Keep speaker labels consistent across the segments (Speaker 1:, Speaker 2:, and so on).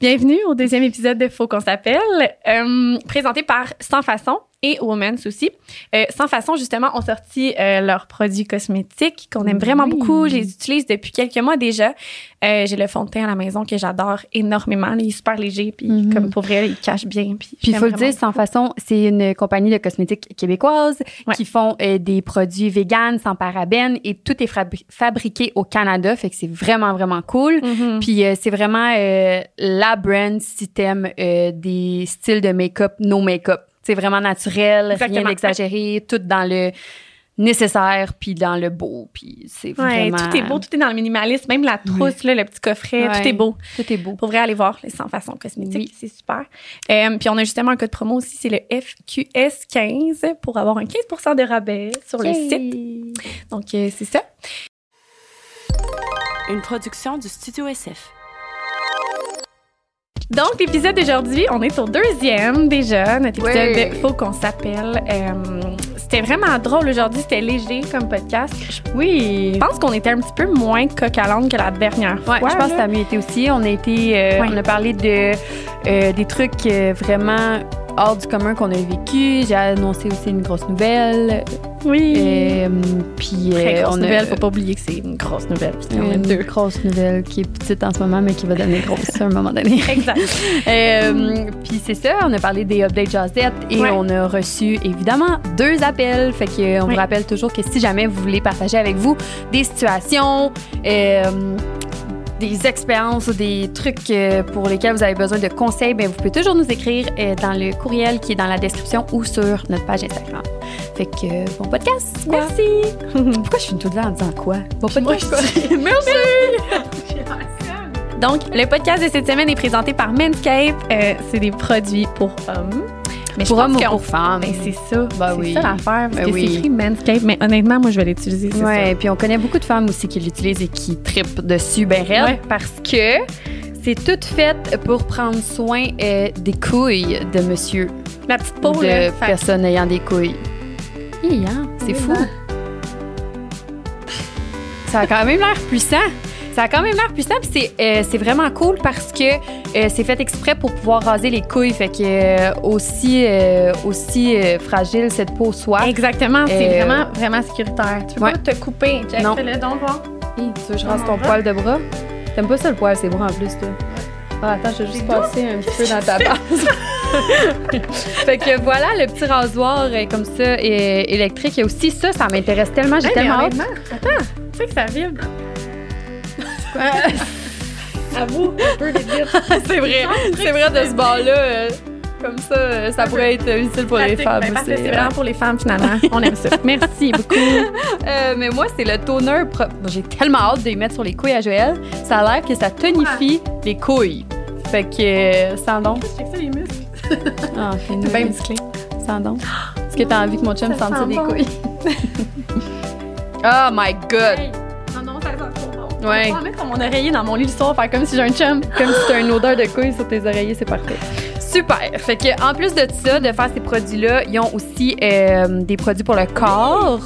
Speaker 1: Bienvenue au deuxième épisode de Faut qu'on s'appelle, euh, présenté par Sans Façon et Women's aussi. Euh, Sans Façon, justement, ont sorti euh, leurs produits cosmétiques qu'on aime vraiment
Speaker 2: Oui.
Speaker 1: beaucoup. Je les utilise depuis quelques mois déjà. Euh, J'ai le fond de teint à la maison que j'adore énormément. Il est super léger, puis
Speaker 2: Mhm.
Speaker 1: comme pour vrai, il cache bien. Puis
Speaker 2: Puis il
Speaker 1: j'aime
Speaker 2: faut le
Speaker 1: vraiment.
Speaker 2: dire, sans façon, c'est une compagnie de cosmétiques québécoise
Speaker 1: Ouais.
Speaker 2: qui font euh, des produits véganes, sans parabènes, et tout est fabri- fabriqué au Canada, fait que c'est vraiment, vraiment cool.
Speaker 1: Mhm.
Speaker 2: Puis euh, c'est vraiment euh, la brand si t'aimes euh, des styles de make-up, no make-up. C'est vraiment naturel,
Speaker 1: Exactement.
Speaker 2: rien d'exagéré, tout dans le nécessaire, puis dans le beau, puis c'est
Speaker 1: Ouais,
Speaker 2: vraiment...
Speaker 1: tout est beau, tout est dans le minimalisme, même la trousse, là, le petit coffret, tout
Speaker 2: Ouais.
Speaker 1: est beau.
Speaker 2: Tout est beau.
Speaker 1: Pour vrai, aller voir les 100 façons cosmétiques,
Speaker 2: Oui.
Speaker 1: c'est super. Euh, puis on a justement un code promo aussi, c'est le FQS15 pour avoir un 15 de rabais sur le site. Donc euh, c'est ça.
Speaker 3: Une production du Studio SF.
Speaker 1: Donc l'épisode d'aujourd'hui, on est au deuxième déjà, notre épisode
Speaker 2: Ouais.
Speaker 1: de Faut qu'on s'appelle. Euh, c'était vraiment drôle aujourd'hui, c'était léger comme podcast.
Speaker 2: Oui.
Speaker 1: Je pense qu'on était un petit peu moins coq à l'âne que la dernière fois.
Speaker 2: Ouais, je pense que ça a mieux été aussi. On a été, euh,
Speaker 1: Ouais.
Speaker 2: on a parlé de euh, des trucs euh, vraiment hors du commun qu'on a vécu. J'ai annoncé aussi une grosse nouvelle.
Speaker 1: Oui.
Speaker 2: Euh, puis
Speaker 1: Très
Speaker 2: euh,
Speaker 1: grosse
Speaker 2: on
Speaker 1: nouvelle,
Speaker 2: a
Speaker 1: faut pas oublier que c'est une grosse nouvelle. puis il y en a
Speaker 2: une
Speaker 1: deux.
Speaker 2: grosse nouvelle qui est petite en ce moment, mais qui va devenir grosse à un moment donné.
Speaker 1: Exact.
Speaker 2: Euh, puis c'est ça, on a parlé des updates Jazzette et
Speaker 1: Ouais.
Speaker 2: on a reçu évidemment deux appels. Fait que euh, on
Speaker 1: Ouais.
Speaker 2: vous rappelle toujours que si jamais vous voulez partager avec vous des situations, euh, des expériences ou des trucs euh, pour lesquels vous avez besoin de conseils, ben vous pouvez toujours nous écrire euh, dans le courriel qui est dans la description ou sur notre page Instagram. Fait que euh, bon podcast. quoi.
Speaker 1: Merci.
Speaker 2: Pourquoi je suis une toute là en disant quoi? Bon podcast. quoi.
Speaker 1: Merci. Donc, le podcast de cette semaine est présenté par Manscaped. Euh, c'est des produits pour hommes. Mais
Speaker 2: Pour hommes ou
Speaker 1: qu'on-
Speaker 2: pour femmes.
Speaker 1: Mais c'est ça.
Speaker 2: Bah
Speaker 1: c'est
Speaker 2: oui.
Speaker 1: ça l'affaire. Parce
Speaker 2: Ben
Speaker 1: que
Speaker 2: oui.
Speaker 1: c'est écrit Manscaped. Mais honnêtement, moi, je vais l'utiliser. c'est
Speaker 2: Ouais, puis on connaît beaucoup de femmes aussi qui l'utilisent et qui tripent dessus ben raide
Speaker 1: Ouais.
Speaker 2: parce que c'est tout fait pour prendre soin euh, des couilles de monsieur,
Speaker 1: ça. La petite peau,
Speaker 2: de
Speaker 1: là. fait-
Speaker 2: personnes ayant des couilles. Hi, hein, c'est
Speaker 1: Oui,
Speaker 2: fou.
Speaker 1: ben.
Speaker 2: Ça a quand même l'air puissant. Ça a quand même l'air puissant, puis c'est, euh, c'est vraiment cool parce que euh, c'est fait exprès pour pouvoir raser les couilles. Fait que euh, aussi, euh, aussi euh, fragile cette peau soit.
Speaker 1: Exactement. C'est
Speaker 2: Euh,
Speaker 1: vraiment, vraiment sécuritaire. Tu peux
Speaker 2: ouais.
Speaker 1: pas te couper. Jack,
Speaker 2: Non.
Speaker 1: fais-le donc voir.
Speaker 2: Hey, tu veux que je rase
Speaker 1: Mon
Speaker 2: ton
Speaker 1: bras.
Speaker 2: poil de bras? T'aimes pas ça le poil, c'est bras en plus, toi. Ah, attends, je vais juste
Speaker 1: C'est
Speaker 2: passer un petit peu dans ta base. fait que voilà, le petit rasoir euh, comme ça euh, électrique. Et aussi ça, ça m'intéresse tellement. J'ai
Speaker 1: Hey, mais
Speaker 2: tellement hâte.
Speaker 1: honnêtement, Attends. Tu sais que ça vibre. Avoue, un peu les vitres.
Speaker 2: c'est vrai. C'est vrai de ce bord-là. euh, comme ça, euh, ça pourrait être euh, utile pour les
Speaker 1: Pratique.
Speaker 2: femmes
Speaker 1: Ben, parfait,
Speaker 2: aussi. hein.
Speaker 1: C'est vraiment pour les femmes, finalement. On aime ça. Merci beaucoup.
Speaker 2: Euh, mais moi, c'est le toner propre. J'ai tellement hâte de les mettre sur les couilles à Joël. Ça a l'air que ça tonifie les couilles. Fait que euh, sans don.
Speaker 1: Je fais que ça, les muscles.
Speaker 2: Ah,
Speaker 1: C'est bien
Speaker 2: fais-nous-
Speaker 1: musclé.
Speaker 2: Sans don. Est-ce que t'as envie que mon chum
Speaker 1: Ça
Speaker 2: sente ça
Speaker 1: sent
Speaker 2: des
Speaker 1: bon.
Speaker 2: couilles? oh my god!
Speaker 1: Non, non, ça sent trop bon.
Speaker 2: Ouais.
Speaker 1: Je vais mettre comme mon oreiller dans mon lit le soir, faire comme si j'ai un chum.
Speaker 2: Comme si t'as une odeur de couilles sur tes oreillers, c'est parfait. Super! Fait que, en plus de ça, de faire ces produits-là, ils ont aussi euh, des produits pour le corps.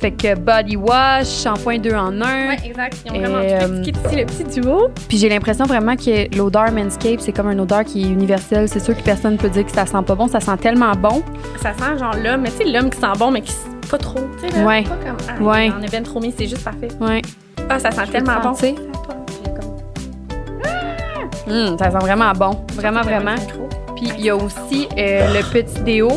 Speaker 2: Fait que body wash, shampoing deux en un.
Speaker 1: Ouais, exact. Ils ont
Speaker 2: Et,
Speaker 1: vraiment tout petit le petit duo.
Speaker 2: Puis j'ai l'impression vraiment que l'odeur Manscape, c'est comme une odeur qui est universelle. C'est sûr que personne ne peut dire que ça sent pas bon. Ça sent tellement bon.
Speaker 1: Ça sent genre l'homme, mais tu sais, l'homme qui sent bon, mais qui sent pas trop. Tu sais, là,
Speaker 2: Ouais.
Speaker 1: Pas comme, ah,
Speaker 2: Ouais.
Speaker 1: On est bien trop mis, c'est juste parfait.
Speaker 2: Ouais.
Speaker 1: Ah, ça sent tellement bon.
Speaker 2: Tu sais. Hum, ça sent vraiment bon. Vraiment, vraiment. Puis il y a aussi euh, le petit déo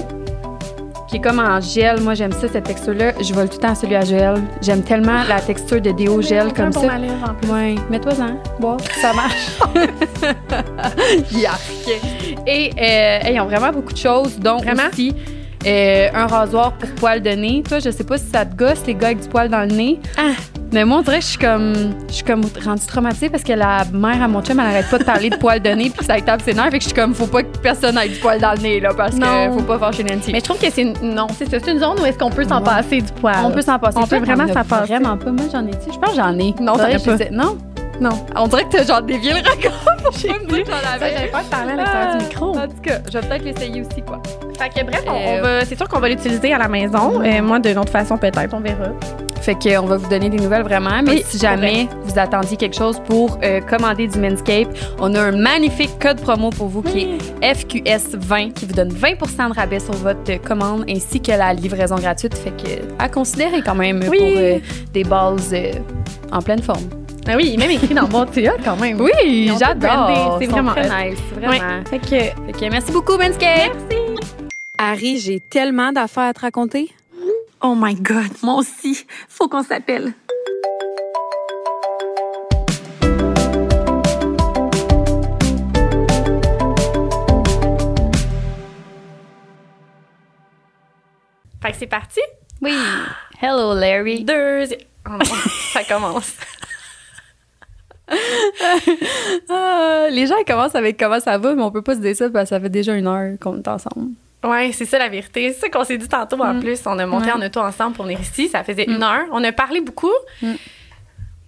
Speaker 2: qui est comme en gel. Moi, j'aime ça, cette texture-là. Je vole tout le temps celui à gel. J'aime tellement la texture de déo gel comme
Speaker 1: pour
Speaker 2: ça.
Speaker 1: ma lèvre, en plus.
Speaker 2: Ouais, mets-toi-en. Bois, ça marche. Yark. Et euh, hey, ils ont vraiment beaucoup de choses, dont
Speaker 1: Vraiment?
Speaker 2: aussi euh, un rasoir pour poils de nez. Toi, je sais pas si ça te gosse, les gars avec du poil dans le nez.
Speaker 1: Ah.
Speaker 2: Mais moi, on dirait que je suis comme, je suis comme rendue traumatisée parce que la mère à mon chum, elle arrête pas de parler de poils de nez puis ça étape ses nerfs. Fait que je suis comme, faut pas que personne ait du poil dans le nez, là, parce que
Speaker 1: Non.
Speaker 2: faut pas faire chez Nancy.
Speaker 1: Mais je trouve que c'est une... Non, c'est ça. C'est une zone où est-ce qu'on peut s'en
Speaker 2: Ouais.
Speaker 1: passer du poil.
Speaker 2: Ah, on peut s'en passer.
Speaker 1: On
Speaker 2: Toi,
Speaker 1: peut
Speaker 2: t'en
Speaker 1: vraiment
Speaker 2: as
Speaker 1: s'en passer.
Speaker 2: Vraiment pas. Moi, j'en ai-tu? Je pense que j'en ai.
Speaker 1: Non,
Speaker 2: Faudrait
Speaker 1: t'en as
Speaker 2: que je
Speaker 1: pas.
Speaker 2: sais- Non?
Speaker 1: Non.
Speaker 2: On dirait que t'as genre dévié le raccord. J'ai
Speaker 1: pas dit Ça, j'avais peur de parler à l'extérieur du micro.
Speaker 2: En tout cas, je vais peut-être l'essayer aussi, quoi.
Speaker 1: Fait que bref, on-
Speaker 2: Euh,
Speaker 1: on va- c'est sûr qu'on va l'utiliser à la maison. Euh, moi, de notre façon, peut-être, on verra.
Speaker 2: Fait qu'on va vous donner des nouvelles vraiment. Mais
Speaker 1: Oui,
Speaker 2: si jamais vous attendiez quelque chose pour euh, commander du Manscape, on a un magnifique code promo pour vous qui est FQS20 qui vous donne 20 de rabais sur votre euh, commande ainsi que la livraison gratuite. Fait que à considérer quand même
Speaker 1: Oui.
Speaker 2: pour euh, des balls euh, en pleine forme.
Speaker 1: Ah oui, il est même écrit dans mon TA quand même.
Speaker 2: Oui,
Speaker 1: j'adore.
Speaker 2: C'est
Speaker 1: Ils sont
Speaker 2: vraiment
Speaker 1: très
Speaker 2: nice,
Speaker 1: Ouais.
Speaker 2: vraiment.
Speaker 1: Fait que
Speaker 2: Fait que merci beaucoup Manscape.
Speaker 3: Harry, j'ai tellement d'affaires à te raconter.
Speaker 4: Oh my God, moi aussi. Faut qu'on s'appelle.
Speaker 1: Fait que c'est parti.
Speaker 2: Oui. Hello Larry.
Speaker 1: Deux. Oh non, ça commence.
Speaker 2: Ah, les gens ils commencent avec comment ça va, mais on peut pas se dire ça parce que ça fait déjà une heure qu'on est ensemble.
Speaker 1: Ouais, c'est ça la vérité. C'est ça qu'on s'est dit tantôt
Speaker 2: Mm.
Speaker 1: en plus. On a monté en auto ensemble pour venir ici. Ça faisait une heure. On a parlé beaucoup.
Speaker 2: Mm.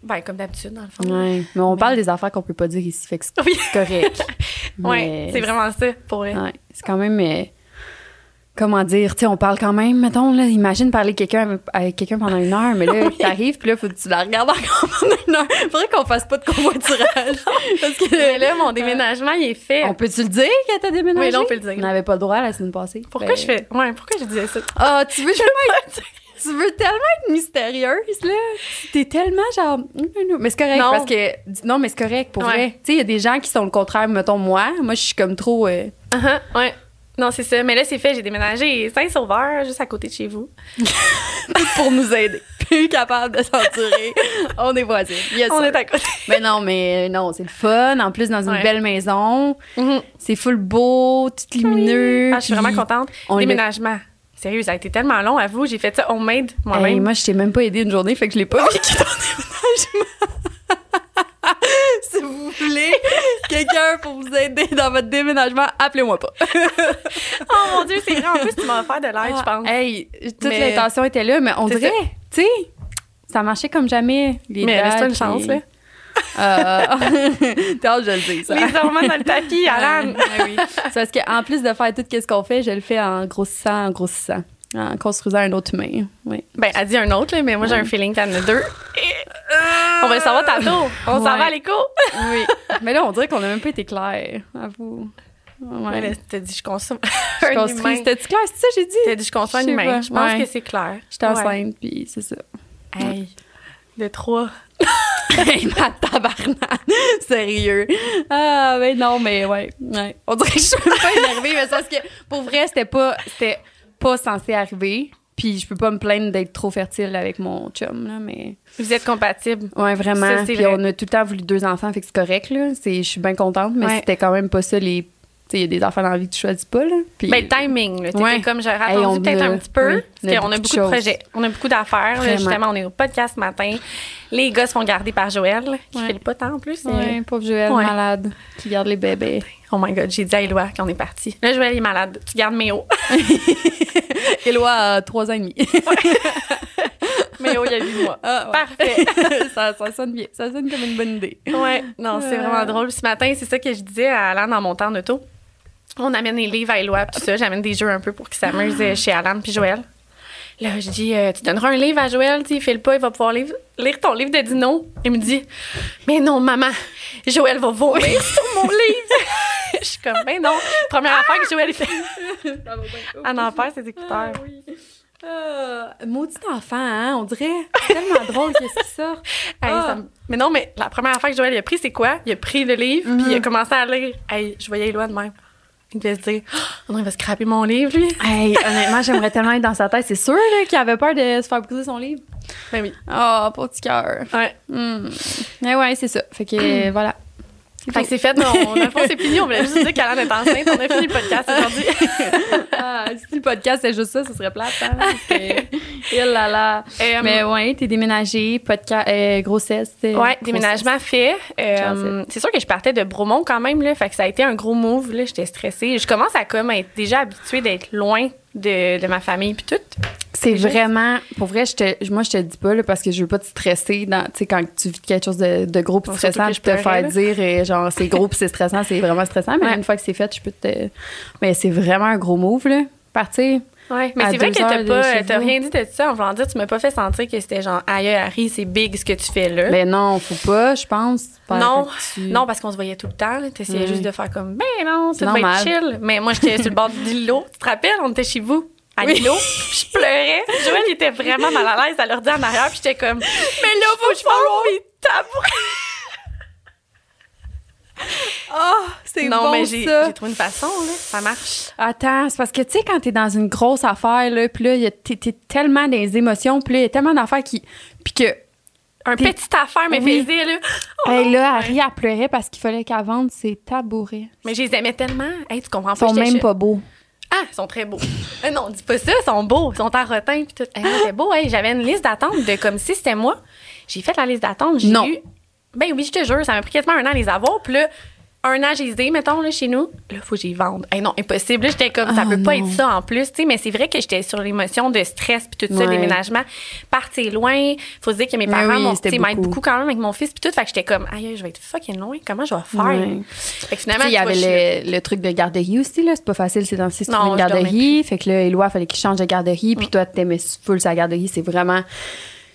Speaker 1: Ben, comme d'habitude, dans le fond.
Speaker 2: Ouais. Mais on parle des affaires qu'on peut pas dire ici, fait que c'est
Speaker 1: Oui.
Speaker 2: c'est correct.
Speaker 1: Ouais,
Speaker 2: Mais Ah.
Speaker 1: c'est vraiment ça pour vrai.
Speaker 2: Ouais, c'est quand même. euh, comment dire, tu sais, on parle quand même, mettons, là, imagine parler quelqu'un avec quelqu'un pendant une heure, mais là, t'arrives, puis là, faut que tu la regardes encore pendant une heure. Faudrait qu'on fasse pas de convoiturage. parce
Speaker 1: Mais
Speaker 2: que.
Speaker 1: là, mon déménagement, il est fait.
Speaker 2: On peut-tu le dire que t'as déménagé?
Speaker 1: Oui, là, on peut le dire.
Speaker 2: On n'avait pas le droit la semaine passée.
Speaker 1: Pourquoi
Speaker 2: Ben,
Speaker 1: je fais. Ouais, pourquoi je disais ça?
Speaker 2: Ah, tu veux tellement être, tu veux tellement être mystérieuse, là. T'es tellement genre. mm, Mais c'est correct,
Speaker 1: Non.
Speaker 2: parce que. Non, mais c'est correct, pour
Speaker 1: Ouais.
Speaker 2: vrai. Tu sais, il y a des gens qui sont le contraire, mettons, moi. Moi, je suis comme trop. euh,
Speaker 1: Uh-huh, ouais. Non, c'est ça. Mais là, c'est fait. J'ai déménagé Saint-Sauveur, juste à côté de chez vous.
Speaker 2: pour nous aider. Plus capable de s'endurer. On est voisins. Yes,
Speaker 1: On
Speaker 2: sir.
Speaker 1: est à côté.
Speaker 2: Mais non, mais euh, non, c'est le fun. En plus, dans une
Speaker 1: Ouais.
Speaker 2: belle maison.
Speaker 1: Mhm.
Speaker 2: C'est full beau, tout Mm-hmm. lumineux.
Speaker 1: Ah, je suis
Speaker 2: puis
Speaker 1: vraiment contente.
Speaker 2: on
Speaker 1: Déménagement. Sérieux, ça a été tellement long, avoue. J'ai fait ça homemade
Speaker 2: Hey,
Speaker 1: moi-même.
Speaker 2: moi, je t'ai même pas aidé une journée, fait que je l'ai pas vécu ton déménagement. si vous voulez quelqu'un pour vous aider dans votre déménagement, appelez-moi pas.
Speaker 1: Oh mon Dieu, c'est vrai. En plus, tu m'as offert de l'aide, je pense.
Speaker 2: Ah, Hey, toute
Speaker 1: Mais-
Speaker 2: l'intention était là, mais on
Speaker 1: C'est
Speaker 2: dirait, tu sais, ça marchait comme jamais. Les
Speaker 1: Mais
Speaker 2: dates,
Speaker 1: reste une chance,
Speaker 2: puis-
Speaker 1: là.
Speaker 2: Euh, T'as hâte, je le dis, ça.
Speaker 1: Les hormones dans le tapis, Alan.
Speaker 2: Ah oui. C'est parce qu'en plus de faire tout ce qu'on fait, je le fais en grossissant, en grossissant, en construisant un autre humain. Oui.
Speaker 1: Ben, elle dit un autre, là, mais moi, j'ai un feeling qu'il y en a deux. On va le savoir tantôt. On s'en
Speaker 2: Ouais.
Speaker 1: va à l'écho.
Speaker 2: Oui. Mais là, on dirait qu'on n'a même pas été clair, à vous.
Speaker 1: Ouais.
Speaker 2: Ouais.
Speaker 1: mais t'as dit, je consomme
Speaker 2: Je
Speaker 1: un
Speaker 2: construis.
Speaker 1: humain.
Speaker 2: C'était-tu clair? C'est ça, j'ai
Speaker 1: T'as
Speaker 2: dit?
Speaker 1: dit, je consomme un
Speaker 2: Je sais
Speaker 1: humain.
Speaker 2: pas.
Speaker 1: Je pense Ouais.
Speaker 2: Ouais.
Speaker 1: que c'est clair.
Speaker 2: J'étais enceinte, puis c'est ça.
Speaker 1: Ouais. Hey, de trois.
Speaker 2: hey, ma tabarnak! Sérieux. Ah, mais non, mais ouais. ouais. On dirait que je suis même pas énervée, mais c'est parce que pour vrai, c'était pas, c'était pas censé arriver. Puis je peux pas me plaindre d'être trop fertile avec mon chum, là, mais.
Speaker 1: Vous êtes compatibles.
Speaker 2: Ouais, vraiment.
Speaker 1: Ça, c'est
Speaker 2: Puis
Speaker 1: vrai.
Speaker 2: on a tout le temps voulu deux enfants, fait que c'est correct, là. C'est, je suis bien contente, mais
Speaker 1: Ouais.
Speaker 2: c'était quand même pas ça les. Tu sais, il y a des enfants dans la vie que tu choisis pas, là. Puis,
Speaker 1: Ben, timing, là. T'étais
Speaker 2: Ouais.
Speaker 1: comme, j'aurais
Speaker 2: Hey,
Speaker 1: attendu
Speaker 2: on
Speaker 1: peut-être
Speaker 2: a-
Speaker 1: un petit peu.
Speaker 2: oui, on
Speaker 1: parce
Speaker 2: a
Speaker 1: qu'on a beaucoup
Speaker 2: beaucoup de
Speaker 1: de
Speaker 2: choses.
Speaker 1: projets. On a beaucoup d'affaires. là.
Speaker 2: Vraiment.
Speaker 1: Justement, on est au podcast ce matin. Les gars se font garder par Joël, qui
Speaker 2: Ouais.
Speaker 1: fait le pas tant en plus.
Speaker 2: Ouais, pauvre Joël,
Speaker 1: Ouais.
Speaker 2: malade, qui garde les bébés.
Speaker 1: Oh my God, j'ai dit à Éloi qu'on est parti. Là, Joël est malade. Tu gardes Méo.
Speaker 2: Éloi a trois ans et demi.
Speaker 1: Méo, il y a huit mois.
Speaker 2: Ah, ouais.
Speaker 1: Parfait.
Speaker 2: ça, ça sonne bien. Ça sonne comme une bonne idée.
Speaker 1: Ouais, non, c'est
Speaker 2: Euh.
Speaker 1: vraiment drôle. Ce matin, c'est ça que je disais à Alan dans mon temps d'auto. On amène les livres à Éloi, puis tout ça. J'amène des jeux un peu pour qu'ils s'amusent euh, chez Alan puis Joël. Là, je dis, euh, tu donneras un livre à Joël, tu sais, il fait le pas, il va pouvoir lire, lire ton livre de dino. Il me dit, mais non, maman, Joël va vomir sur mon livre. je suis comme, ben non. Première affaire que Joël il fait. Ah non, perd ses écouteurs.
Speaker 2: Ah, maudit enfant, hein, on dirait. C'est tellement drôle qu'est-ce qui sort.
Speaker 1: Hey,
Speaker 2: Ah.
Speaker 1: ça me- Mais non, mais la première affaire que Joël il a pris, c'est quoi? Il a pris le livre, puis il
Speaker 2: Mhm.
Speaker 1: a commencé à lire. Hey, je voyais Éloi de même. Il devait se dire, oh, non, il va scraper mon livre, lui.
Speaker 2: Hey, honnêtement, j'aimerais tellement être dans sa tête. C'est sûr là, qu'il avait peur de se faire briser son livre.
Speaker 1: Ben oui.
Speaker 2: Oh, pauvre petit cœur.
Speaker 1: Ouais.
Speaker 2: Hmm. Mais ouais, c'est ça. Fait que euh, voilà.
Speaker 1: Fait que c'est fait, non, dans le fond, c'est fini. On voulait juste dire qu'Alan est enceinte. On a fini le podcast aujourd'hui.
Speaker 2: Ah, si le podcast c'est juste ça, ce serait plate. Hein? parce que- Il là là.
Speaker 1: Euh,
Speaker 2: Mais ouais, t'es déménagée, podcast, euh, grossesse. euh,
Speaker 1: ouais,
Speaker 2: grossesse.
Speaker 1: déménagement fait. Euh,
Speaker 2: Transit.
Speaker 1: c'est sûr que je partais de Bromont quand même, là. Fait que ça a été un gros move, là. J'étais stressée. Je commence à comme être déjà habituée d'être loin de, de ma famille, puis tout.
Speaker 2: C'est
Speaker 1: juste-
Speaker 2: vraiment, pour vrai, je te, moi je te le dis pas là, parce que je veux pas te stresser dans, tu sais, quand tu vis quelque chose de, de gros puis
Speaker 1: Bon,
Speaker 2: stressant, puis
Speaker 1: surtout que
Speaker 2: te
Speaker 1: je pleurais,
Speaker 2: faire dire euh, genre c'est gros puis c'est stressant, c'est vraiment stressant, mais
Speaker 1: Ouais.
Speaker 2: une fois que c'est fait, je peux te, mais c'est vraiment un gros move là. partir.
Speaker 1: Ouais, mais
Speaker 2: à
Speaker 1: c'est vrai
Speaker 2: deux
Speaker 1: que t'as
Speaker 2: heures de
Speaker 1: pas,
Speaker 2: chez
Speaker 1: t'as
Speaker 2: vous.
Speaker 1: rien dit de ça. En voulant dire, tu m'as pas fait sentir que c'était genre, aïe, Harry, c'est big ce que tu fais là.
Speaker 2: Ben non, faut pas, je pense. Pas
Speaker 1: Non,
Speaker 2: quand tu-
Speaker 1: non, parce qu'on se voyait tout le temps. là. T'essayais
Speaker 2: Ouais.
Speaker 1: juste de faire comme, ben non, ça va
Speaker 2: Normal.
Speaker 1: être chill. Mais moi, j'étais sur le bord de l'îlot. Tu te rappelles, on était chez vous. À l'îlot, puis je pleurais. Joël il était vraiment mal à l'aise à l'ordi en arrière, puis j'étais comme, mais là, faut que je fasse mes tabous.
Speaker 3: Oh, c'est
Speaker 1: Non,
Speaker 3: bon
Speaker 1: mais j'ai
Speaker 3: ça.
Speaker 1: j'ai trouvé une façon, là. Ça marche.
Speaker 2: Attends, c'est parce que, tu sais, quand t'es dans une grosse affaire, là, puis là, il y a- t'es t'es tellement dans les émotions, puis là, il y a tellement d'affaires qui. Puis que
Speaker 1: Un
Speaker 2: Puis-
Speaker 1: petite affaire, mais
Speaker 2: Oui.
Speaker 1: faisait, là.
Speaker 2: Hey, là, Harry, elle pleurait parce qu'il fallait qu'elle vende ses tabourets.
Speaker 1: Mais je les aimais tellement. Hey, tu comprends
Speaker 2: Ils
Speaker 1: pas.
Speaker 2: sont
Speaker 1: j'étais
Speaker 2: même
Speaker 1: chef.
Speaker 2: pas beaux.
Speaker 1: Ah, ils sont très beaux. Euh, non, dis pas ça, ils sont beaux. Ils sont en rotin puis tout. Hey, moi, c'était beau. Hey, j'avais une liste d'attente de comme si c'était moi. J'ai fait la liste d'attente. J'ai
Speaker 2: Non.
Speaker 1: eu. Ben oui, je te jure, ça m'a pris quasiment un an à les avoir. Puis là, un an, j'ai les ai, mettons, là, chez nous. Là, faut que j'y vende. Hey, non, impossible. Là, j'étais comme, ça
Speaker 2: Ah,
Speaker 1: peut pas
Speaker 2: non.
Speaker 1: être ça en plus, tu sais. Mais c'est vrai que j'étais sur l'émotion de stress puis tout ça,
Speaker 2: Ouais.
Speaker 1: déménagement. Partir loin. Faut se dire que mes
Speaker 2: Mais
Speaker 1: parents
Speaker 2: oui,
Speaker 1: m'ont-
Speaker 2: c'était
Speaker 1: tu sais, m'aident
Speaker 2: beaucoup.
Speaker 1: beaucoup quand même avec mon fils puis tout. Fait que j'étais comme, aïe, je vais être fucking loin. Comment je vais faire?
Speaker 2: Ouais.
Speaker 1: Fait que
Speaker 2: Tu
Speaker 1: finalement,
Speaker 2: sais, il y
Speaker 1: tu vois, je suis là.
Speaker 2: avait le, le truc de garderie aussi, là. C'est pas facile, c'est dans c'est
Speaker 1: Non,
Speaker 2: une
Speaker 1: je dormais
Speaker 2: garderie. Fait que là, Éloi, fallait qu'il change de garderie. Puis toi, t'aimais full sa garderie. C'est vraiment.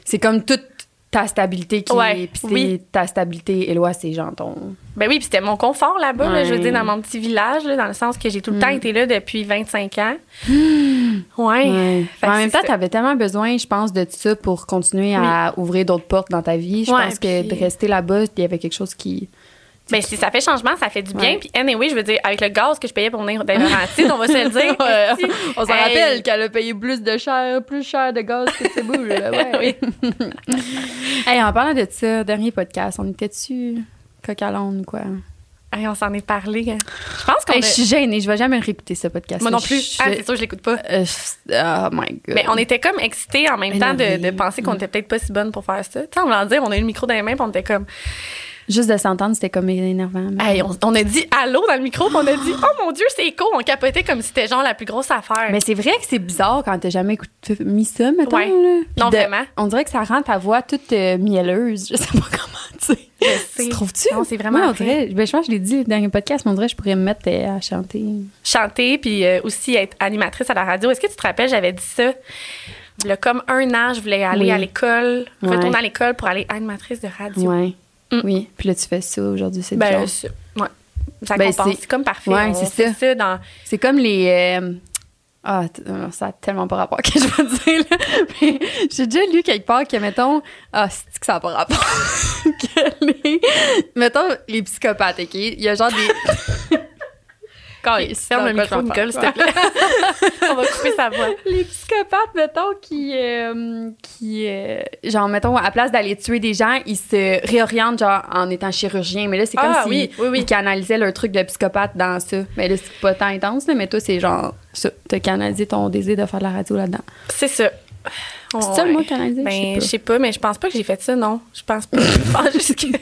Speaker 2: C'est comme toute ta stabilité qui.
Speaker 1: Ouais,
Speaker 2: puis c'est
Speaker 1: oui.
Speaker 2: ta stabilité. Éloi, c'est genre ton.
Speaker 1: Ben oui, puis c'était mon confort là-bas, là, je veux
Speaker 2: Ouais.
Speaker 1: dire,
Speaker 2: Mm.
Speaker 1: dans mon petit village, là, dans le sens que j'ai tout le temps été là depuis 25 ans. Ouais.
Speaker 2: Ouais.
Speaker 1: Fait que
Speaker 2: en même
Speaker 1: c'est
Speaker 2: temps,
Speaker 1: ça.
Speaker 2: t'avais tellement besoin, je pense, de ça pour continuer à ouvrir d'autres portes dans ta vie. Je
Speaker 1: Ouais,
Speaker 2: pense que
Speaker 1: puis-
Speaker 2: de rester là-bas, il y avait quelque chose qui.
Speaker 1: Ben si ça fait changement, ça fait du bien.
Speaker 2: Ouais.
Speaker 1: Puis anyway, je veux dire, avec le gaz que je payais pour venir des Laurentides, on va se le dire.
Speaker 2: Ouais.
Speaker 1: si-
Speaker 2: On s'en
Speaker 1: Hey,
Speaker 2: rappelle qu'elle a payé plus de cher, plus cher de gaz que de ses boules. là, Ouais. hey, en parlant de ça, dernier podcast, on était dessus coq à l'âne ou quoi?
Speaker 1: hey, on s'en est parlé. hein. Je pense qu'on
Speaker 2: Hey,
Speaker 1: a-
Speaker 2: Je suis gênée, je vais jamais le réécouter ce podcast.
Speaker 1: Moi non
Speaker 2: Je-
Speaker 1: plus.
Speaker 2: je-
Speaker 1: Ah, c'est sûr, je l'écoute pas.
Speaker 2: Euh, je- oh my god.
Speaker 1: Mais on était comme excités en même temps de, de
Speaker 2: Énervés.
Speaker 1: penser qu'on était peut-être pas si bonne pour faire ça. Tu sais, on voulait dire, on a eu le micro dans les mains, puis on était comme,
Speaker 2: Juste de s'entendre, c'était comme énervant. mais-
Speaker 1: hey, on, on a dit allô dans le micro, puis on a dit, oh mon Dieu, c'est écho. On capotait comme si c'était genre la plus grosse affaire.
Speaker 2: Mais c'est vrai que c'est bizarre quand t'as jamais écouté, mis ça, mettons.
Speaker 1: Ouais.
Speaker 2: là. Puis
Speaker 1: Non,
Speaker 2: de-
Speaker 1: vraiment.
Speaker 2: On dirait que ça rend ta voix toute euh, mielleuse. Je sais pas comment, tu sais.
Speaker 1: Je sais.
Speaker 2: Tu trouves-tu?
Speaker 1: Non, c'est vraiment
Speaker 2: Ouais, on
Speaker 1: vrai.
Speaker 2: dirait, ben, je pense que je l'ai dit dans le podcast, mais on dirait que je pourrais me mettre euh, à chanter.
Speaker 1: chanter puis euh, aussi être animatrice à la radio. Est-ce que tu te rappelles, j'avais dit ça? Il y a comme un an, je voulais aller
Speaker 2: Oui.
Speaker 1: à l'école,
Speaker 2: Ouais.
Speaker 1: retourner à l'école pour aller animatrice de radio.
Speaker 2: Ouais.
Speaker 1: Mm.
Speaker 2: Oui. Puis là, tu fais ça aujourd'hui, c'est
Speaker 1: Ben,
Speaker 2: bizarre.
Speaker 1: c'est- ouais. Ça
Speaker 2: Ben,
Speaker 1: compense.
Speaker 2: c'est-
Speaker 1: C'est comme parfait.
Speaker 2: Ouais,
Speaker 1: On fait
Speaker 2: c'est ça.
Speaker 1: dans...
Speaker 2: C'est comme les. euh, Ah, t- euh, ça a tellement pas rapport que je veux dire. là. Mais J'ai déjà lu quelque part que, mettons, ah, c'est que ça a pas rapport. que les- Mettons, les psychopathes, OK? Il y a genre des. Quand
Speaker 1: Ok, Ferme le micro, Nicole, s'il te plaît. On va couper sa voix.
Speaker 2: les psychopathes, mettons, qui, euh, qui euh, genre, mettons, à place d'aller tuer des gens, ils se réorientent, genre, en étant chirurgien. Mais là, c'est comme
Speaker 1: Ah,
Speaker 2: si
Speaker 1: oui, oui, oui.
Speaker 2: ils canalisaient leur truc de psychopathe dans ça. Mais là, c'est pas tant intense, là, mais toi, c'est genre, ça, t'as canalisé ton désir de faire de la radio là-dedans.
Speaker 1: C'est ça.
Speaker 2: C'est
Speaker 1: Oh, Ouais.
Speaker 2: ça le mot canaliser?
Speaker 1: Ben, je
Speaker 2: je sais
Speaker 1: sais pas, mais je pense pas que j'ai fait ça, non. Je pense pas. Je pense juste que...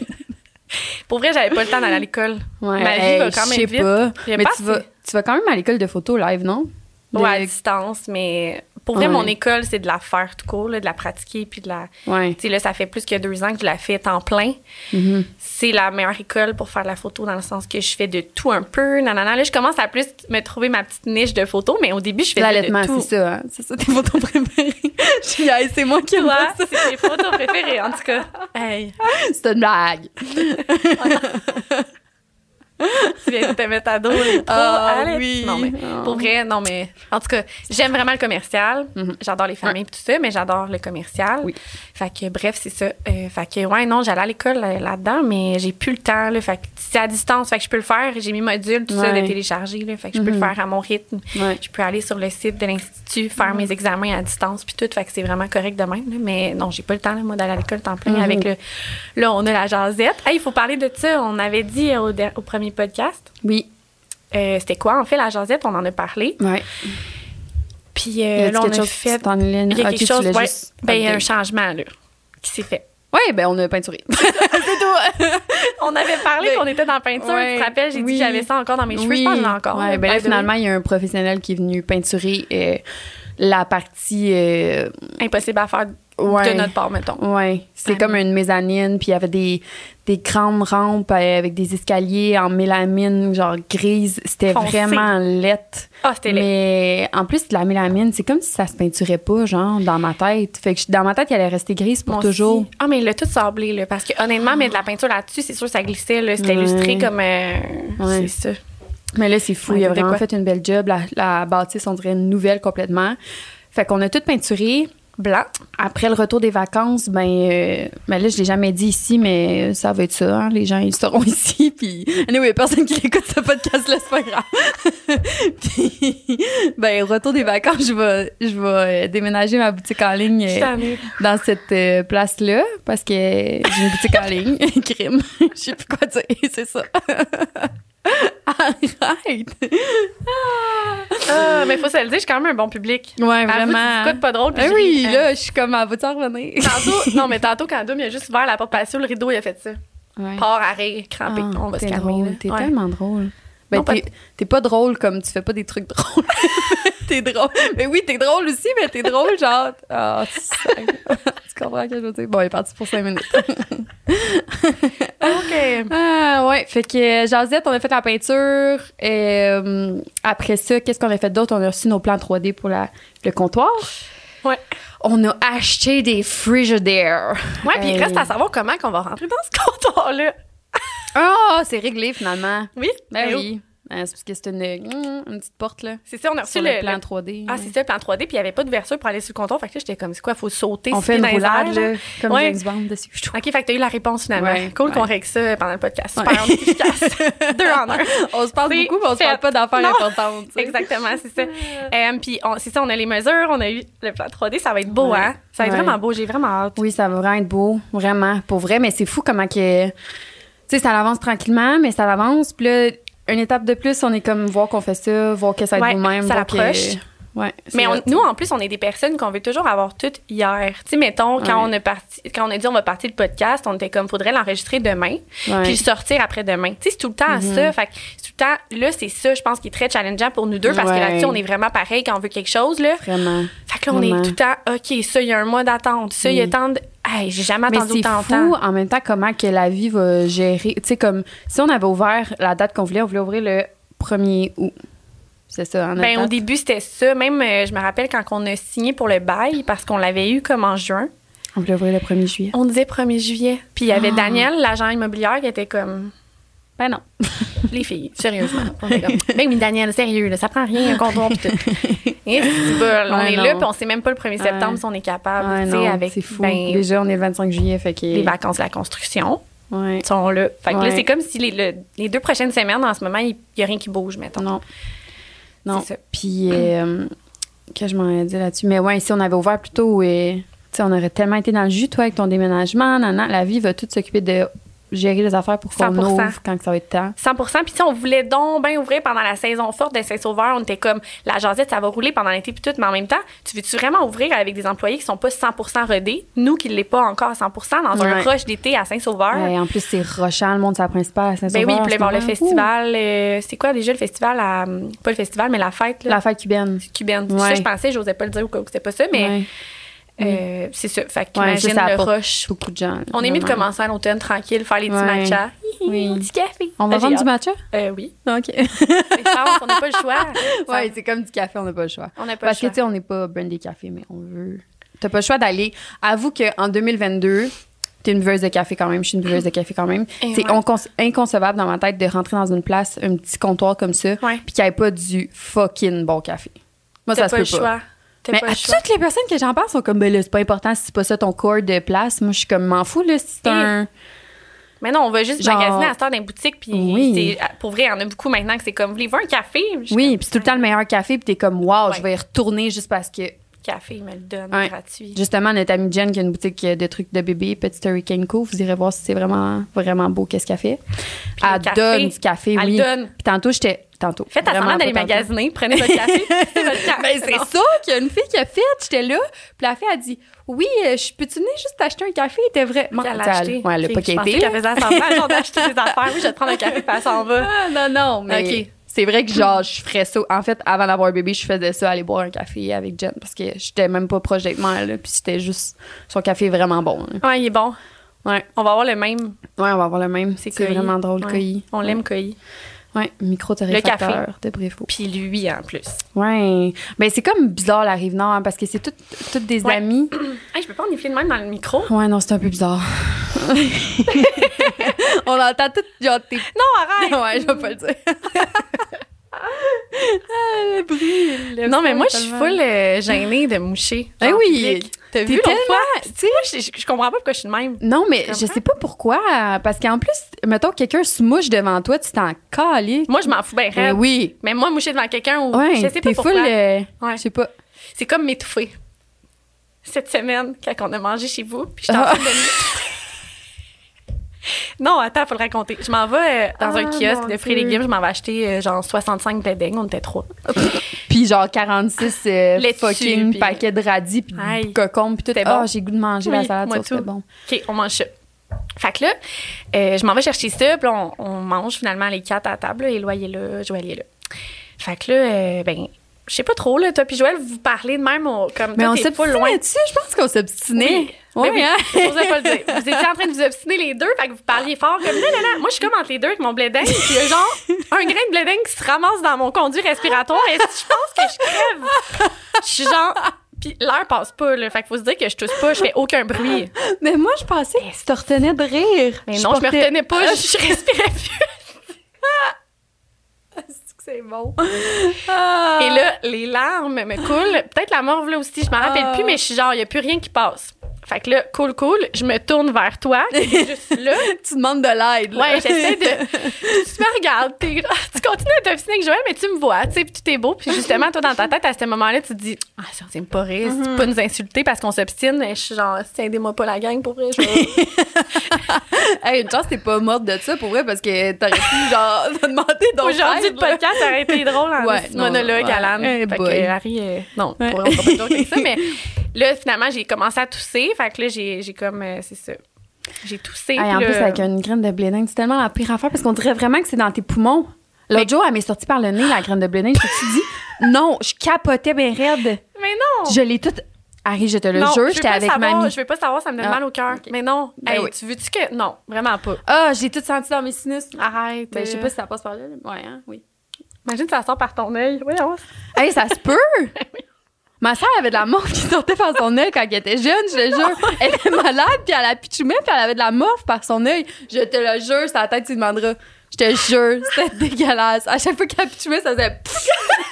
Speaker 1: Pour vrai, j'avais pas le temps d'aller à l'école.
Speaker 2: pas. Ouais,
Speaker 1: ma vie
Speaker 2: hey,
Speaker 1: va quand même
Speaker 2: je sais
Speaker 1: vite.
Speaker 2: pas.
Speaker 1: J'ai
Speaker 2: Mais
Speaker 1: pas assez-
Speaker 2: tu vas, tu vas quand même à l'école de photo live, non? De-
Speaker 1: Ouais, à distance, mais pour vrai,
Speaker 2: Ouais.
Speaker 1: mon école, c'est de la faire tout court, là, de la pratiquer, puis de la.
Speaker 2: ouais.
Speaker 1: Tu sais, là, ça fait plus que deux ans que je la fais temps plein.
Speaker 2: Mhm.
Speaker 1: C'est la meilleure école pour faire de la photo dans le sens que je fais de tout un peu. Nanana. Là, je commence à plus me trouver ma petite niche de photo, mais au début, je faisais
Speaker 2: L'allaitement,
Speaker 1: de tout.
Speaker 2: c'est ça. hein? C'est ça tes photos préférées. Je suis, hey, c'est moi qui vois
Speaker 1: Toi, c'est mes photos préférées, en tout cas. Hey,
Speaker 2: C'est une blague.
Speaker 1: tu viens de te mettre à dos les pros,
Speaker 2: Ah,
Speaker 1: Alex.
Speaker 2: oui.
Speaker 1: Non, mais
Speaker 2: Ah.
Speaker 1: pour vrai, non, mais en tout cas, j'aime vraiment le commercial.
Speaker 2: Mhm.
Speaker 1: J'adore les familles et tout ça, mais j'adore le commercial.
Speaker 2: Oui.
Speaker 1: Fait que bref, c'est ça. Euh, fait que ouais, non, j'allais à l'école euh, là-dedans, mais j'ai plus le temps. Là, fait que c'est à distance, fait que je peux le faire. J'ai mis module, tout ça,
Speaker 2: Ouais.
Speaker 1: de télécharger. Là, fait que je peux
Speaker 2: Mhm.
Speaker 1: le faire à mon rythme.
Speaker 2: Ouais. Mhm.
Speaker 1: Je peux aller sur le site de l'Institut, faire mes examens à distance, puis tout. Fait que c'est vraiment correct de même. là. mais non, j'ai pas le temps, là, moi, d'aller à l'école temps plein
Speaker 2: Mhm.
Speaker 1: avec le. Là, on a la jasette. Hey, il faut parler de ça. On avait dit euh, au, der- au premier podcast.
Speaker 2: Oui.
Speaker 1: Euh, C'était quoi, en fait, la jasette? On en a parlé.
Speaker 2: Ouais.
Speaker 1: Puis euh, là, on a fait.
Speaker 2: T'en es
Speaker 1: Il y a quelque chose. ouais, ben, il y a un changement, là, qui s'est fait.
Speaker 2: Ouais, ben on a peinturé.
Speaker 1: On avait parlé
Speaker 2: Mais-
Speaker 1: qu'on était dans la peinture.
Speaker 2: Ouais,
Speaker 1: tu te rappelles, j'ai
Speaker 2: oui.
Speaker 1: dit que j'avais ça encore dans mes cheveux. Je pense que j'en ai encore.
Speaker 2: Ouais, ben
Speaker 1: By
Speaker 2: là,
Speaker 1: the way.
Speaker 2: finalement, il y a un professionnel qui est venu peinturer euh, la partie. euh,
Speaker 1: Impossible à faire
Speaker 2: Ouais.
Speaker 1: de notre part, mettons.
Speaker 2: Ouais, c'est
Speaker 1: Ah,
Speaker 2: comme une mezzanine, puis il y avait des, des grandes rampes euh, avec des escaliers en mélamine, genre grise. C'était
Speaker 1: Foncé.
Speaker 2: vraiment laite.
Speaker 1: Ah, c'était laid.
Speaker 2: Mais en plus, de la mélamine, c'est comme si ça se peinturait pas, genre, dans ma tête. Fait que je- dans ma tête, elle allait rester grise pour
Speaker 1: Moi
Speaker 2: toujours.
Speaker 1: aussi. Ah, mais il l'a tout sablé, là. Parce que honnêtement, mais de la peinture là-dessus, c'est sûr que ça glissait, là. C'était
Speaker 2: Ouais.
Speaker 1: illustré comme. euh,
Speaker 2: Ouais.
Speaker 1: C'est ça.
Speaker 2: Mais là, c'est fou.
Speaker 1: Ouais,
Speaker 2: il a
Speaker 1: de
Speaker 2: vraiment
Speaker 1: quoi?
Speaker 2: fait une belle job. La, la bâtisse, on dirait nouvelle complètement. Fait qu'on a tout peinturé.
Speaker 1: Blanc.
Speaker 2: Après le retour des vacances, ben, euh, ben là, je l'ai jamais dit ici, mais ça va être ça. hein. Les gens, ils seront ici. Puis, anyway, personne qui écoute ce podcast-là, c'est pas grave. puis, ben, retour des vacances, je vais, je vais euh, déménager ma boutique en ligne euh,
Speaker 1: tannée.
Speaker 2: dans cette euh, place-là parce que j'ai une boutique en ligne. Crime. Je sais plus quoi dire. C'est ça. Arrête.
Speaker 1: Ah, mais faut se le dire, je suis quand même un bon public.
Speaker 2: Ouais,
Speaker 1: Avoue, tu dis
Speaker 2: vraiment.
Speaker 1: quoi de pas drôle? puis
Speaker 2: Ah
Speaker 1: je
Speaker 2: oui,
Speaker 1: ris, hein.
Speaker 2: là, je suis comme, à va t'en revenir?
Speaker 1: Tantôt, non, mais tantôt, quand Doom, il a juste ouvert la porte patio, le rideau, il a fait ça.
Speaker 2: Ouais.
Speaker 1: Part à rire, crampé.
Speaker 2: Ah,
Speaker 1: on va se
Speaker 2: t'es
Speaker 1: calmer.
Speaker 2: drôle,
Speaker 1: là.
Speaker 2: T'es
Speaker 1: Ouais.
Speaker 2: tellement drôle. Ben,
Speaker 1: Non, pas
Speaker 2: t'es, t'es pas drôle comme tu fais pas des trucs drôles. t'es drôle. Mais oui, t'es drôle aussi, mais t'es drôle, genre. Ah, ça- tu comprends ce que je veux dire? Bon, il est parti pour cinq minutes.
Speaker 1: OK.
Speaker 2: Ah, ouais. Fait que, euh, Josette, on a fait la peinture. Euh, après ça, qu'est-ce qu'on a fait d'autre? On a reçu nos plans 3D pour la, le comptoir.
Speaker 1: Ouais.
Speaker 2: On a acheté des frigidaires.
Speaker 1: Ouais, puis il
Speaker 2: Euh,
Speaker 1: reste à savoir comment qu'on va rentrer dans ce comptoir-là.
Speaker 2: Ah, c'est réglé finalement.
Speaker 1: Oui?
Speaker 2: Ben
Speaker 1: Mais
Speaker 2: oui. Ben, c'est parce que c'est une, une petite porte, là.
Speaker 1: C'est ça, on a reçu
Speaker 2: Sur
Speaker 1: le,
Speaker 2: le plan
Speaker 1: le-
Speaker 2: 3D.
Speaker 1: Ah,
Speaker 2: ouais.
Speaker 1: c'est ça, le plan 3D, puis il n'y avait pas d'ouverture pour aller sur le comptoir. Fait que là, j'étais comme, c'est quoi, faut sauter.
Speaker 2: On
Speaker 1: se
Speaker 2: fait une
Speaker 1: pied dans les
Speaker 2: roulade,
Speaker 1: airs,
Speaker 2: là, comme
Speaker 1: Ouais.
Speaker 2: James Bond dessus. Chou.
Speaker 1: OK, fait que t'as eu la réponse finalement.
Speaker 2: Ouais,
Speaker 1: cool qu'on
Speaker 2: ouais.
Speaker 1: règle ça pendant le podcast. Super, on est efficace. Deux en un.
Speaker 2: On se parle
Speaker 1: C'est
Speaker 2: beaucoup, mais on se parle
Speaker 1: fait.
Speaker 2: pas d'affaires
Speaker 1: Non.
Speaker 2: importantes. tu sais.
Speaker 1: Exactement, c'est ça. Euh, puis on- c'est ça, on a les mesures, on a eu le plan 3D, ça va être beau,
Speaker 2: Ouais.
Speaker 1: hein? Ça va être
Speaker 2: Ouais.
Speaker 1: vraiment beau, j'ai vraiment hâte.
Speaker 2: Oui, ça va vraiment être beau, vraiment, pour vrai. Mais c'est fou comment que... Tu sais, ça avance tranquillement, mais ça avance. Puis là, une étape de plus, on est comme voir qu'on fait ça, voir que ça va
Speaker 1: Ouais,
Speaker 2: être nous-mêmes.
Speaker 1: ça
Speaker 2: voir que-
Speaker 1: l'approche.
Speaker 2: Ouais,
Speaker 1: Mais
Speaker 2: c'est
Speaker 1: on-
Speaker 2: hot.
Speaker 1: nous, en plus, on est des personnes qu'on veut toujours avoir toutes hier. Tu sais, mettons, quand,
Speaker 2: Ouais.
Speaker 1: on a parti, quand on a dit on va partir le podcast, on était comme, faudrait l'enregistrer demain,
Speaker 2: Ouais. Mm-hmm.
Speaker 1: puis le sortir après-demain. Tu sais, c'est tout le temps ça. Fait que c'est tout le temps, là, c'est ça, je pense, qui est très challengeant pour nous deux, parce
Speaker 2: Ouais.
Speaker 1: que là-dessus, on est vraiment pareil quand on veut quelque chose, là.
Speaker 2: Vraiment.
Speaker 1: Fait que là, on
Speaker 2: Vraiment.
Speaker 1: est tout le temps, OK, ça, il y a un mois d'attente, ça, il y a
Speaker 2: Oui.
Speaker 1: tant de. Hey, j'ai jamais
Speaker 2: Mais
Speaker 1: attendu
Speaker 2: c'est
Speaker 1: autant de
Speaker 2: fou
Speaker 1: temps.
Speaker 2: en même temps comment que la vie va gérer. Tu sais, comme si on avait ouvert la date qu'on voulait, on voulait ouvrir le 1er août. C'est ça, en
Speaker 1: Ben, au début, c'était ça. Même, euh, je me rappelle quand on a signé pour le bail, parce qu'on l'avait eu comme en juin,
Speaker 2: On voulait ouvrir le 1er juillet. Ah.
Speaker 1: on disait 1er juillet. Puis il y avait Daniel, l'agent immobilière, qui était comme
Speaker 2: Ben non.
Speaker 1: les filles, sérieusement. On était comme, ben oui, Daniel, sérieux, là, ça prend rien, un condom, pis tout. Et c'est bol. on
Speaker 2: Ouais,
Speaker 1: est
Speaker 2: non.
Speaker 1: là, puis on sait même pas le 1er septembre
Speaker 2: Ouais.
Speaker 1: si on est capable.
Speaker 2: Ouais,
Speaker 1: tu sais,
Speaker 2: Ah, non,
Speaker 1: avec
Speaker 2: c'est fou.
Speaker 1: ben,
Speaker 2: Déjà, on est le 25 juillet, fait que...
Speaker 1: les vacances de la construction
Speaker 2: Ouais.
Speaker 1: sont là. Fait que là,
Speaker 2: Ouais.
Speaker 1: c'est comme si les, le- les deux prochaines semaines, en ce moment, il y a rien qui bouge, mettons.
Speaker 2: Non. Non.
Speaker 1: C'est ça.
Speaker 2: Puis, euh, que je m'en ai dit là-dessus. Mais ouais, si on avait ouvert plus tôt, et, tu sais, on aurait tellement été dans le jus, toi, avec ton déménagement. nanan. la vie va tout s'occuper de gérer les affaires pour qu'on
Speaker 1: 100%.
Speaker 2: ouvre quand que ça va être temps.
Speaker 1: 100 Puis, tu sais, on voulait donc bien ouvrir pendant la saison forte de Saint-Sauveur. On était comme, la jasette, ça va rouler pendant l'été, puis tout. Mais en même temps, tu veux-tu vraiment ouvrir avec des employés qui sont pas 100 redés, nous qui ne l'est pas encore à 100 dans un
Speaker 2: Ouais.
Speaker 1: rush d'été à Saint-Sauveur?
Speaker 2: Ouais, Euh, en plus, c'est rochant, le monde, c'est la principale à
Speaker 1: Ben
Speaker 2: Saint-Sauveur.
Speaker 1: oui, il voulait
Speaker 2: en ce
Speaker 1: voir le
Speaker 2: moment.
Speaker 1: festival. euh, c'est quoi déjà le festival? à- pas le festival, mais la fête
Speaker 2: Ouh,
Speaker 1: là,
Speaker 2: la fête cubaine.
Speaker 1: cubaine.
Speaker 2: Ouais.
Speaker 1: Ça, je pensais, j'osais pas le dire au cas où c'était pas ça, mais
Speaker 2: Ouais.
Speaker 1: euh, c'est ça. Fait
Speaker 2: Ouais,
Speaker 1: qu'imagine
Speaker 2: ça, ça
Speaker 1: le
Speaker 2: apporte
Speaker 1: rush.
Speaker 2: Beaucoup de gens.
Speaker 1: On est mieux de
Speaker 2: vraiment.
Speaker 1: commencer à l'automne tranquille, faire les petits
Speaker 2: Ouais.
Speaker 1: matchas.
Speaker 2: Oui.
Speaker 1: Hi, hi, Petit café.
Speaker 2: On va
Speaker 1: Ah, j'ai
Speaker 2: vendre du
Speaker 1: hâte.
Speaker 2: matcha?
Speaker 1: Euh, oui.
Speaker 2: OK.
Speaker 1: Mais je pense, on n'a pas le choix.
Speaker 2: ouais, c'est comme du café, on n'a pas le choix.
Speaker 1: On n'a pas
Speaker 2: Parce
Speaker 1: le choix.
Speaker 2: que, tu sais, on n'est pas brandy café, mais on veut. T'as pas le choix d'aller. Avoue qu'en 2022, t'es une buveuse de café quand même. Je suis une buveuse de café quand même.
Speaker 1: Et
Speaker 2: C'est
Speaker 1: Eh ouais.
Speaker 2: inconce- inconcevable dans ma tête de rentrer dans une place, un petit comptoir comme ça,
Speaker 1: Ouais.
Speaker 2: puis qu'il n'y ait pas du fucking bon café. Moi, ça
Speaker 1: T'as
Speaker 2: se
Speaker 1: pas
Speaker 2: peut
Speaker 1: le
Speaker 2: pas.
Speaker 1: choix. T'as
Speaker 2: Mais
Speaker 1: pas
Speaker 2: à
Speaker 1: le choix.
Speaker 2: toutes les personnes que j'en parle sont comme, ben là, c'est pas important si c'est pas ça ton corps de place. Moi, je suis comme, m'en fous, là, si c'est
Speaker 1: Et-
Speaker 2: un.
Speaker 1: Mais non, on va juste
Speaker 2: Genre-
Speaker 1: magasiner à Star dans les boutiques. Puis
Speaker 2: Oui.
Speaker 1: c'est- euh, pour vrai, il y en a beaucoup maintenant que c'est comme, voulez-vous un café? Je suis
Speaker 2: Oui,
Speaker 1: comme,
Speaker 2: puis c'est tout le temps le meilleur café, puis t'es comme, waouh, je
Speaker 1: Ouais.
Speaker 2: vais y retourner juste parce que
Speaker 1: Café, il me le donne,
Speaker 2: Ouais.
Speaker 1: gratuit.
Speaker 2: Justement, notre amie Jen qui a une boutique euh, de trucs de bébé, Petit Hurricane Co. Vous irez voir si c'est vraiment, vraiment beau qu'est-ce qu'elle
Speaker 1: le
Speaker 2: fait. Elle
Speaker 1: café,
Speaker 2: donne du café,
Speaker 1: elle
Speaker 2: oui.
Speaker 1: donne.
Speaker 2: Puis tantôt, j'étais. Tantôt.
Speaker 1: Faites à
Speaker 2: Vraiment
Speaker 1: semblant
Speaker 2: pas
Speaker 1: d'aller
Speaker 2: tantôt.
Speaker 1: magasiner, prenez votre café, c'est votre café.
Speaker 2: Ben, c'est
Speaker 1: Non.
Speaker 2: ça qu'il y a une fille qui a fait. J'étais là. Puis la fille a dit Oui, euh, je peux-tu venir juste t'acheter un café? Elle était vraiment.
Speaker 1: Qu'elle a
Speaker 2: Tu sais,
Speaker 1: acheté.
Speaker 2: Ouais, elle a
Speaker 1: Ok,
Speaker 2: pas
Speaker 1: Je pensais
Speaker 2: quitté.
Speaker 1: qu'elle faisait semblant, genre, d'acheter des affaires. Oui, je vais te prendre un café, puis elle s'en va.
Speaker 2: Ah, non, non, mais.
Speaker 1: OK.
Speaker 2: C'est vrai que genre, je ferais ça. En fait, avant d'avoir un bébé, je faisais ça, aller boire un café avec Jen parce que j'étais même pas proche d'être mère, là. Puis c'était juste. Son café est vraiment bon. là.
Speaker 1: Ouais, il est bon.
Speaker 2: Ouais.
Speaker 1: On va avoir le même.
Speaker 2: Ouais, on va avoir le même. C'est
Speaker 1: Coï.
Speaker 2: vraiment drôle,
Speaker 1: Ouais.
Speaker 2: Coï.
Speaker 1: On l'aime, Coï.
Speaker 2: Ouais, micro
Speaker 1: Le
Speaker 2: torréfacteur de Bréfaux.
Speaker 1: Puis lui, en plus.
Speaker 2: Ouais. Ben, c'est comme bizarre la rive nord hein, parce que c'est toutes toutes des
Speaker 1: Ouais.
Speaker 2: amis.
Speaker 1: Hey, je peux pas en de même dans le micro.
Speaker 2: Ouais, non, c'est un peu bizarre. on entend toutes genre tes.
Speaker 1: Non, arrête!
Speaker 2: Ouais, je vais pas le dire. ah, le bruit. le
Speaker 1: Non, mais
Speaker 2: son,
Speaker 1: moi, je suis
Speaker 2: tellement.
Speaker 1: full euh, gênée de moucher.
Speaker 2: Eh
Speaker 1: en
Speaker 2: oui,
Speaker 1: public.
Speaker 2: t'as
Speaker 1: T'es
Speaker 2: vu l'autre
Speaker 1: tellement-
Speaker 2: fois?
Speaker 1: Tu sais, moi, je- je je comprends pas pourquoi je suis de même.
Speaker 2: Non, mais je
Speaker 1: comprends.
Speaker 2: sais pas pourquoi. Parce qu'en plus, mettons, quelqu'un se mouche devant toi, tu t'en caliques.
Speaker 1: Moi, je m'en fous bien
Speaker 2: Ben
Speaker 1: raide.
Speaker 2: oui.
Speaker 1: Mais moi, moucher devant quelqu'un, ou
Speaker 2: Ouais,
Speaker 1: je sais pas
Speaker 2: t'es
Speaker 1: pourquoi.
Speaker 2: full. euh,
Speaker 1: Ouais.
Speaker 2: Je sais pas.
Speaker 1: C'est comme m'étouffer. Cette semaine, quand on a mangé chez vous, puis je t'en train
Speaker 2: Ah.
Speaker 1: de m'étouffer. Non, attends, faut le raconter. Je m'en vais euh, dans
Speaker 2: Ah,
Speaker 1: un kiosque
Speaker 2: mon
Speaker 1: de fruits et
Speaker 2: Dieu.
Speaker 1: légumes. Je m'en vais acheter euh, genre 65 blédings. On était trois.
Speaker 2: Puis genre 46 euh,
Speaker 1: Laitue,
Speaker 2: fucking
Speaker 1: puis-
Speaker 2: paquets de radis, puis de
Speaker 1: Aïe.
Speaker 2: cocombes, puis tout.
Speaker 1: C'était
Speaker 2: Ah,
Speaker 1: bon.
Speaker 2: j'ai goût de manger la
Speaker 1: Oui,
Speaker 2: salade,
Speaker 1: moi
Speaker 2: ça, c'était
Speaker 1: tout.
Speaker 2: bon.
Speaker 1: OK, on mange ça. Fait que là, euh, je m'en vais chercher ça, puis là, on, on mange finalement les quatre à la table. là. Éloi, il est là, Joël il est là. Fait que là, euh, ben, je sais pas trop, là, toi puis Joël, vous parlez de même, on- comme
Speaker 2: Mais
Speaker 1: toi,
Speaker 2: on
Speaker 1: t'es pas
Speaker 2: s'obstinait
Speaker 1: loin.
Speaker 2: dessus, je pense qu'on s'obstinait.
Speaker 1: Oui.
Speaker 2: Oui,
Speaker 1: Mais oui,
Speaker 2: hein?
Speaker 1: je n'osais pas le dire. Vous étiez en train de vous obstiner les deux, fait que vous parliez fort comme là, là, là. Moi, je suis comme entre les deux avec mon bléding, puis il y a genre un grain de bléding qui se ramasse dans mon conduit respiratoire et je pense que je crève. Je suis genre. Puis l'air passe pas, là. Fait que faut se dire que je tousse pas, je fais aucun bruit.
Speaker 2: Mais moi, je pensais que tu te retenais de rire.
Speaker 1: Mais non, je, Ah, me
Speaker 2: portais-
Speaker 1: retenais pas, je, je respirais plus. Ah!
Speaker 2: C'est bon. Ah!
Speaker 1: Et là, les larmes me coulent. Peut-être la mort, là aussi, je m'en rappelle plus, mais je suis genre, il n'y a plus rien qui passe. Fait que là, cool, cool, je me tourne vers toi, qui est juste là.
Speaker 2: tu demandes de l'aide. là.
Speaker 1: Ouais, j'essaie de. tu me regardes, t'es- tu continues à t'obstiner avec Joël, mais tu me vois, tu sais, puis tout est beau. Puis justement, toi, dans ta tête, à ce moment-là, tu te dis, ah, ça revient pas rire, tu peux pas nous insulter parce qu'on s'obstine. Mhm. Je suis genre, si aidez-moi pas la gang pour vrai, je vais-
Speaker 2: Hey, une chance, t'es pas morte de ça pour vrai parce que t'aurais pu, genre, te demander d'en
Speaker 1: Aujourd'hui, le podcast aurait été drôle en
Speaker 2: Ouais,
Speaker 1: petit
Speaker 2: non,
Speaker 1: monologue
Speaker 2: ouais.
Speaker 1: à l'âne.
Speaker 2: Eh
Speaker 1: fait
Speaker 2: boy.
Speaker 1: que Harry, euh, non,
Speaker 2: Ouais.
Speaker 1: pour vrai, on fera pas de joke avec ça, mais là, finalement, j'ai commencé à tousser. Fait que là, j'ai j'ai comme, euh, c'est ça, j'ai toussé. puis
Speaker 2: en
Speaker 1: là-
Speaker 2: plus, avec une graine de blédin, c'est tellement la pire affaire parce qu'on dirait vraiment que c'est dans tes poumons. L'autre jour, elle m'est sortie par le nez, la graine de blédin. Je te dis, non, je capotais bien raide.
Speaker 1: Mais non!
Speaker 2: Je l'ai toute. Harry, je te le
Speaker 1: non,
Speaker 2: jure,
Speaker 1: je veux
Speaker 2: j'étais
Speaker 1: pas
Speaker 2: avec
Speaker 1: savoir,
Speaker 2: mamie.
Speaker 1: Je veux pas savoir, ça me donne
Speaker 2: Ah,
Speaker 1: mal au cœur.
Speaker 2: ok.
Speaker 1: Mais non,
Speaker 2: Ben
Speaker 1: Hey,
Speaker 2: oui.
Speaker 1: tu veux-tu que... Non, vraiment pas.
Speaker 2: Ah, j'ai tout senti dans mes sinus.
Speaker 1: Arrête.
Speaker 2: Ben, je sais
Speaker 1: euh,
Speaker 2: pas si ça passe par là. là. Ouais, hein, oui.
Speaker 1: Imagine, ça sort par ton œil. Voyons.
Speaker 2: Hey, ça se peut!
Speaker 1: Ben
Speaker 2: Ma soeur avait de la morphe qui sortait par son œil quand elle était jeune, je te jure. Elle était malade, puis elle a pitchoumé, puis elle avait de la morphe par son œil. Je te le jure, sa tête, tu demanderas. Je te jure, c'était dégueulasse. À chaque fois qu'elle pitchoumait, ça faisait pfff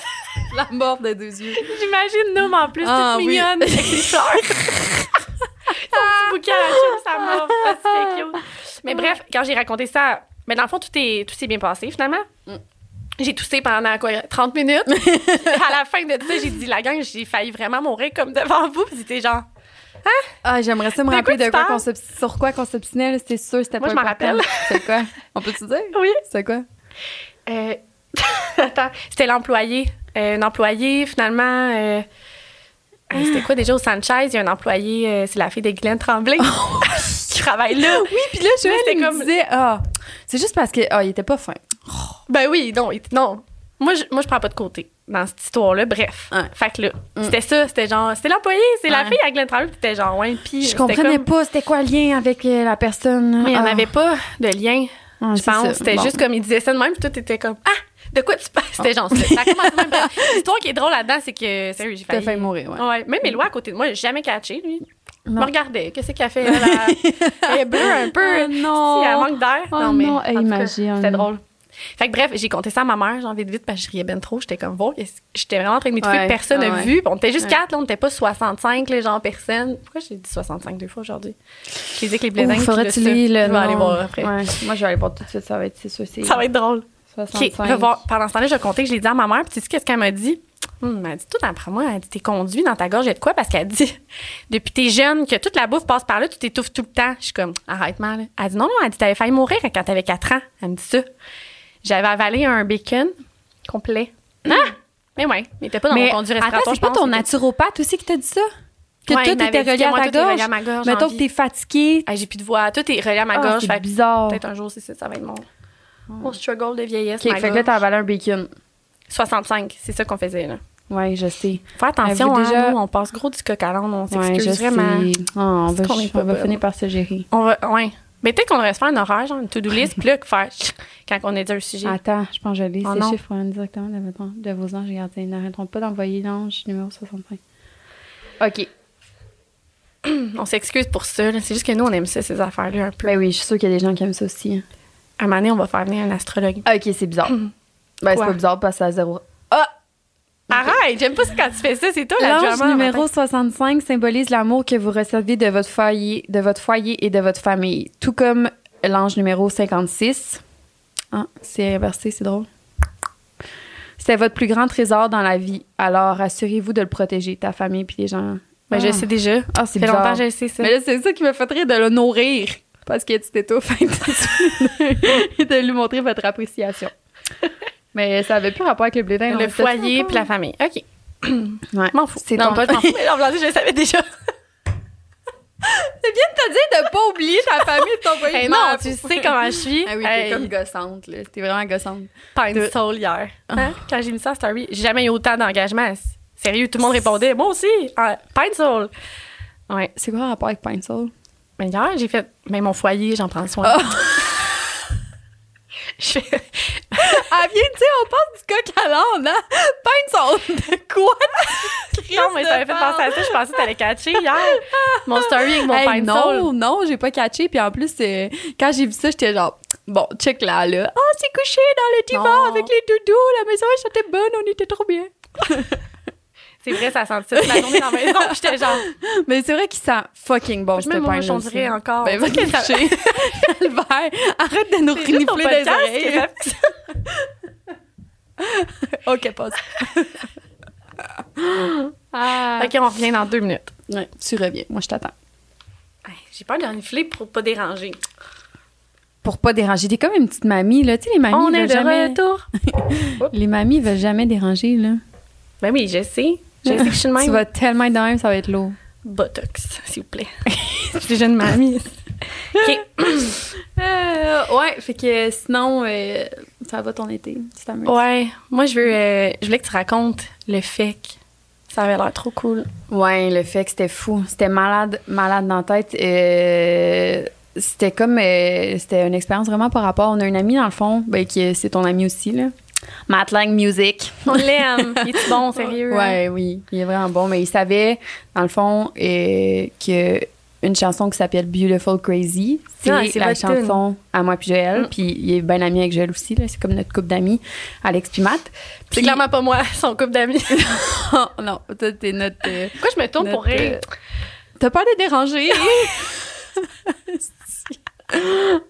Speaker 2: la morphe de deux yeux.
Speaker 1: J'imagine Noom en plus,
Speaker 2: Ah,
Speaker 1: toute
Speaker 2: oui.
Speaker 1: mignonne, avec ses fleurs. Son petit bouquet à la chauve, ça mord. Ah, c'est cute. Mais bref, quand j'ai raconté ça, mais dans le fond, tout est- tout s'est bien passé finalement.
Speaker 2: Mm.
Speaker 1: J'ai toussé pendant quoi, 30 minutes. à la fin de tout ça, j'ai dit la gang, j'ai failli vraiment mourir comme devant vous. Puis c'était genre,
Speaker 2: Ah, j'aimerais ça me
Speaker 1: De
Speaker 2: rappeler
Speaker 1: quoi tu
Speaker 2: de quoi
Speaker 1: parles?
Speaker 2: qu'on s'obs- sur quoi qu'on s'obstinait, là, c'était sûr, c'était
Speaker 1: Moi,
Speaker 2: pas
Speaker 1: je m'en
Speaker 2: important.
Speaker 1: rappelle.
Speaker 2: C'est quoi? On peut-tu dire?
Speaker 1: oui.
Speaker 2: C'est quoi?
Speaker 1: Euh, attends, c'était l'employé. Euh, un employé, finalement. euh, euh, c'était quoi déjà au Sanchez? Il y a un employé, euh, c'est la fille de Glenn Tremblay
Speaker 2: Oh,
Speaker 1: qui travaille là.
Speaker 2: Oui, puis là, je
Speaker 1: Là, c'était
Speaker 2: me
Speaker 1: comme-
Speaker 2: disais, ah, c'est juste parce que, ah, il était pas fin.
Speaker 1: Ben oui, non, il- non. Moi je, moi, je prends pas de côté dans cette histoire-là. Bref.
Speaker 2: Ouais. Mm.
Speaker 1: Fait que là, c'était ça. C'était genre, c'était l'employé, c'est la
Speaker 2: Ouais.
Speaker 1: fille à Glenn Tremblay. C'était genre, ouais, puis.
Speaker 2: Je
Speaker 1: c'était
Speaker 2: comprenais
Speaker 1: comme-
Speaker 2: pas c'était quoi le lien avec euh, la personne.
Speaker 1: Mais il n'y en
Speaker 2: Ah.
Speaker 1: avait pas de lien,
Speaker 2: Ah,
Speaker 1: je
Speaker 2: c'est ça.
Speaker 1: pense. C'était
Speaker 2: Bon.
Speaker 1: juste comme il disait ça de même, puis tout était comme, ah, de quoi tu parles? C'était genre, ça Ça commence de même. L'histoire qui est drôle là-dedans, c'est que, sérieux, j'ai
Speaker 2: T'as
Speaker 1: failli.
Speaker 2: failli mourir, ouais.
Speaker 1: Ouais, même Éloi à côté de moi, j'ai jamais catché, lui. Il
Speaker 2: Non.
Speaker 1: me regardait. Qu'est-ce qu'elle fait? Elle, elle- elle est bleue un peu.
Speaker 2: Ah, non.
Speaker 1: Si, elle manque d'air.
Speaker 2: Oh,
Speaker 1: non, mais.
Speaker 2: non,
Speaker 1: en tout
Speaker 2: hey,
Speaker 1: cas,
Speaker 2: imagine.
Speaker 1: C'était drôle. Fait que bref, j'ai conté ça à ma mère, genre vite vite, parce que je riais ben trop. J'étais comme, bon, qu'est-ce- j'étais vraiment en train de m'étouffer.
Speaker 2: Ouais,
Speaker 1: personne n'a
Speaker 2: ouais.
Speaker 1: vu. Puis On était juste
Speaker 2: Ouais.
Speaker 1: quatre, là, on n'était pas 65, les gens, personne. Pourquoi j'ai dit 65 deux fois aujourd'hui? Je les ai que les blédins.
Speaker 2: Ouf,
Speaker 1: puis
Speaker 2: faudrait
Speaker 1: le
Speaker 2: tu
Speaker 1: ça.
Speaker 2: lis le
Speaker 1: Je vais aller
Speaker 2: nom.
Speaker 1: voir après.
Speaker 2: Ouais. Moi, je vais aller voir tout de suite, ça va être, c'est sûr, c'est
Speaker 1: Ça va être drôle. OK,
Speaker 2: 65.
Speaker 1: revoir. Pendant ce temps-là, je comptais que je l'ai dit à ma mère. Puis, tu sais qu'est-ce qu'elle m'a dit? Hum, elle dit tout après moi. Elle dit T'es conduit dans ta gorge, il y a de quoi? Parce qu'elle dit Depuis t'es jeune, que toute la bouffe passe par là, tu t'étouffes tout le temps. Je suis comme Arrête, mal. Elle dit Non, non, elle dit T'avais failli mourir quand t'avais 4 ans. Elle me dit ça. J'avais avalé un bacon complet. Ah! Mais ouais, mais t'es pas dans
Speaker 2: Mais
Speaker 1: mon conduit respiratoire.
Speaker 2: attends,
Speaker 1: je
Speaker 2: c'est pas
Speaker 1: pense,
Speaker 2: ton
Speaker 1: c'était-
Speaker 2: naturopathe aussi qui t'a dit ça? Que
Speaker 1: Ouais, il
Speaker 2: tout était
Speaker 1: m'avait dit
Speaker 2: relié
Speaker 1: que
Speaker 2: à
Speaker 1: moi,
Speaker 2: ta
Speaker 1: tout est relié à
Speaker 2: gorge?
Speaker 1: ma gorge,
Speaker 2: Mettons
Speaker 1: envie.
Speaker 2: que t'es fatigué.
Speaker 1: Ah, J'ai plus de voix. Tout est relié à ma
Speaker 2: Ah,
Speaker 1: gorge.
Speaker 2: c'est
Speaker 1: fait que
Speaker 2: bizarre.
Speaker 1: Peut-être un jour, c'est ça, ça va être mon. Mon struggle de vieillesse.
Speaker 2: OK,
Speaker 1: ma
Speaker 2: fait que là,
Speaker 1: gorge.
Speaker 2: t'as emballé un bacon.
Speaker 1: 65, c'est ça qu'on faisait, là.
Speaker 2: Ouais, je sais.
Speaker 1: Fais attention,
Speaker 2: Avez-vous
Speaker 1: hein,
Speaker 2: déjà-
Speaker 1: nous, on passe gros du coq à l'âne, on
Speaker 2: Ouais,
Speaker 1: s'excuse
Speaker 2: je
Speaker 1: vraiment.
Speaker 2: sais. Oh, on va,
Speaker 1: C'est qu'on est pas
Speaker 2: on va
Speaker 1: bonne.
Speaker 2: finir par se gérer.
Speaker 1: On va, ouais. Mais peut-être qu'on devrait se faire un horaire, genre une to-do list, puis là, que faire quand on est dit un sujet.
Speaker 2: Attends, je pense que je l'ai.
Speaker 1: Oh
Speaker 2: ces
Speaker 1: non.
Speaker 2: chiffres viennent directement de, votre- de vos anges gardiens. Ils N'arrêteront pas d'envoyer l'ange numéro 65. OK.
Speaker 1: On s'excuse pour ça, là. c'est juste que nous, on aime ça, ces affaires-là, un peu.
Speaker 2: Ben oui, je suis sûre qu'il y a des gens qui aiment ça aussi. hein.
Speaker 1: À un moment donné, on va faire venir un astrologue.
Speaker 2: OK, c'est bizarre. ben, c'est
Speaker 1: Quoi?
Speaker 2: pas bizarre parce que c'est à zéro.
Speaker 1: Arrête, j'aime pas ça quand tu fais ça, c'est toi la
Speaker 2: L'ange
Speaker 1: drama,
Speaker 2: numéro
Speaker 1: matin.
Speaker 2: 65 symbolise l'amour que vous recevez de votre foyer, de votre foyer et de votre famille, tout comme l'ange numéro 56. Ah, c'est inversé, c'est drôle. C'est votre plus grand trésor dans la vie. Alors, assurez-vous de le protéger, ta famille puis les gens.
Speaker 1: Ben, je sais déjà.
Speaker 2: Ah, c'est
Speaker 1: Ça fait longtemps
Speaker 2: bizarre.
Speaker 1: que je sais ça.
Speaker 2: Mais là, c'est ça qui me fait rire de le nourrir. Parce que tu t'étouffes et de lui montrer votre appréciation. Mais ça avait plus rapport avec le blédin. on
Speaker 1: le
Speaker 2: l'a fait
Speaker 1: foyer
Speaker 2: encore.
Speaker 1: puis la famille. OK.
Speaker 2: Ouais.
Speaker 1: M'en fous.
Speaker 2: C'est
Speaker 1: non,
Speaker 2: ton-
Speaker 1: pas je m'en fous. Mais non, voilà, je le savais déjà.
Speaker 2: C'est bien de te dire de pas oublier ta famille et ton foyer.
Speaker 1: Eh
Speaker 2: de
Speaker 1: non,
Speaker 2: merde.
Speaker 1: tu sais comment je suis.
Speaker 2: Ah oui, t'es
Speaker 1: Hey,
Speaker 2: comme gossante, là. T'es vraiment gossante.
Speaker 1: Pine Soul hier. Hein? Quand j'ai mis ça à Story, j'ai jamais eu autant d'engagement. Sérieux, tout le monde répondait. Moi aussi, hein, Pine Soul. Ouais.
Speaker 2: C'est quoi le rapport avec Pine Soul?
Speaker 1: Mais hier, j'ai fait. Mais mon foyer, j'en prends soin. Je fais-
Speaker 2: Ah, bien, tu sais, on passe du coq à l'âne, hein? Pine Soul, de quoi?
Speaker 1: non, mais ça m'avait fait penser à ça. Je pensais que t'allais catcher hier. Mon story avec mon
Speaker 2: Hey,
Speaker 1: Pine
Speaker 2: non,
Speaker 1: Soul.
Speaker 2: non, j'ai pas catché. Puis en plus, euh, quand j'ai vu ça, j'étais genre, bon, check là, là. Ah, c'est couché dans le divan
Speaker 1: Non.
Speaker 2: avec les doudous. La maison, elle sentait bonne, on était trop bien.
Speaker 1: C'est vrai, ça sentit ça toute la journée dans la maison. puis J'étais genre.
Speaker 2: Mais c'est vrai qu'il sent fucking bon, ce
Speaker 1: Même moi,
Speaker 2: pain
Speaker 1: j'en dirais encore.
Speaker 2: Ben, va te coucher. Albert, arrête de nous
Speaker 1: C'est juste ton
Speaker 2: renifler des
Speaker 1: podcast qui
Speaker 2: oreilles.
Speaker 1: est fait-
Speaker 2: OK, passe. ah.
Speaker 1: OK, on revient dans deux minutes.
Speaker 2: Ouais, tu reviens. Moi, je t'attends.
Speaker 1: Hey, J'ai peur d'en enfler pour pas déranger.
Speaker 2: Pour pas déranger. T'es comme une petite mamie, là. Tu sais, les mamies,
Speaker 1: On
Speaker 2: veulent
Speaker 1: est de
Speaker 2: jamais...
Speaker 1: retour.
Speaker 2: Les mamies veulent jamais déranger, là.
Speaker 1: Ben oui, je sais. Je sais que je suis de même.
Speaker 2: Tu vas tellement être de même, ça va être lourd.
Speaker 1: Botox, s'il vous plaît. C'est jeune mamie. OK.
Speaker 2: Euh, ouais, fait que sinon, euh, ça va ton été. Tu t'amuses.
Speaker 1: Ouais, moi, je veux... euh, je voulais que tu racontes le FEC. Ça avait l'air trop cool.
Speaker 2: Ouais, le fait que c'était fou. C'était malade, malade dans la tête. Euh, c'était comme. euh, c'était une expérience vraiment par rapport. On a une amie, dans le fond, ben, qui c'est ton ami aussi, là. Matlang Music.
Speaker 1: On l'aime. Il est bon, sérieux? hein?
Speaker 2: Ouais, oui, il est vraiment bon. Mais il savait, dans le fond, euh, que une chanson qui s'appelle Beautiful Crazy, c'est Mm.
Speaker 1: Ah, c'est
Speaker 2: la
Speaker 1: votre tune.
Speaker 2: chanson à moi puis Joël. Puis il est bien ami avec Joël aussi. là. C'est comme notre couple d'amis, Alex puis Matt.
Speaker 1: C'est
Speaker 2: Puis-
Speaker 1: clairement pas moi, son couple d'amis.
Speaker 2: Oh, non, toi, t'es notre. euh,
Speaker 1: Pourquoi je me tourne pour
Speaker 2: Notre, euh,
Speaker 1: rire?
Speaker 2: T'as peur de déranger?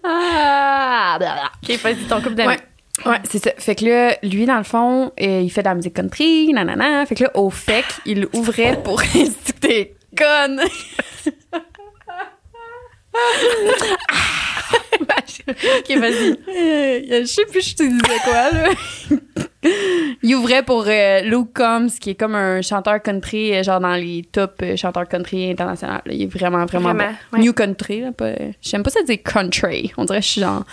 Speaker 2: ah, blablabla.
Speaker 1: OK, vas-y, ton couple d'amis.
Speaker 2: Ouais. Ouais, c'est ça. Fait que là, lui, dans le fond, euh, il fait de la musique country, nanana. Fait que là, au FEC, il ouvrait pour insulter conne. Bah,
Speaker 1: OK, vas-y.
Speaker 2: Euh, je sais plus je te disais quoi, là. il ouvrait pour euh, Luke Combs, qui est comme un chanteur country, euh, genre dans les top euh, chanteurs country internationaux. là. Il est vraiment, vraiment,
Speaker 1: Vraiment,
Speaker 2: bon.
Speaker 1: ouais.
Speaker 2: New country, là. Pas... J'aime pas ça dire country. On dirait que je suis genre...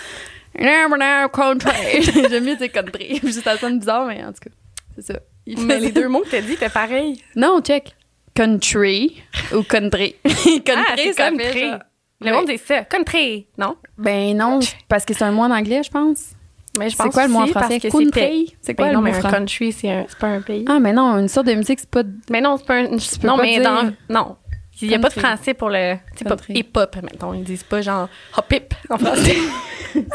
Speaker 2: Nah, nah, nah, country. J'aime mieux dire country. Puis ça sonne bizarre, mais en tout cas, c'est ça. Il
Speaker 1: Mais
Speaker 2: fait
Speaker 1: les
Speaker 2: ça.
Speaker 1: deux mots que t'as dit étaient pareils.
Speaker 2: Non, check. Country ou country. country,
Speaker 1: Ah, c'est
Speaker 2: ça fait
Speaker 1: country.
Speaker 2: genre-
Speaker 1: Le monde dit ça. Country, non?
Speaker 2: Ben non, parce que c'est un mot en anglais, je pense.
Speaker 1: Mais je
Speaker 2: C'est
Speaker 1: pense
Speaker 2: quoi le mot en
Speaker 1: aussi
Speaker 2: français?
Speaker 1: parce que c'était-
Speaker 2: Country? C'est quoi
Speaker 1: Ben
Speaker 2: le
Speaker 1: non,
Speaker 2: mot
Speaker 1: mais un
Speaker 2: français?
Speaker 1: country, c'est un- c'est pas un pays.
Speaker 2: Ah, mais non, une sorte de musique, c'est pas.
Speaker 1: Mais non, c'est pas un.
Speaker 2: peux
Speaker 1: non,
Speaker 2: pas
Speaker 1: mais
Speaker 2: dire-
Speaker 1: dans. Non. Il n'y a pas de
Speaker 2: Country.
Speaker 1: français pour le. C'est pas
Speaker 2: Country.
Speaker 1: hip-hop, mettons. Ils disent pas genre hop-hip en français.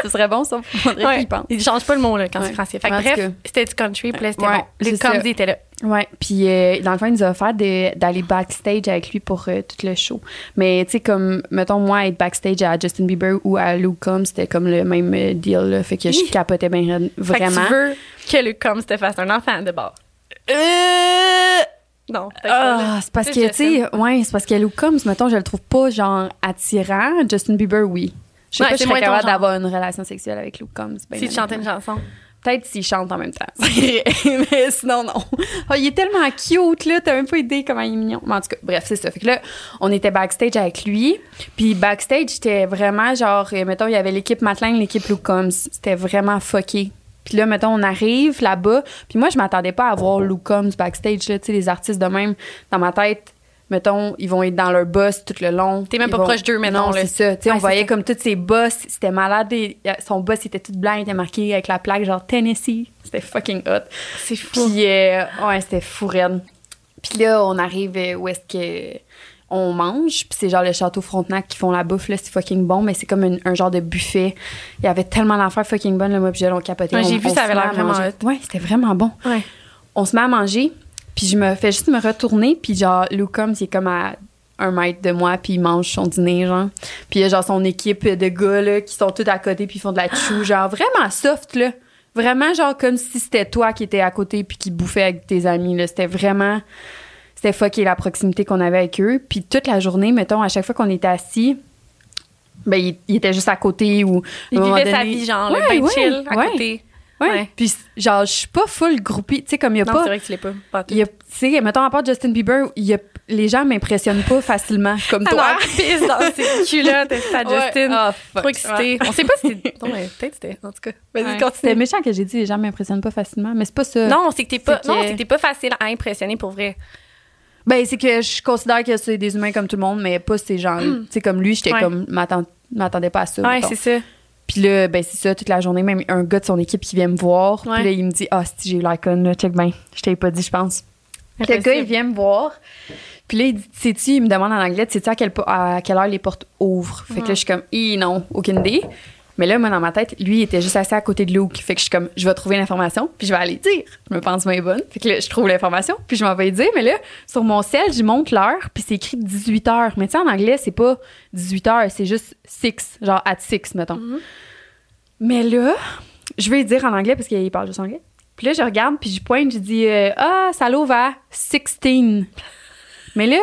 Speaker 2: Ce serait bon, ça, faudrait qu'il
Speaker 1: ouais.
Speaker 2: y pense.
Speaker 1: Ils changent pas le mot là, quand
Speaker 2: Ouais.
Speaker 1: c'est français. Fait que
Speaker 2: En tout
Speaker 1: bref,
Speaker 2: cas.
Speaker 1: c'était du country, puis là, c'était
Speaker 2: Ouais,
Speaker 1: bon. Les
Speaker 2: c'est ça.
Speaker 1: comedy étaient là.
Speaker 2: Ouais, puis euh, dans le fond, il nous a offert de- d'aller backstage avec lui pour euh, tout le show. Mais tu sais, comme, mettons, moi, être backstage à Justin Bieber ou à Luke Combs, c'était comme le même euh, deal, là. Fait que
Speaker 1: Hi.
Speaker 2: je capotais bien vraiment.
Speaker 1: Fait que tu veux que le com te fasse un enfant de bord.
Speaker 2: Euh,
Speaker 1: Non. Fait que
Speaker 2: Ah, c'est parce que, tu
Speaker 1: Justin.
Speaker 2: sais, ouais, c'est parce que Luke Combs, mettons, je le trouve pas, genre, attirant. Justin Bieber, oui. Je sais
Speaker 1: Ouais,
Speaker 2: pas
Speaker 1: c'est
Speaker 2: si je
Speaker 1: moins
Speaker 2: serais
Speaker 1: ton
Speaker 2: capable
Speaker 1: genre.
Speaker 2: d'avoir une relation sexuelle avec Luke Combs. ben
Speaker 1: Si tu
Speaker 2: honnêtement.
Speaker 1: chantais une chanson.
Speaker 2: Peut-être s'ils chantent en même temps. mais sinon, non. Ah, il est tellement cute, là. T'as même pas idée comment il est mignon. Mais en tout cas, bref, c'est ça. Fait que là, on était backstage avec lui. Puis backstage, c'était vraiment genre, euh, mettons, il y avait l'équipe Matelin, l'équipe Loucombs. C'était vraiment fucké. Puis là, mettons, on arrive là-bas. Puis moi, je m'attendais pas à voir Loucombs backstage, là. Tu sais, les artistes de même, dans ma tête, mettons, ils vont être dans leur boss tout le long.
Speaker 1: T'es même
Speaker 2: Ils
Speaker 1: pas
Speaker 2: vont-
Speaker 1: proche d'eux, mettons,
Speaker 2: Non,
Speaker 1: là.
Speaker 2: c'est ça. Tu sais,
Speaker 1: Ouais,
Speaker 2: on
Speaker 1: c'est
Speaker 2: voyait
Speaker 1: ça.
Speaker 2: comme tous ses boss, c'était malade. Et euh, Son boss, il était tout blanc, il était marqué avec la plaque genre Tennessee. C'était fucking hot.
Speaker 1: C'est fou.
Speaker 2: Puis, euh, ouais, c'était fou, raide. Puis là, on arrive euh, où est-ce que on mange. Puis c'est genre le château Frontenac qui font la bouffe, là, c'est fucking bon, mais c'est comme une- un genre de buffet. Il y avait tellement d'affaires fucking bonnes, le moi, puis Joël, on capotait.
Speaker 1: Ouais,
Speaker 2: On-
Speaker 1: j'ai vu, ça
Speaker 2: on se
Speaker 1: avait
Speaker 2: met à
Speaker 1: l'air vraiment
Speaker 2: manger. Ouais, c'était vraiment bon
Speaker 1: Ouais.
Speaker 2: on se met à manger, puis je me fais juste me retourner, puis genre, Luke Combs, il est comme à un mètre de moi, puis il mange son dîner, genre. Puis il y a genre son équipe de gars, là, qui sont tous à côté, puis ils font de la chou, genre, vraiment soft, là. Vraiment, genre, comme si c'était toi qui étais à côté, puis qui bouffait avec tes amis, là. C'était vraiment. C'était fucké la proximité qu'on avait avec eux. Puis toute la journée, mettons, à chaque fois qu'on était assis, ben, il, il était juste à côté ou. à
Speaker 1: Il
Speaker 2: un moment
Speaker 1: vivait sa
Speaker 2: donné-
Speaker 1: vie, genre, là,
Speaker 2: Ouais,
Speaker 1: ben
Speaker 2: ouais,
Speaker 1: chill, à
Speaker 2: ouais.
Speaker 1: côté.
Speaker 2: Ouais.
Speaker 1: Ouais.
Speaker 2: Puis, genre, je suis pas full groupie. Tu sais, comme il y a
Speaker 1: Non,
Speaker 2: pas.
Speaker 1: c'est vrai que tu l'es pas. pas tout.
Speaker 2: Il y a- tu sais, mettons, à part Justin Bieber, il y a- les gens m'impressionnent pas facilement, comme toi.
Speaker 1: Alors, pisse dans ses culottes, ça, Justine.
Speaker 2: Ouais. Oh, fuck.
Speaker 1: Trop excitée. On sait pas si c'était. Non, mais peut-être c'était. En tout cas, vas-y,
Speaker 2: Ouais. C'était
Speaker 1: continue.
Speaker 2: méchant que j'ai dit les gens m'impressionnent pas facilement, mais c'est pas ça.
Speaker 1: Non, c'est que t'es pas.
Speaker 2: C'est que-
Speaker 1: Non, c'est que t'es pas facile à impressionner pour vrai.
Speaker 2: Ben, c'est que je considère que c'est des humains comme tout le monde, mais pas ces gens. Tu sais, comme lui, j'étais
Speaker 1: Mm. Ouais.
Speaker 2: comme, m'attend- m'attendais pas à ça.
Speaker 1: Ouais,
Speaker 2: mettons.
Speaker 1: c'est ça.
Speaker 2: Puis là, ben, c'est ça, toute la journée, même un gars de son équipe qui vient me voir.
Speaker 1: Ouais.
Speaker 2: Puis là, il me dit, ah, si j'ai eu l'icône, là, check bien. Je t'avais pas dit, je pense. Puis le gars, il vient me voir. Puis là, il dit, sais-tu, il me demande en anglais, sais-tu à, quel po- à quelle heure les portes ouvrent? Fait que là, je suis comme, hi, non, aucune idée. Mais là, moi, dans ma tête, lui, il était juste assis à côté de Luke. Fait que je suis comme, je vais trouver l'information, puis je vais aller dire. Je me pense bien bonne. Fait que là, je trouve l'information, puis je m'en vais dire. Mais là, sur mon sel, je monte l'heure, puis c'est écrit 18 heures. Mais tu sais, en anglais, c'est pas 18 heures, c'est juste 6, genre at 6, mettons. Mais là, je vais lui dire en anglais parce qu'il parle juste anglais. Puis là, je regarde, puis je pointe, je dis euh, Ah, ça l'ouvre à 16. Mais là,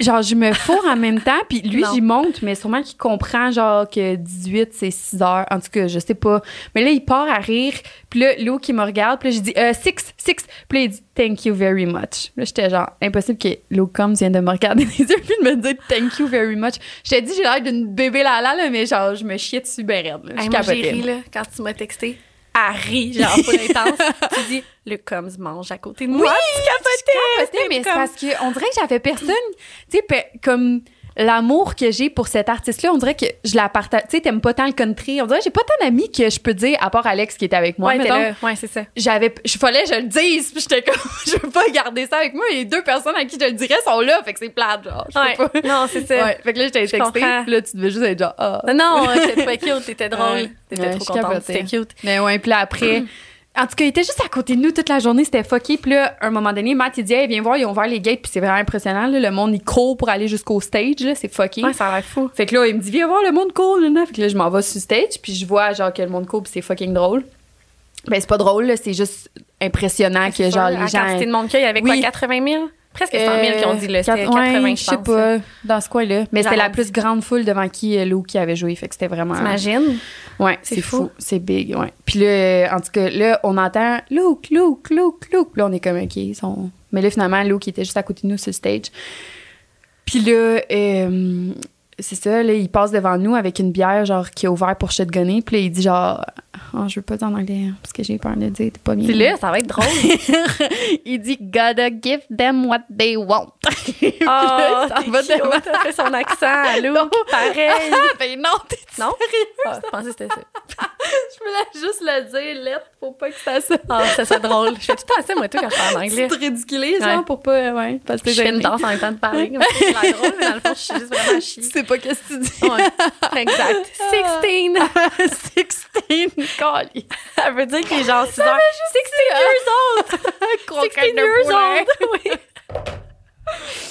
Speaker 2: genre, je me fourre en même temps, puis lui,
Speaker 1: Non.
Speaker 2: j'y monte, mais sûrement qu'il comprend, genre, que 18, c'est 6 heures. En tout cas, je sais pas. Mais là, il part à rire, puis là, Lou qui me regarde, puis là, je dis 6, 6. Puis là, il dit Thank you very much. Là, j'étais genre, impossible que Lou Combs vienne de me regarder les yeux, puis de me dire Thank you very much. Je t'ai dit, j'ai l'air d'une bébé lala, là, mais genre, je me chiais dessus, ben raide, là. Je
Speaker 1: Hey, moi, j'ai
Speaker 2: capotais,
Speaker 1: ri,
Speaker 2: là.
Speaker 1: là, quand tu m'as texté. Elle rit, genre, pas intense. tu dis, le coms mange à côté de moi.
Speaker 2: capotais,
Speaker 1: c'était
Speaker 2: mais c'est
Speaker 1: comme-
Speaker 2: parce qu'on dirait que j'avais personne, tu sais, pe- comme l'amour que j'ai pour cet artiste-là, on dirait que je la partage, tu sais, t'aimes pas tant le country, on dirait que j'ai pas tant d'amis que je peux dire, à part Alex qui était avec moi,
Speaker 1: Ouais, t'es
Speaker 2: mettons.
Speaker 1: là. Ouais, c'est ça.
Speaker 2: J'avais, je fallait que je le dise, puis j'étais comme, je veux pas garder ça avec moi, et les deux personnes à qui je le dirais sont là, fait que c'est plate, genre, je
Speaker 1: Ouais.
Speaker 2: peux pas.
Speaker 1: Non, c'est ça.
Speaker 2: Ouais, fait que là, je t'ai texté,
Speaker 1: comprends.
Speaker 2: puis là, tu devais juste être genre, ah.
Speaker 1: Non, t'étais pas cute, t'étais drôle.
Speaker 2: Ouais.
Speaker 1: T'étais
Speaker 2: Ouais,
Speaker 1: trop
Speaker 2: je
Speaker 1: contente.
Speaker 2: capotais.
Speaker 1: C'était cute.
Speaker 2: Mais Ben ouais, puis là, après. En tout cas, il était juste à côté de nous toute la journée, c'était fucké. Puis là, à un moment donné, Matt, il dit, hey, viens voir, ils ont ouvert les gates, puis c'est vraiment impressionnant. là. Le monde, il court pour aller jusqu'au stage, là, c'est fucké.
Speaker 1: Ouais, ça a l'air fou.
Speaker 2: Fait que là, il me dit, viens voir, le monde court, là, là. Fait que là, je m'en vais sur le stage, puis je vois, genre, que le monde court, puis c'est fucking drôle. Ben, c'est pas drôle, là, c'est juste impressionnant que, genre, les
Speaker 1: la
Speaker 2: gens.
Speaker 1: quantité de monde qu'il y avait, quoi,
Speaker 2: Oui.
Speaker 1: 80 000? Presque 100 000 qui ont dit, là. C'était
Speaker 2: Euh, quatre-
Speaker 1: 80,
Speaker 2: ouais,
Speaker 1: je
Speaker 2: je sais
Speaker 1: pense, là.
Speaker 2: pas, dans ce coin-là. Mais c'était
Speaker 1: Genre-
Speaker 2: la plus grande foule devant qui euh, Lou qui avait joué, fait que c'était vraiment.
Speaker 1: T'imagines?
Speaker 2: Ouais,
Speaker 1: C'est
Speaker 2: c'est fou.
Speaker 1: fou.
Speaker 2: C'est big, ouais. Puis là, en tout cas, là, on entend Luke, Luke, Luke, Luke. Là, on est comme, OK, ils sont... Mais là, finalement, Luke, il était juste à côté de nous sur le stage. Puis là, euh, c'est ça, là, il passe devant nous avec une bière, genre, qui est ouverte pour shotgunner. Puis là, il dit, genre, oh, je veux pas dire en anglais, hein, parce que j'ai peur de le dire, t'es pas bien.
Speaker 1: Puis là, ça va être drôle.
Speaker 2: il dit, gotta give them what they want. Puis là,
Speaker 1: Ah,
Speaker 2: ça va
Speaker 1: c'est cute,
Speaker 2: devant.
Speaker 1: elle fait son accent à Lou.
Speaker 2: Non.
Speaker 1: Pareil.
Speaker 2: ben non, t'es-
Speaker 1: Non? Ah, je pensais que c'était ça.
Speaker 2: je voulais juste le dire, lettre, faut pas que ça se
Speaker 1: Ah, ça serait drôle. Je fais tout le temps ça, moi, tout, quand je parle en anglais.
Speaker 2: petite ridiculée,
Speaker 1: Ouais.
Speaker 2: genre, pour pas. euh, Ouais, parce que
Speaker 1: Je fais
Speaker 2: j'ai
Speaker 1: une danse en même temps de parler. comme ça, C'est drôle, mais dans le fond, je suis juste vraiment
Speaker 2: Tu
Speaker 1: chier.
Speaker 2: sais pas qu'est-ce que tu dis.
Speaker 1: Ouais, exact. 16.
Speaker 2: 16, Cali.
Speaker 1: Ça veut dire qu'il est genre 6 heures. 16 years old! 16
Speaker 2: de
Speaker 1: years
Speaker 2: poulet.
Speaker 1: old! Oui.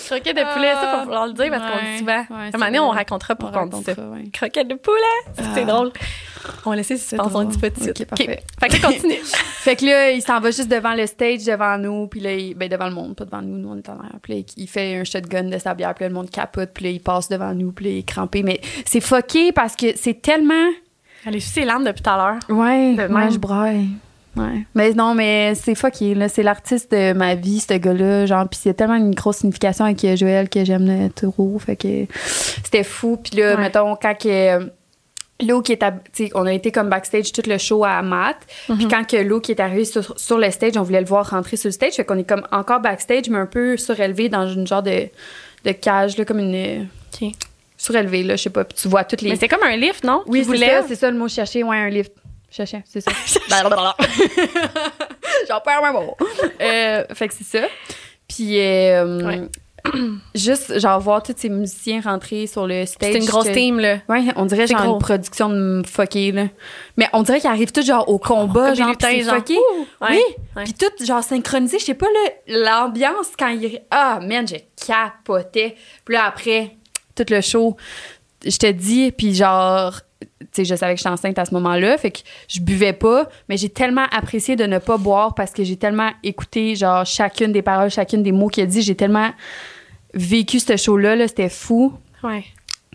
Speaker 1: Croquette de poulet, ça, va falloir le dire parce qu'on le dit souvent.
Speaker 2: Ouais,
Speaker 1: À un
Speaker 2: c'est
Speaker 1: moment donné, on
Speaker 2: vrai.
Speaker 1: racontera
Speaker 2: On
Speaker 1: pourquoi on dit ça.
Speaker 2: racontera, ouais.
Speaker 1: Croquette de poulet! C'est
Speaker 2: Ah.
Speaker 1: drôle. On va laisser le suspense, on
Speaker 2: drôle.
Speaker 1: le dit pas tout de suite.
Speaker 2: Ok, parfait.
Speaker 1: Fait que continue.
Speaker 2: Fait que là, il s'en va juste devant le stage, devant nous, puis là, il- ben devant le monde, pas devant nous, nous on est en arrière. Puis là, il- il fait un shotgun de sa bière, puis là, le monde capote, puis là, il passe devant nous, puis là, il est crampé. Mais c'est fucké parce que c'est tellement.
Speaker 1: Elle est sous ses larmes depuis tout à l'heure.
Speaker 2: Ouais,
Speaker 1: De
Speaker 2: moi
Speaker 1: même.
Speaker 2: je braille. Ouais. Mais non, mais c'est fucké, là. C'est l'artiste de ma vie, ce gars-là. Genre, pis il y a tellement une grosse signification avec euh, Joël que j'aime le taureau. Fait que c'était fou. Puis là,
Speaker 1: Ouais.
Speaker 2: mettons, quand que. L'eau qui est à, tu sais, on a été comme backstage tout le show à Matt. Puis quand que l'eau qui est arrivée sur, sur le stage, on voulait le voir rentrer sur le stage. Fait qu'on est comme encore backstage, mais un peu surélevé dans une genre de, de cage, là, comme une.
Speaker 1: OK.
Speaker 2: surélevée, là, je sais pas. Puis tu vois toutes les.
Speaker 1: Mais c'est comme un lift, non?
Speaker 2: Oui,
Speaker 1: Qui vous
Speaker 2: c'est
Speaker 1: lève?
Speaker 2: ça, c'est ça le mot chercher, ouais, un lift. Chercher, c'est ça. Blablabla. J'en perds un mot. Euh, fait que c'est ça. Puis, euh,
Speaker 1: Ouais.
Speaker 2: juste, genre, voir tous ces musiciens rentrer sur le stage.
Speaker 1: C'est une grosse
Speaker 2: que-
Speaker 1: team, là.
Speaker 2: Ouais, on dirait
Speaker 1: C'est
Speaker 2: genre
Speaker 1: gros.
Speaker 2: une production de fucké, là. Mais on dirait qu'ils arrivent tous genre au combat,
Speaker 1: Comme des
Speaker 2: Ah, genre,
Speaker 1: lutins,
Speaker 2: pis c'est
Speaker 1: genre,
Speaker 2: fucké.
Speaker 1: ouh,
Speaker 2: Oui.
Speaker 1: ouais, ouais.
Speaker 2: Puis tout genre synchronisé, je sais pas là, l'ambiance quand il ah man, j'ai capoté. Puis là après tout le show, je te dis puis genre tu sais, je savais que j'étais enceinte à ce moment-là, fait que je buvais pas, mais j'ai tellement apprécié de ne pas boire parce que j'ai tellement écouté genre chacune des paroles, chacune des mots qu'il a dit, j'ai tellement vécu ce show-là, là, c'était fou.
Speaker 1: Ouais.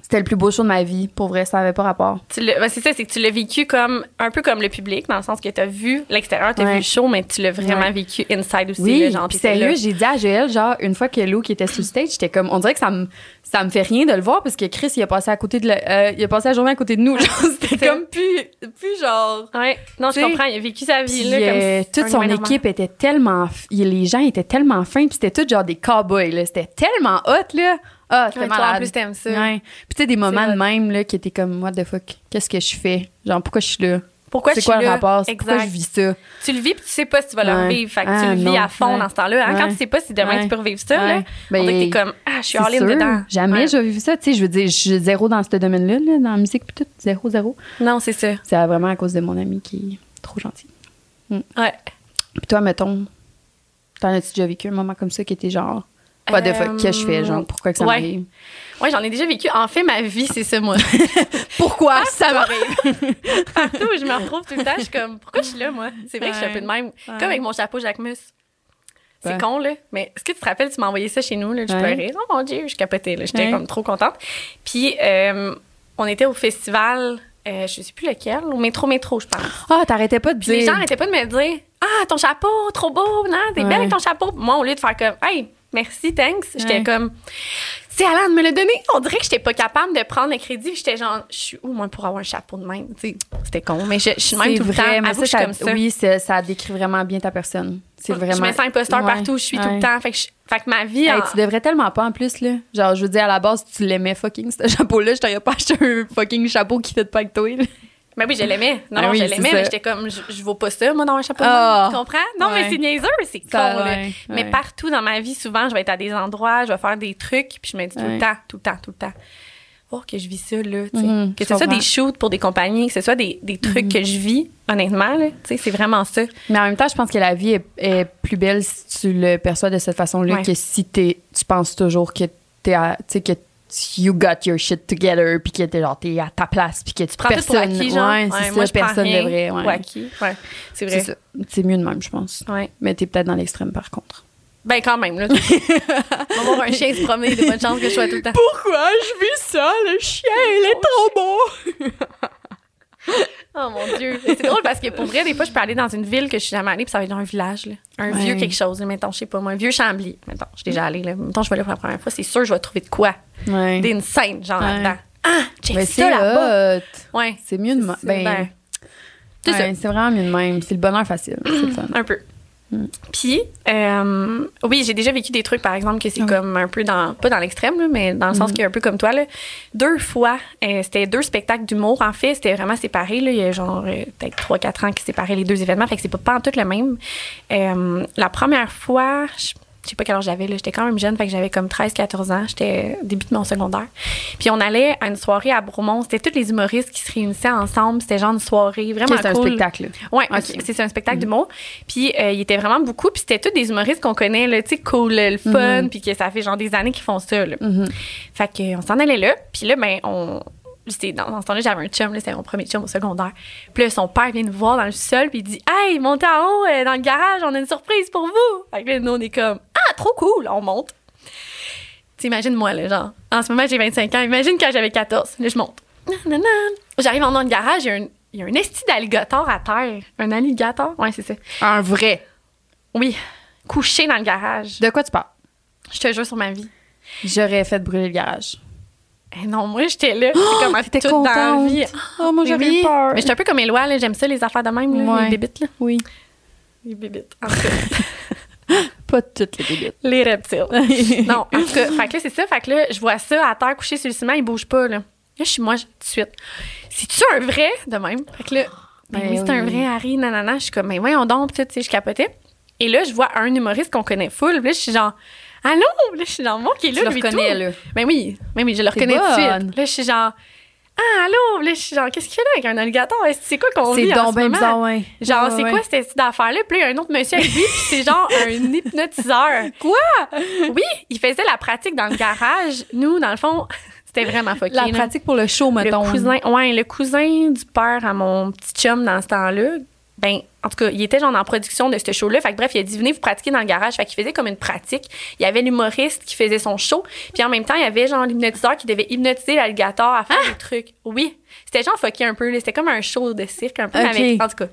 Speaker 2: C'était le plus beau show de ma vie, pour vrai, ça avait pas rapport.
Speaker 1: Tu l'as- ben, c'est ça, c'est que tu l'as vécu comme un peu comme le public, dans le sens que tu as vu l'extérieur, tu as
Speaker 2: Ouais.
Speaker 1: vu le show, mais tu l'as vraiment
Speaker 2: Ouais.
Speaker 1: vécu inside aussi.
Speaker 2: Oui,
Speaker 1: là, genre,
Speaker 2: puis
Speaker 1: t'étais
Speaker 2: sérieux,
Speaker 1: là.
Speaker 2: j'ai dit à Joël, genre, une fois que Lou qui était sous le stage, j'étais comme, on dirait que ça me, ça me fait rien de le voir parce que Chris, il a passé à côté de la, euh, il a passé la journée à côté de nous. Genre, c'était
Speaker 1: C'est-
Speaker 2: comme plus, plus genre.
Speaker 1: Ouais. Non, je
Speaker 2: Tu sais,
Speaker 1: comprends. Il a vécu sa vie,
Speaker 2: Puis,
Speaker 1: là, comme
Speaker 2: euh,
Speaker 1: si-
Speaker 2: toute
Speaker 1: un
Speaker 2: son
Speaker 1: humain normal.
Speaker 2: équipe était tellement, f- y- les gens étaient tellement fins, puis c'était tout genre des cowboys, là. C'était tellement hot, là. Ah, c'était
Speaker 1: Ouais, toi, en
Speaker 2: malade.
Speaker 1: plus, t'aimes ça.
Speaker 2: Ouais. Puis tu sais, des moments
Speaker 1: hot.
Speaker 2: de même, là, qui étaient comme, what the fuck, qu'est-ce que je fais? Genre, pourquoi je suis là?
Speaker 1: Pourquoi
Speaker 2: C'est
Speaker 1: je
Speaker 2: quoi
Speaker 1: suis
Speaker 2: le
Speaker 1: là?
Speaker 2: rapport? C'est
Speaker 1: Exact.
Speaker 2: Pourquoi je vis ça?
Speaker 1: Tu le vis, puis tu sais pas si tu vas le
Speaker 2: Ouais.
Speaker 1: revivre. Fait que
Speaker 2: Ah,
Speaker 1: tu le vis
Speaker 2: non.
Speaker 1: à fond
Speaker 2: Ouais.
Speaker 1: dans ce temps-là. hein, Quand
Speaker 2: Ouais.
Speaker 1: tu sais pas si demain
Speaker 2: Ouais.
Speaker 1: tu peux revivre ça, là,
Speaker 2: Ouais. Ben,
Speaker 1: on dirait que t'es comme, ah, je suis
Speaker 2: C'est
Speaker 1: en ligne
Speaker 2: sûr.
Speaker 1: dedans.
Speaker 2: Jamais
Speaker 1: Ouais.
Speaker 2: j'ai vu ça. Tu sais, je veux dire, je suis zéro dans ce domaine-là, là, dans la musique, puis tout, zéro, zéro.
Speaker 1: Non, c'est ça.
Speaker 2: C'est vraiment à cause de mon ami qui est trop gentil.
Speaker 1: Ouais.
Speaker 2: Puis toi, mettons, t'en as-tu déjà vécu un moment comme ça qui était genre, pas de fuck,
Speaker 1: Euh,
Speaker 2: qu'est-ce que je fais, genre, pourquoi que ça
Speaker 1: ouais.
Speaker 2: m'arrive?
Speaker 1: Ouais, j'en ai déjà vécu. En fait, ma vie, c'est ça, moi.
Speaker 2: Ah, Pourquoi ça m'arrive?
Speaker 1: Partout où je me retrouve tout le temps, je suis comme, pourquoi je suis là, moi? C'est vrai que je suis un peu de même. Comme avec mon chapeau Jacquemus. C'est
Speaker 2: Ouais.
Speaker 1: con, là. Mais est-ce que tu te rappelles, tu m'as envoyé ça chez nous, là. Je
Speaker 2: Ouais.
Speaker 1: pleurais. Oh mon Dieu, je capotais, là. J'étais
Speaker 2: Ouais.
Speaker 1: comme trop contente. Puis, euh, on était au festival, euh, je sais plus lequel, au métro métro, je pense.
Speaker 2: Ah, t'arrêtais pas de
Speaker 1: Puis les gens
Speaker 2: dire.
Speaker 1: n'arrêtaient pas de me dire, ah, ton chapeau, trop beau, non? T'es
Speaker 2: Ouais.
Speaker 1: belle avec ton chapeau. Moi, au lieu de faire comme, hey, merci, thanks, j'étais
Speaker 2: Ouais.
Speaker 1: comme, c'est Alan de me le donner. On dirait que j'étais pas capable de prendre le crédit. J'étais genre, je suis où, moi, pour avoir un chapeau de même? Tu sais, C'était con, mais je, je suis de même
Speaker 2: C'est
Speaker 1: tout le temps.
Speaker 2: vrai, mais
Speaker 1: Avoue,
Speaker 2: ça,
Speaker 1: je suis
Speaker 2: ça-
Speaker 1: comme ça.
Speaker 2: oui, ça, ça décrit vraiment bien ta personne. C'est vraiment.
Speaker 1: Je me sens imposteur
Speaker 2: Ouais,
Speaker 1: partout où je suis tout
Speaker 2: ouais.
Speaker 1: le temps. Fait que, je- fait que ma vie.
Speaker 2: Hey,
Speaker 1: en-
Speaker 2: tu devrais tellement pas en plus, là. Genre, je veux dire, à la base, tu l'aimais fucking, ce chapeau-là. Je t'aurais pas acheté un fucking chapeau qui fait pas avec toi, là.
Speaker 1: Mais Ben oui, je l'aimais. Non,
Speaker 2: Ah
Speaker 1: non,
Speaker 2: oui,
Speaker 1: je
Speaker 2: c'est
Speaker 1: l'aimais,
Speaker 2: ça.
Speaker 1: mais j'étais comme, je, je vaux pas ça, moi, dans un chapeau. de
Speaker 2: Ah.
Speaker 1: monde. tu comprends? Non,
Speaker 2: Ouais.
Speaker 1: mais c'est niaiseux, c'est con,
Speaker 2: Ça,
Speaker 1: là.
Speaker 2: ouais, ouais.
Speaker 1: Mais partout dans ma vie, souvent, je vais être à des endroits, je vais faire des trucs, puis je me dis tout
Speaker 2: Ouais.
Speaker 1: le temps, tout le temps, tout le temps. Oh, que je vis ça, là. tu sais.
Speaker 2: Mhm,
Speaker 1: que
Speaker 2: je
Speaker 1: ce soit
Speaker 2: comprends. Mhm.
Speaker 1: des shoots pour des compagnies, que ce soit des, des trucs que je vis, honnêtement, là. Tu sais, c'est vraiment ça.
Speaker 2: Mais en même temps, je pense que la vie est, est plus belle si tu le perçois de cette façon-là
Speaker 1: Ouais.
Speaker 2: que si t'es- tu penses toujours que t'es à- tu sais, que you got your shit together puis que t'es genre t'es à ta place puis que tu
Speaker 1: Prends tout pour
Speaker 2: personne
Speaker 1: acquis, genre.
Speaker 2: ouais,
Speaker 1: Ouais,
Speaker 2: c'est
Speaker 1: moi,
Speaker 2: ça
Speaker 1: je prends
Speaker 2: personne
Speaker 1: rien
Speaker 2: devrait ouais.
Speaker 1: pour acquis. Ouais, c'est
Speaker 2: c'est
Speaker 1: vrai.
Speaker 2: ça c'est mieux de même je pense
Speaker 1: Ouais.
Speaker 2: mais t'es peut-être dans l'extrême par contre
Speaker 1: Ben, quand même, là. On va voir un chien se promener, de bonnes chances que je sois tout le temps.
Speaker 2: pourquoi je vis ça le chien il est trop beau
Speaker 1: Oh mon Dieu. Mais C'est drôle parce que pour vrai, des fois, je peux aller dans une ville que je suis jamais allée, puis ça va être dans un village, là. un
Speaker 2: Ouais.
Speaker 1: vieux quelque chose, là, mettons, je sais pas moi, un vieux Chambly. Mettons, je suis déjà allée, là. Mettons, je vais là pour la première fois, c'est sûr, je vais trouver de quoi.
Speaker 2: ouais
Speaker 1: Des scène, genre
Speaker 2: Ouais.
Speaker 1: là-dedans. Ah,
Speaker 2: mais
Speaker 1: check
Speaker 2: c'est
Speaker 1: ça là-bas.
Speaker 2: là
Speaker 1: Ouais.
Speaker 2: c'est mieux de même
Speaker 1: C'est-
Speaker 2: ben,
Speaker 1: ben, c'est
Speaker 2: ouais, c'est vraiment mieux de même c'est le bonheur facile c'est le fun
Speaker 1: Un peu. Puis, euh, oui, j'ai déjà vécu des trucs, par exemple, que c'est comme un peu dans, pas dans l'extrême, là, mais dans le
Speaker 2: Mhm.
Speaker 1: sens qui est un peu comme toi. Là. Deux fois, euh, c'était deux spectacles d'humour. En fait, c'était vraiment séparé. Là. Il y a genre euh, peut-être 3-4 ans qui séparaient les deux événements. Fait que c'est pas, pas en tout le même. Euh, la première fois, je je sais pas quel âge j'avais, là. J'étais quand même jeune, fait que j'avais comme 13-14 ans. J'étais au début de mon secondaire. Puis on allait à une soirée à Bromont. C'était tous les humoristes qui se réunissaient ensemble. C'était genre une soirée vraiment
Speaker 2: Ok, c'est un
Speaker 1: cool.
Speaker 2: spectacle.
Speaker 1: Ouais,
Speaker 2: Ok.
Speaker 1: ok, c'est c'est un spectacle d'humour. Puis euh, il était vraiment beaucoup, puis c'était tous des humoristes qu'on connaît, là, tu sais, cool, le fun, puis que ça fait genre des années qu'ils font ça. Là. Fait que on s'en allait là, puis là, ben, on. c'était- Dans, dans ce temps-là, j'avais un chum, là, c'était mon premier chum au secondaire. Puis là, son père vient nous voir dans le sol, puis il dit Hey, montez en haut, euh, dans le garage, on a une surprise pour vous. Fait que là, nous, on est comme Ah, trop cool, on monte. T'imagines-moi, là, genre, en ce moment, j'ai 25 ans. Imagine quand j'avais 14. Là, je monte. Nanana. J'arrive en dans le garage, il y a un il y a un esti d'alligator à terre. Un alligator? Ouais, c'est ça.
Speaker 2: Un vrai.
Speaker 1: Oui. Couché dans le garage.
Speaker 2: De quoi tu parles?
Speaker 1: Je te jure sur ma vie.
Speaker 2: J'aurais fait brûler le garage.
Speaker 1: Eh non, moi, j'étais là. C'est comme à
Speaker 2: Oh, T'étais
Speaker 1: tout dans la vie.
Speaker 2: Oh, moi,
Speaker 1: Mais
Speaker 2: j'aurais
Speaker 1: oui.
Speaker 2: eu peur.
Speaker 1: Mais j'étais un peu comme Éloi, là. J'aime ça, les affaires de même, là,
Speaker 2: Ouais.
Speaker 1: les bébites, là.
Speaker 2: Oui.
Speaker 1: Les bébites. En tout cas,
Speaker 2: Pas toutes les débites.
Speaker 1: les reptiles. non, en tout cas, fait que là, c'est ça. Fait que là, je vois ça à terre couché sur le ciment, il bouge pas, là. Là, je suis moi, je- tout de suite. C'est-tu un vrai? De même. Fait que là, ben
Speaker 2: Ben
Speaker 1: oui, c'est un
Speaker 2: oui.
Speaker 1: vrai Harry, nanana. Je suis comme, mais voyons donc, pis tout, tu sais, je capotais. Et là, je vois un humoriste qu'on connaît full. Puis Là, je suis genre, allô? Là, je suis dans moi qui est là,
Speaker 2: Tu le
Speaker 1: lui,
Speaker 2: reconnais,
Speaker 1: tout.
Speaker 2: là.
Speaker 1: Ben oui, ben oui, je le
Speaker 2: T'es
Speaker 1: reconnais tout de
Speaker 2: bonne.
Speaker 1: suite. Là, je suis genre, ah, allô? Là, je suis genre, qu'est-ce qu'il fait là avec un alligator? Est-ce- C'est quoi qu'on
Speaker 2: C'est
Speaker 1: vit en
Speaker 2: donc ben
Speaker 1: ce
Speaker 2: bien
Speaker 1: moment?
Speaker 2: bizarre, ouais.
Speaker 1: Genre,
Speaker 2: Ouais,
Speaker 1: c'est
Speaker 2: ouais.
Speaker 1: quoi cette cette affaire-là? Puis là, il y a un autre monsieur avec lui, puis c'est genre un hypnotiseur.
Speaker 2: Quoi?
Speaker 1: Oui, il faisait la pratique dans le garage. Nous, dans le fond, c'était vraiment fucké.
Speaker 2: La
Speaker 1: là.
Speaker 2: pratique pour le show,
Speaker 1: le
Speaker 2: mettons.
Speaker 1: cousin, ouais, le cousin du père à mon petit chum dans ce temps-là, ben, en tout cas, il était genre en production de ce show-là. Fait que bref, il a dit, venez vous pratiquer dans le garage. Fait qu'il faisait comme une pratique. Il y avait l'humoriste qui faisait son show. Puis en même temps, il y avait genre l'hypnotiseur qui devait hypnotiser l'alligator à
Speaker 2: Ah!
Speaker 1: faire des trucs. Oui. C'était genre fucké un peu. là. C'était comme un show de cirque un peu. mais
Speaker 2: Ok.
Speaker 1: avec- en tout cas.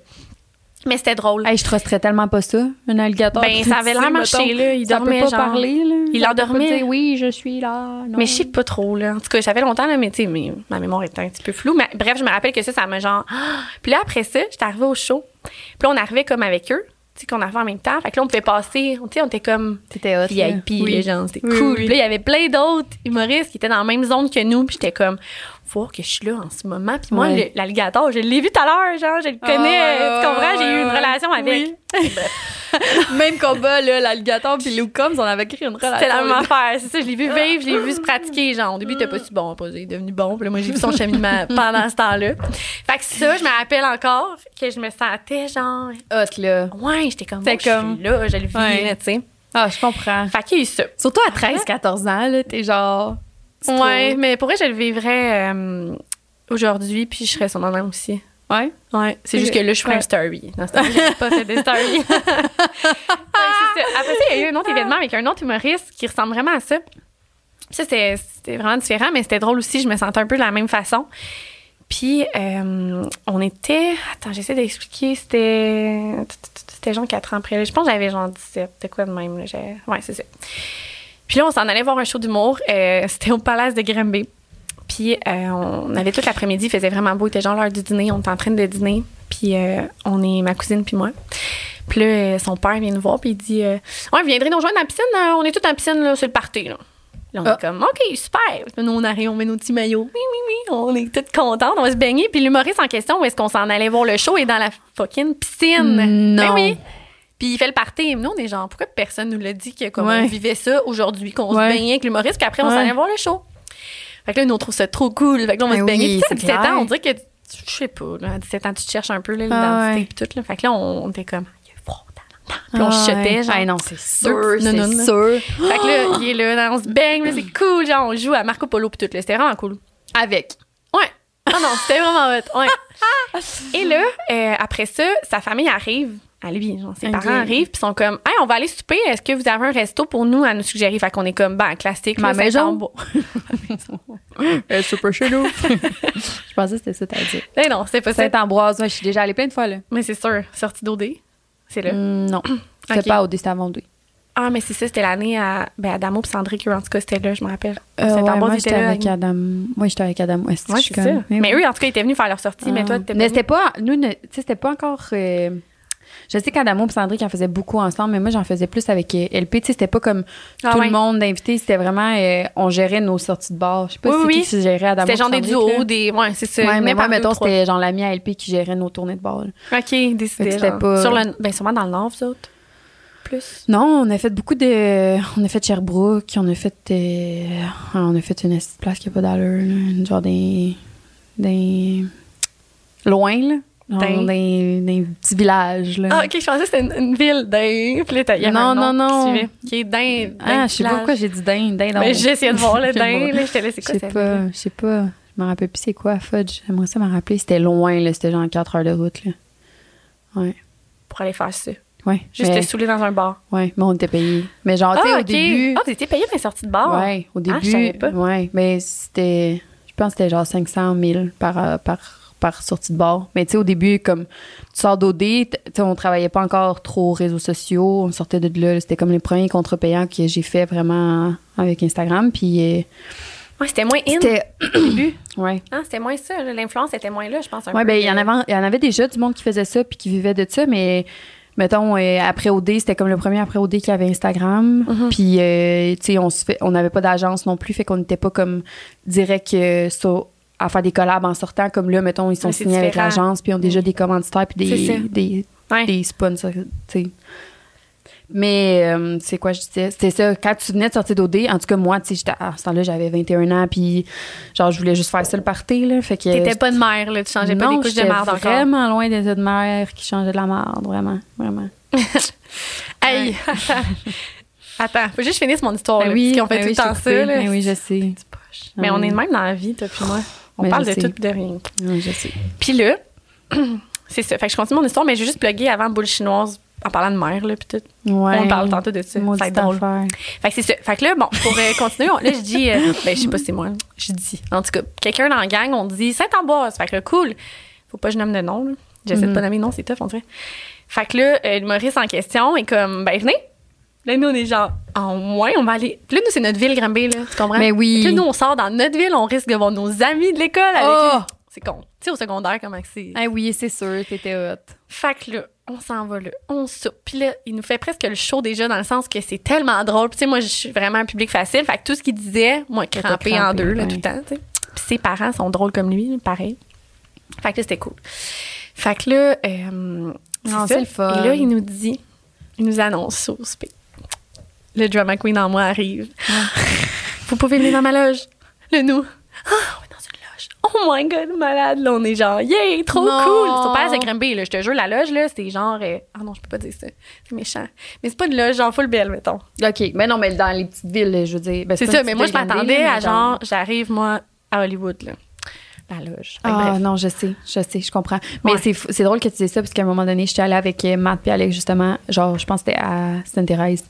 Speaker 1: Mais c'était drôle.
Speaker 2: Hey, je trusterais tellement pas ça, un alligator.
Speaker 1: Ben, ça avait l'air
Speaker 2: mettons.
Speaker 1: marché, là. Il
Speaker 2: ça
Speaker 1: dormait,
Speaker 2: peut pas
Speaker 1: genre.
Speaker 2: parler, là.
Speaker 1: Il
Speaker 2: Ça peut pas
Speaker 1: endormait.
Speaker 2: dire, oui, je suis là. non.
Speaker 1: Mais je sais pas trop, là. En tout cas, j'avais longtemps, là, mais tu sais, mais ma mémoire était un petit peu floue. Mais bref, je me rappelle que ça, ça m'a genre. Ah! Puis là, après ça, j'étais arrivée au show. Puis là, on arrivait comme avec eux. Tu sais, qu'on arrivait en même temps. Fait que là, on pouvait passer. Tu sais, on était comme
Speaker 2: T'étais hot. là.
Speaker 1: VIP,
Speaker 2: Oui.
Speaker 1: les gens. C'était
Speaker 2: Oui,
Speaker 1: cool.
Speaker 2: oui.
Speaker 1: Puis là, il y avait plein d'autres humoristes qui étaient dans la même zone que nous. Puis j'étais comme, faut voir que je suis là en ce moment. Puis moi,
Speaker 2: Ouais.
Speaker 1: le- l'alligator, je l'ai vu tout à l'heure, genre, je le
Speaker 2: Ah, ouais,
Speaker 1: connais.
Speaker 2: ouais,
Speaker 1: tu comprends?
Speaker 2: ouais,
Speaker 1: J'ai eu une
Speaker 2: ouais.
Speaker 1: relation avec.
Speaker 2: Oui. Même combat, là, l'alligator puis Lou Combs, on avait créé une relation.
Speaker 1: C'était la même affaire, c'est ça. Je l'ai vu vivre, je l'ai vu se pratiquer. Genre, au début, il était pas si bon, après, il est devenu bon. Puis là, moi, j'ai vu son cheminement pendant ce temps-là. Fait que ça, je me rappelle encore que je me sentais genre,
Speaker 2: hot, là.
Speaker 1: ouais, j'étais comme,
Speaker 2: C'était
Speaker 1: bon, je
Speaker 2: comme-
Speaker 1: suis là, je le vis,
Speaker 2: Ouais.
Speaker 1: là, tu sais.
Speaker 2: Ah, je comprends.
Speaker 1: Fait qu'il y a eu ça.
Speaker 2: Surtout à 13-14 ans, là, t'es genre. tu
Speaker 1: Ouais, mais pour vrai, je le vivrais euh, aujourd'hui, puis je serais son amant aussi.
Speaker 2: trouves- Ouais.
Speaker 1: Ouais, c'est juste que là, je ferais
Speaker 2: Ouais.
Speaker 1: un story. Dans ce temps-là, j'avais pas fait des stories. Fait que c'est ça. Après ça, il y a eu un autre événement avec un autre humoriste qui ressemble vraiment à ça. Puis Ça, c'était c'était vraiment différent, mais c'était drôle aussi. Je me sentais un peu de la même façon. Puis, euh, on était... Attends, j'essaie d'expliquer. C'était... C'était genre 4 ans après. là. Je pense que j'avais genre 17. C'était quoi de même? là? J'avais- Ouais, c'est ça. Puis là, on s'en allait voir un show d'humour. Euh, c'était au Palace de Grimby. Puis euh, on avait tout l'après-midi, il faisait vraiment beau, il était genre l'heure du dîner, on était en train de dîner. Puis euh, on est ma cousine puis moi. Puis là, euh, son père vient nous voir puis il dit euh, Ouais, viendrez nous rejoindre dans la piscine, euh, on est tous en piscine, là, c'est le party. Là. Là, on
Speaker 2: Ah.
Speaker 1: est comme OK, super. Puis Nous, on arrive, on met nos petits maillots. Oui, oui, oui, on est toutes contentes, on va se baigner. Puis l'humoriste en question, où est-ce qu'on s'en allait voir le show, est dans la fucking piscine.
Speaker 2: Non.
Speaker 1: Ben oui. Puis il fait le party. Nous, on est genre, pourquoi personne nous l'a dit que comme
Speaker 2: Ouais.
Speaker 1: on vivait ça aujourd'hui, qu'on
Speaker 2: Ouais.
Speaker 1: se baignait avec l'humoriste, puis après, on s'en
Speaker 2: Ouais.
Speaker 1: allait voir le show. Fait que là, nous, on trouve ça trop cool. Fait que là, on va
Speaker 2: Ben
Speaker 1: se baigner.
Speaker 2: oui,
Speaker 1: Puis ça,
Speaker 2: c'est
Speaker 1: à 17
Speaker 2: clair.
Speaker 1: ans, on dirait que, tu- je sais pas, là, à 17 ans, tu te cherches un peu là,
Speaker 2: Ah
Speaker 1: l'identité puis tout. Là. Fait que là, on, on était comme, Ah, il y a froid, tabarnak. Puis on
Speaker 2: Ah,
Speaker 1: chutait,
Speaker 2: ouais.
Speaker 1: genre.
Speaker 2: Ah, non, c'est
Speaker 1: deux
Speaker 2: sûr.
Speaker 1: petites
Speaker 2: C'est
Speaker 1: nounounes, là.
Speaker 2: sûr.
Speaker 1: Fait que
Speaker 2: Oh!
Speaker 1: là, il est là, on se baigne, là, c'est cool. Genre, on joue à Marco Polo puis tout. là. C'était vraiment cool.
Speaker 2: Avec.
Speaker 1: Ouais. Ah non, c'était vraiment hot. Ouais. Et là, euh, après ça, sa famille arrive à lui. Genre, ses
Speaker 2: Ok.
Speaker 1: parents arrivent puis sont comme Hey, on va aller souper. Est-ce que vous avez un resto pour nous à nous suggérer? Fait qu'on est comme ben classique.
Speaker 2: Ma
Speaker 1: là,
Speaker 2: maison.
Speaker 1: Saint-Amboise.
Speaker 2: Elle super chez nous. je pensais que c'était ça t'as dit.
Speaker 1: Eh non, c'est pas ça.
Speaker 2: Saint-Ambroise, ouais, je suis déjà allée plein de fois, là.
Speaker 1: Mais c'est sûr, sortie d'OD. C'est là.
Speaker 2: Mm, non. C'était
Speaker 1: Ok.
Speaker 2: pas au destin avant
Speaker 1: Ah, mais c'est ça, c'était l'année à ben, Adamo puis Sandrick, eux, en tout cas, c'était là, je me rappelle.
Speaker 2: Euh,
Speaker 1: Cet
Speaker 2: ouais,
Speaker 1: embout
Speaker 2: moi,
Speaker 1: était
Speaker 2: j'étais
Speaker 1: là,
Speaker 2: avec
Speaker 1: avec-
Speaker 2: Adam. Moi, j'étais avec Adam West.
Speaker 1: Ouais,
Speaker 2: je suis
Speaker 1: c'est ça.
Speaker 2: comme-
Speaker 1: Mais eux, en tout cas, ils étaient venus faire leur sortie, mais toi,
Speaker 2: Ah.
Speaker 1: t'étais
Speaker 2: Mais
Speaker 1: pas
Speaker 2: c'était pas. Nous, ne- tu sais, c'était pas encore. euh, Je sais qu'Adamo et Sandrick en faisaient beaucoup ensemble, mais moi, j'en faisais plus avec euh, LP. Tu sais, c'était pas comme
Speaker 1: Ah
Speaker 2: tout
Speaker 1: ouais.
Speaker 2: le monde d'invités. C'était vraiment. euh, on gérait nos sorties de bar. Je sais
Speaker 1: Oui,
Speaker 2: pas si c'est
Speaker 1: oui.
Speaker 2: qui qui gérait Adamo.
Speaker 1: C'était genre des
Speaker 2: et Sandrick,
Speaker 1: duos,
Speaker 2: là.
Speaker 1: des. Ouais, c'est ça.
Speaker 2: Ouais,
Speaker 1: ils venaient
Speaker 2: mais moi,
Speaker 1: par deux,
Speaker 2: mettons,
Speaker 1: trois.
Speaker 2: c'était genre l'ami à LP qui gérait nos tournées de bar. là.
Speaker 1: OK,
Speaker 2: Fait que
Speaker 1: décidé.
Speaker 2: c'était
Speaker 1: genre.
Speaker 2: pas-
Speaker 1: Sur le... Ben, sûrement dans le Nord, vous autres. Plus.
Speaker 2: Non, on a fait beaucoup de. On a fait Sherbrooke, on a fait. euh, On a fait une petite place qui n'a pas d'allure, là, genre des. des. loin, là. Genre
Speaker 1: Des-
Speaker 2: des, des petits villages, là.
Speaker 1: Ah, OK, je pensais que c'était une, une ville d'un. Puis là, t'as- il y avait
Speaker 2: Non,
Speaker 1: un
Speaker 2: non,
Speaker 1: nom
Speaker 2: non.
Speaker 1: Qui, suivait, qui est d'un. Ben,
Speaker 2: Ah, je sais pas pourquoi j'ai dit dingue, dingue.
Speaker 1: Mais j'essayais de voir le
Speaker 2: dingue.
Speaker 1: d'un, là, j'étais là, c'est
Speaker 2: Je
Speaker 1: quoi
Speaker 2: sais
Speaker 1: cette
Speaker 2: pas, je sais pas. Je me rappelle plus c'est quoi, Fudge. J'aimerais ça me rappeler. C'était loin, là. C'était genre 4 heures de route, là. Ouais.
Speaker 1: Pour aller faire ça.
Speaker 2: Ouais.
Speaker 1: Juste
Speaker 2: mais,
Speaker 1: te saouler dans un bar.
Speaker 2: ouais, mais on était payés. Mais genre, tu sais,
Speaker 1: Ah,
Speaker 2: au
Speaker 1: OK.
Speaker 2: début.
Speaker 1: Ah, vous étiez payé pour une sortie de bar.
Speaker 2: Ouais, au début.
Speaker 1: Ah, je hein, savais pas.
Speaker 2: Ouais, mais c'était. Je pense que c'était genre 500 000 par, euh, par, par, par sortie de bord. Mais tu sais, au début, comme tu sors d'OD, t- tu sais, on travaillait pas encore trop aux réseaux sociaux. On sortait de là. C'était comme les premiers contrats payants que j'ai fait vraiment avec Instagram. Puis euh,
Speaker 1: Ouais, Ah, c'était moins in.
Speaker 2: c'était au début. Ouais.
Speaker 1: Hein, c'était moins ça. là. L'influence était moins là, je pense. un
Speaker 2: Ouais,
Speaker 1: peu.
Speaker 2: ben il y en avait, il y en avait déjà du monde qui faisait ça puis qui vivait de ça, mais mettons euh, après OD, c'était comme le premier après OD qui avait Instagram,
Speaker 1: Mhm.
Speaker 2: puis euh, tu sais on se fait, on n'avait pas d'agence non plus, fait qu'on n'était pas comme direct euh, sur- à faire des collabs en sortant comme là mettons ils sont
Speaker 1: Ouais, c'est
Speaker 2: signés avec
Speaker 1: différent. Mm.
Speaker 2: l'agence puis ils ont déjà des commanditaires puis
Speaker 1: C'est ça.
Speaker 2: des des,
Speaker 1: Ouais.
Speaker 2: des sponsors, tu sais. Mais euh, c'est quoi je disais? C'était ça, quand tu venais de sortir d'OD, en tout cas moi, tu sais, j'étais- à ce temps-là, j'avais 21 ans, puis genre, je voulais juste faire ça le party, là. Fait que
Speaker 1: T'étais pas de mère, là. Tu changeais pas
Speaker 2: euh, non,
Speaker 1: des couches de
Speaker 2: j'étais
Speaker 1: marde encore.
Speaker 2: vraiment loin des de mère qui changeait de la marde, vraiment, vraiment.
Speaker 1: Hey! Attends, Ben faut juste finir mon histoire. là, parce qu'on fait tout le temps ça. là.
Speaker 2: oui, je sais.
Speaker 1: C'est poche. Mais on est de même dans la vie, toi puis moi. On
Speaker 2: Mais
Speaker 1: parle
Speaker 2: je
Speaker 1: de
Speaker 2: sais.
Speaker 1: tout et de rien.
Speaker 2: Oui, je sais.
Speaker 1: ben Puis là, c'est ça. Fait que je continue mon histoire, mais je vais juste plugger avant boule chinoise en parlant de mère, là, puis tout.
Speaker 2: Ouais.
Speaker 1: On parle tantôt de ça. Ça va être
Speaker 2: Maudite
Speaker 1: drôle.
Speaker 2: affaire.
Speaker 1: Fait que c'est ça. Fait que là, bon, pour euh, continuer, on- là, je dis, euh, ben, je sais pas si c'est moi, là. je dis, en tout cas, quelqu'un dans la gang, on dit Saint-Amboise. Fait que là, cool. Faut pas que je nomme de nom, là.
Speaker 2: Mm-hmm.
Speaker 1: J'essaie de pas nommer de nom, c'est tough, on dirait. Fait que là, euh, l'humoriste en question est comme, ben, venez. Là, nous, on est genre, en moins, on va aller. Puis là, nous, c'est notre ville, Grimby, là. Tu comprends?
Speaker 2: Mais oui.
Speaker 1: Fait que là, nous, on sort dans notre ville, on risque de voir nos amis de l'école avec
Speaker 2: Oh!
Speaker 1: eux. C'est con. Tu sais, au secondaire, comment que c'est.
Speaker 2: Ah oui, c'est sûr, t'étais hot.
Speaker 1: Fait que là, on s'en va là, on soupe. Puis là, il nous fait presque le show déjà dans le sens que c'est tellement drôle. Puis tu sais, moi, je suis vraiment un public facile. Fait que tout ce qu'il disait, moi, crampé, en
Speaker 2: crampé,
Speaker 1: deux, là,
Speaker 2: ouais.
Speaker 1: tout le temps, tu sais. Puis ses parents sont drôles comme lui, pareil. Fait que là, c'était cool. Fait que là, euh,
Speaker 2: Non, c'est le fun.
Speaker 1: Et là, il nous dit, il nous annonce au spé. Le drama queen en moi arrive. Vous pouvez venir dans ma loge. Le nous. Ah, on est dans une loge. Oh my god, malade. Là, on est genre, yay, trop
Speaker 2: Non.
Speaker 1: cool. Son père, c'est Grimby, là. Je te jure, la loge, là, c'est genre. euh, Ah non, je peux pas dire ça. C'est méchant. Mais c'est pas une loge, genre, full belle, mettons.
Speaker 2: OK, mais non, mais dans les petites villes, je veux dire. ben,
Speaker 1: C'est
Speaker 2: pas
Speaker 1: ça,
Speaker 2: une
Speaker 1: mais
Speaker 2: petite
Speaker 1: moi, je
Speaker 2: ville,
Speaker 1: m'attendais
Speaker 2: mais
Speaker 1: à
Speaker 2: dans-
Speaker 1: genre, j'arrive, moi, à Hollywood, là. La loge. Fait que
Speaker 2: Ah
Speaker 1: bref.
Speaker 2: non, je sais, je sais, je comprends. Mais
Speaker 1: Ouais.
Speaker 2: c'est fou- c'est drôle que tu dises ça parce qu'à un moment donné, j'étais allée avec euh, Matt puis Alex justement, genre je pense que c'était à Sainte-Thérèse.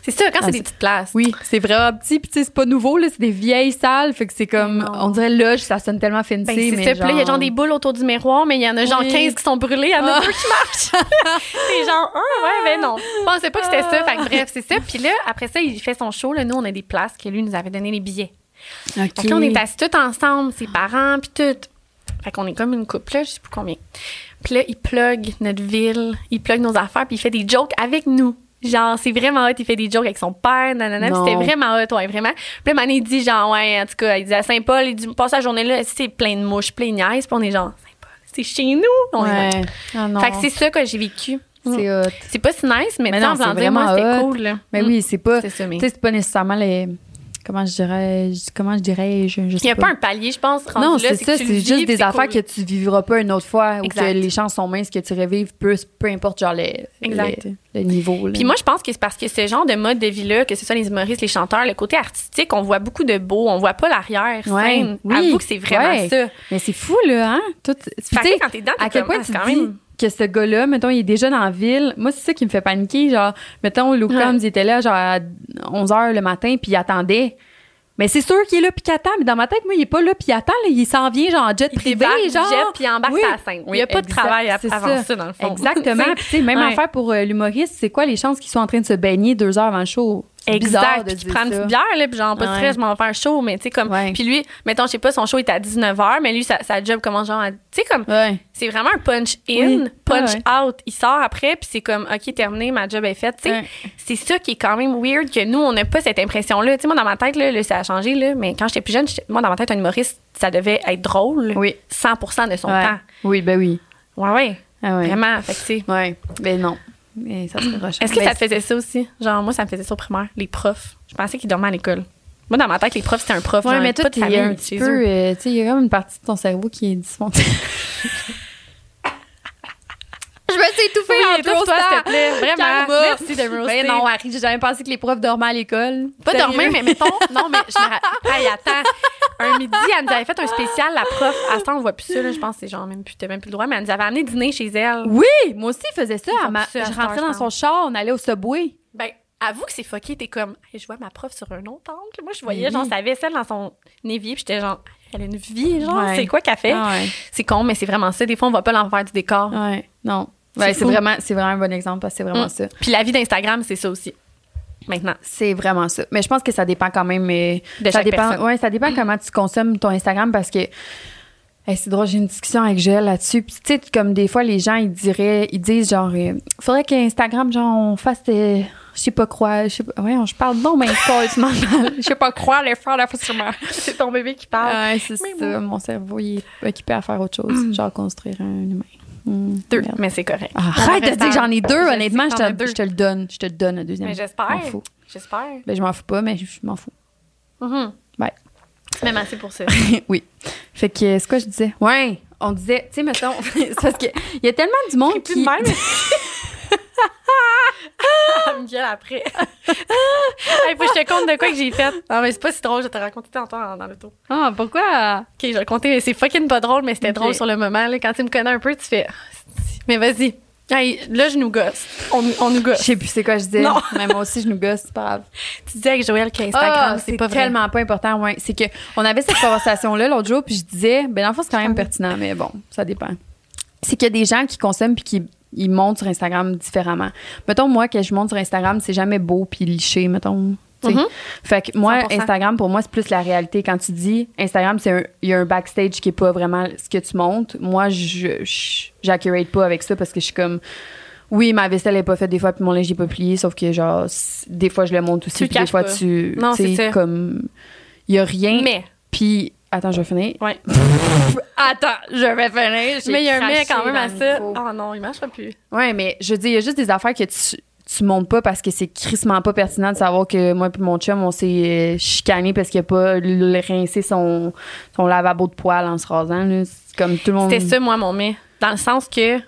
Speaker 1: C'est ça, quand
Speaker 2: Ah,
Speaker 1: c'est des
Speaker 2: c'est-
Speaker 1: petites places.
Speaker 2: Oui, c'est vraiment petit, puis tu sais, c'est pas nouveau, là, c'est des vieilles salles, fait que c'est comme,
Speaker 1: Mais non.
Speaker 2: on dirait loge, ça sonne tellement fancy,
Speaker 1: Ben, c'est
Speaker 2: mais
Speaker 1: ça. Puis là, il y a genre des boules autour du miroir, mais il y en a genre
Speaker 2: Oui.
Speaker 1: 15 qui sont brûlées, il y en a
Speaker 2: Ah.
Speaker 1: deux qui marchent. c'est genre, ah, ouais, ben non. Je pensais pas que c'était ça.
Speaker 2: Ah.
Speaker 1: Fait que bref, c'est ça. Puis là, après ça, il fait son show. Là, nous, on a des places que lui nous avait donné les billets. Fait que là, on est assis tous ensemble, ses parents, puis tout. Fait qu'on est comme une couple, là, je sais plus combien. Puis là, il plug notre ville, il plug nos affaires, puis il fait des jokes avec nous. Genre, c'est vraiment hot, il fait des jokes avec son père, nanana, puis
Speaker 2: Non.
Speaker 1: c'était vraiment hot, ouais, vraiment. Puis là, Mané dit, genre, ouais, en tout cas, il dit à Saint-Paul, il dit, passe la journée là, c'est plein de mouches, plein de niaises, puis on est genre, Saint-Paul, c'est chez nous. On est
Speaker 2: Ouais.
Speaker 1: genre-
Speaker 2: Ah non.
Speaker 1: Fait que c'est ça que j'ai vécu. Mm.
Speaker 2: c'est hot.
Speaker 1: C'est pas si nice, mais,
Speaker 2: Mais
Speaker 1: tu sais,
Speaker 2: non,
Speaker 1: en blanc
Speaker 2: c'est
Speaker 1: dire, moi,
Speaker 2: vraiment
Speaker 1: c'était
Speaker 2: hot.
Speaker 1: cool, là.
Speaker 2: Mais
Speaker 1: Mm.
Speaker 2: oui, c'est pas,
Speaker 1: C'est
Speaker 2: tu
Speaker 1: ça,
Speaker 2: sais,
Speaker 1: mais-
Speaker 2: c'est pas nécessairement les, comment je dirais, je- comment je dirais, je, je sais
Speaker 1: Il y a pas un
Speaker 2: pas.
Speaker 1: palier, je pense, rendu
Speaker 2: non,
Speaker 1: là,
Speaker 2: c'est ça,
Speaker 1: que tu le
Speaker 2: c'est
Speaker 1: vis,
Speaker 2: juste des
Speaker 1: puis
Speaker 2: affaires
Speaker 1: cool.
Speaker 2: que tu vivras pas une autre fois ou
Speaker 1: Exact.
Speaker 2: que les chances sont minces que tu revives, peu, peu importe genre le,
Speaker 1: Exact.
Speaker 2: le, le niveau. là.
Speaker 1: Puis moi, je pense que c'est parce que ce genre de mode de vie-là, que ce soit les humoristes, les chanteurs, le côté artistique, on voit beaucoup de beau, on voit pas l'arrière
Speaker 2: Ouais,
Speaker 1: scène.
Speaker 2: oui,
Speaker 1: Avoue que c'est vraiment
Speaker 2: ouais.
Speaker 1: ça.
Speaker 2: Mais c'est fou, là, hein? Tout, tu
Speaker 1: Fait que
Speaker 2: sais,
Speaker 1: quand t'es dedans, t'es
Speaker 2: à quel
Speaker 1: comme,
Speaker 2: point
Speaker 1: ah,
Speaker 2: tu
Speaker 1: c'est quand
Speaker 2: dis
Speaker 1: même-
Speaker 2: que ce gars-là, mettons, il est déjà dans la ville. Moi, c'est ça qui me fait paniquer. Genre, mettons, Lou
Speaker 1: Ouais.
Speaker 2: Combs, il était là, genre, à 11 h le matin, puis il attendait. Mais c'est sûr qu'il est là, puis qu'il attend. Mais dans ma tête, moi, il est pas là, puis il attend. là. il s'en vient, genre, en jet
Speaker 1: Il
Speaker 2: privé,
Speaker 1: débarque du
Speaker 2: genre.
Speaker 1: jet, puis il embarque sur la scène. Il y a pas de travail à-
Speaker 2: c'est
Speaker 1: avant ça, dans le fond.
Speaker 2: Exactement. Puis, tu sais, même
Speaker 1: Ouais.
Speaker 2: affaire pour euh, l'humoriste, c'est quoi les chances qu'ils soient en train de se baigner deux heures avant le show? C'est bizarre
Speaker 1: Exact.
Speaker 2: de
Speaker 1: Puis tu
Speaker 2: dire
Speaker 1: prends une
Speaker 2: ça.
Speaker 1: petite bière, là, puis genre, pas de
Speaker 2: Ouais.
Speaker 1: stress, je m'en vais faire chaud, mais tu sais, comme.
Speaker 2: Ouais.
Speaker 1: Puis lui, mettons, je sais pas, son show est à 19h, mais lui, sa, sa job commence genre à. Tu sais, comme.
Speaker 2: Ouais.
Speaker 1: C'est vraiment un punch in,
Speaker 2: Oui. Ah
Speaker 1: punch
Speaker 2: Ouais.
Speaker 1: out. Il sort après, puis c'est comme, OK, terminé, ma job est faite. Tu sais,
Speaker 2: Ouais.
Speaker 1: C'est ça qui est quand même weird que nous, on n'a pas cette impression-là. Tu sais, moi, dans ma tête, là, là, ça a changé, là, mais quand j'étais plus jeune, j'étais- moi, dans ma tête, un humoriste, ça devait être drôle
Speaker 2: Oui.
Speaker 1: 100 de son
Speaker 2: Ouais.
Speaker 1: temps.
Speaker 2: Oui, ben oui.
Speaker 1: Ouais, ouais.
Speaker 2: Ah ouais.
Speaker 1: Vraiment. Fait que, tu sais,
Speaker 2: Ouais, ben non. Mais ça serait rushant.
Speaker 1: Est-ce que
Speaker 2: Ben,
Speaker 1: ça te faisait ça aussi? Genre, moi, ça me faisait ça au primaire, les profs. Je pensais qu'ils dormaient à l'école. Moi, dans ma tête, les profs, c'était un prof.
Speaker 2: Ouais,
Speaker 1: genre,
Speaker 2: mais toi,
Speaker 1: pas de
Speaker 2: t'es un
Speaker 1: famille
Speaker 2: petit
Speaker 1: chez
Speaker 2: peu.
Speaker 1: eux.
Speaker 2: euh, tu sais, il y a comme une partie de ton cerveau qui est dysfonctionnelle. Je me suis étouffée
Speaker 1: Oui,
Speaker 2: en
Speaker 1: étouffe-toi,
Speaker 2: roastant.
Speaker 1: s'il te plaît. Vraiment.
Speaker 2: Karma.
Speaker 1: Merci de me roaster.
Speaker 2: Ben non, Harry, j'ai jamais pensé que les profs dormaient à l'école.
Speaker 1: Pas
Speaker 2: Sérieux.
Speaker 1: dormir, mais mettons. Non, mais je me rappelle. Hey, attends. Un midi, elle nous avait fait un spécial, la prof. À ce temps, on voit plus ça, là. Je pense que c'est genre, même plus, t'as même plus le droit, mais elle nous avait amené dîner chez elle.
Speaker 2: Oui, moi aussi, il faisait ça.
Speaker 1: Ils
Speaker 2: à
Speaker 1: font
Speaker 2: ma-
Speaker 1: plus ça à
Speaker 2: je
Speaker 1: cette heure,
Speaker 2: rentrais
Speaker 1: je
Speaker 2: dans
Speaker 1: pense.
Speaker 2: son char, on allait au Subway.
Speaker 1: Ben, Avoue que c'est fucké, t'es comme, Hey, je vois ma prof sur un autre angle. Moi, je voyais, genre, sa vaisselle dans son évier, puis j'étais genre, elle a une vie, genre,
Speaker 2: Ouais.
Speaker 1: c'est quoi qu'elle fait?
Speaker 2: Ah ouais.
Speaker 1: C'est con, mais c'est vraiment ça. Des fois, on va pas l'envers du décor.
Speaker 2: Ouais, non.
Speaker 1: C'est
Speaker 2: Ouais, c'est
Speaker 1: fou.
Speaker 2: vraiment, c'est vraiment un bon exemple parce que c'est vraiment
Speaker 1: Mm.
Speaker 2: ça.
Speaker 1: Puis la vie d'Instagram, c'est ça aussi. Maintenant.
Speaker 2: C'est vraiment ça. Mais je pense que ça dépend quand même. euh,
Speaker 1: De
Speaker 2: ça
Speaker 1: chaque
Speaker 2: dépend,
Speaker 1: personne.
Speaker 2: Ouais, ça dépend comment tu consommes ton Instagram parce que. hey, c'est drôle, j'ai une discussion avec Joël là-dessus. Puis, tu sais, comme des fois, les gens, ils diraient, ils disent genre, euh, faudrait qu'Instagram, genre, on fasse des. Je sais pas quoi. Je sais pas. Ouais, je parle non, mais complètement mal. Je sais pas quoi, les faire la facilement.
Speaker 1: c'est ton bébé qui
Speaker 2: Ah, Ouais, c'est
Speaker 1: Mais
Speaker 2: ça. Mon cerveau, il est occupé à faire autre chose. Genre, construire un humain. Hmm,
Speaker 1: Deux,
Speaker 2: merde.
Speaker 1: mais c'est correct.
Speaker 2: Mm. Ah,
Speaker 1: On
Speaker 2: Arrête de
Speaker 1: reste
Speaker 2: dire que j'en ai
Speaker 1: Je
Speaker 2: deux,
Speaker 1: sais
Speaker 2: honnêtement.
Speaker 1: que
Speaker 2: Je
Speaker 1: t'en as
Speaker 2: te,
Speaker 1: deux.
Speaker 2: je te le donne. Je te le donne, le deuxième.
Speaker 1: Mais
Speaker 2: Je
Speaker 1: j'espère.
Speaker 2: m'en fous.
Speaker 1: J'espère.
Speaker 2: Ben, je m'en fous pas, mais je, je m'en fous.
Speaker 1: Mhm.
Speaker 2: Ouais.
Speaker 1: Même assez pour ça.
Speaker 2: oui. Fait que, c'est quoi je disais? Ouais. On disait, tu sais, mettons, c'est parce qu'il y a tellement du monde
Speaker 1: plus
Speaker 2: qui.
Speaker 1: de même. Elle me gueule après. hey, faut que je te compte de quoi que j'ai fait. Non, mais c'est pas si drôle, je te raconté tantôt dans, dans l'auto.
Speaker 2: Ah, pourquoi?
Speaker 1: Ok, je vais le compter, mais c'est fucking pas drôle, mais c'était
Speaker 2: Ok.
Speaker 1: drôle sur le moment. là. Quand tu me connais un peu, tu fais. Mais vas-y. Hey, là, je nous gosse. On, on nous
Speaker 2: Je
Speaker 1: gosse.
Speaker 2: sais plus c'est quoi je disais.
Speaker 1: Non.
Speaker 2: Mais moi aussi, je nous gosse, c'est pas grave.
Speaker 1: Tu disais avec Joël qu'Instagram,
Speaker 2: Ah,
Speaker 1: c'est pas vrai.
Speaker 2: tellement pas important. Ouais. C'est que, on avait cette conversation-là l'autre jour, puis je disais, ben, dans le fond, c'est quand même pertinent, mais bon, ça dépend. C'est qu'il y a des gens qui consomment puis qui ils montent sur Instagram différemment. Mettons, moi, que je monte sur Instagram, c'est jamais beau puis liché, mettons. tu sais.
Speaker 1: Mhm.
Speaker 2: Fait que moi,
Speaker 1: 100%.
Speaker 2: Instagram, pour moi, c'est plus la réalité. Quand tu dis Instagram, c'est un- il y a un backstage qui est pas vraiment ce que tu montes. Moi, je je- j'accurate pas avec ça parce que je suis comme oui, ma vaisselle est pas faite des fois puis mon linge est pas plié, sauf que genre c- des fois je le monte aussi
Speaker 1: Tu le
Speaker 2: puis des
Speaker 1: caches
Speaker 2: fois
Speaker 1: pas.
Speaker 2: tu
Speaker 1: Non,
Speaker 2: tu sais,
Speaker 1: c'est ça.
Speaker 2: comme il y a rien.
Speaker 1: Mais.
Speaker 2: puis attends, je vais finir.
Speaker 1: Ouais.
Speaker 2: Attends, je vais finir. J'ai
Speaker 1: Mais il y a un mais
Speaker 2: craché
Speaker 1: quand même
Speaker 2: dans
Speaker 1: à
Speaker 2: le
Speaker 1: ça.
Speaker 2: micro.
Speaker 1: Oh non, il marchera plus.
Speaker 2: Ouais, mais je dis, il y a juste des affaires que tu, tu montes pas parce que c'est crissement pas pertinent de savoir que moi et mon chum, on s'est euh, chicané parce qu'il a pas l- rincé son, son lavabo de poêle en se rasant. là. C'est comme tout le monde.
Speaker 1: C'était ça, moi, mon mais. Dans le sens que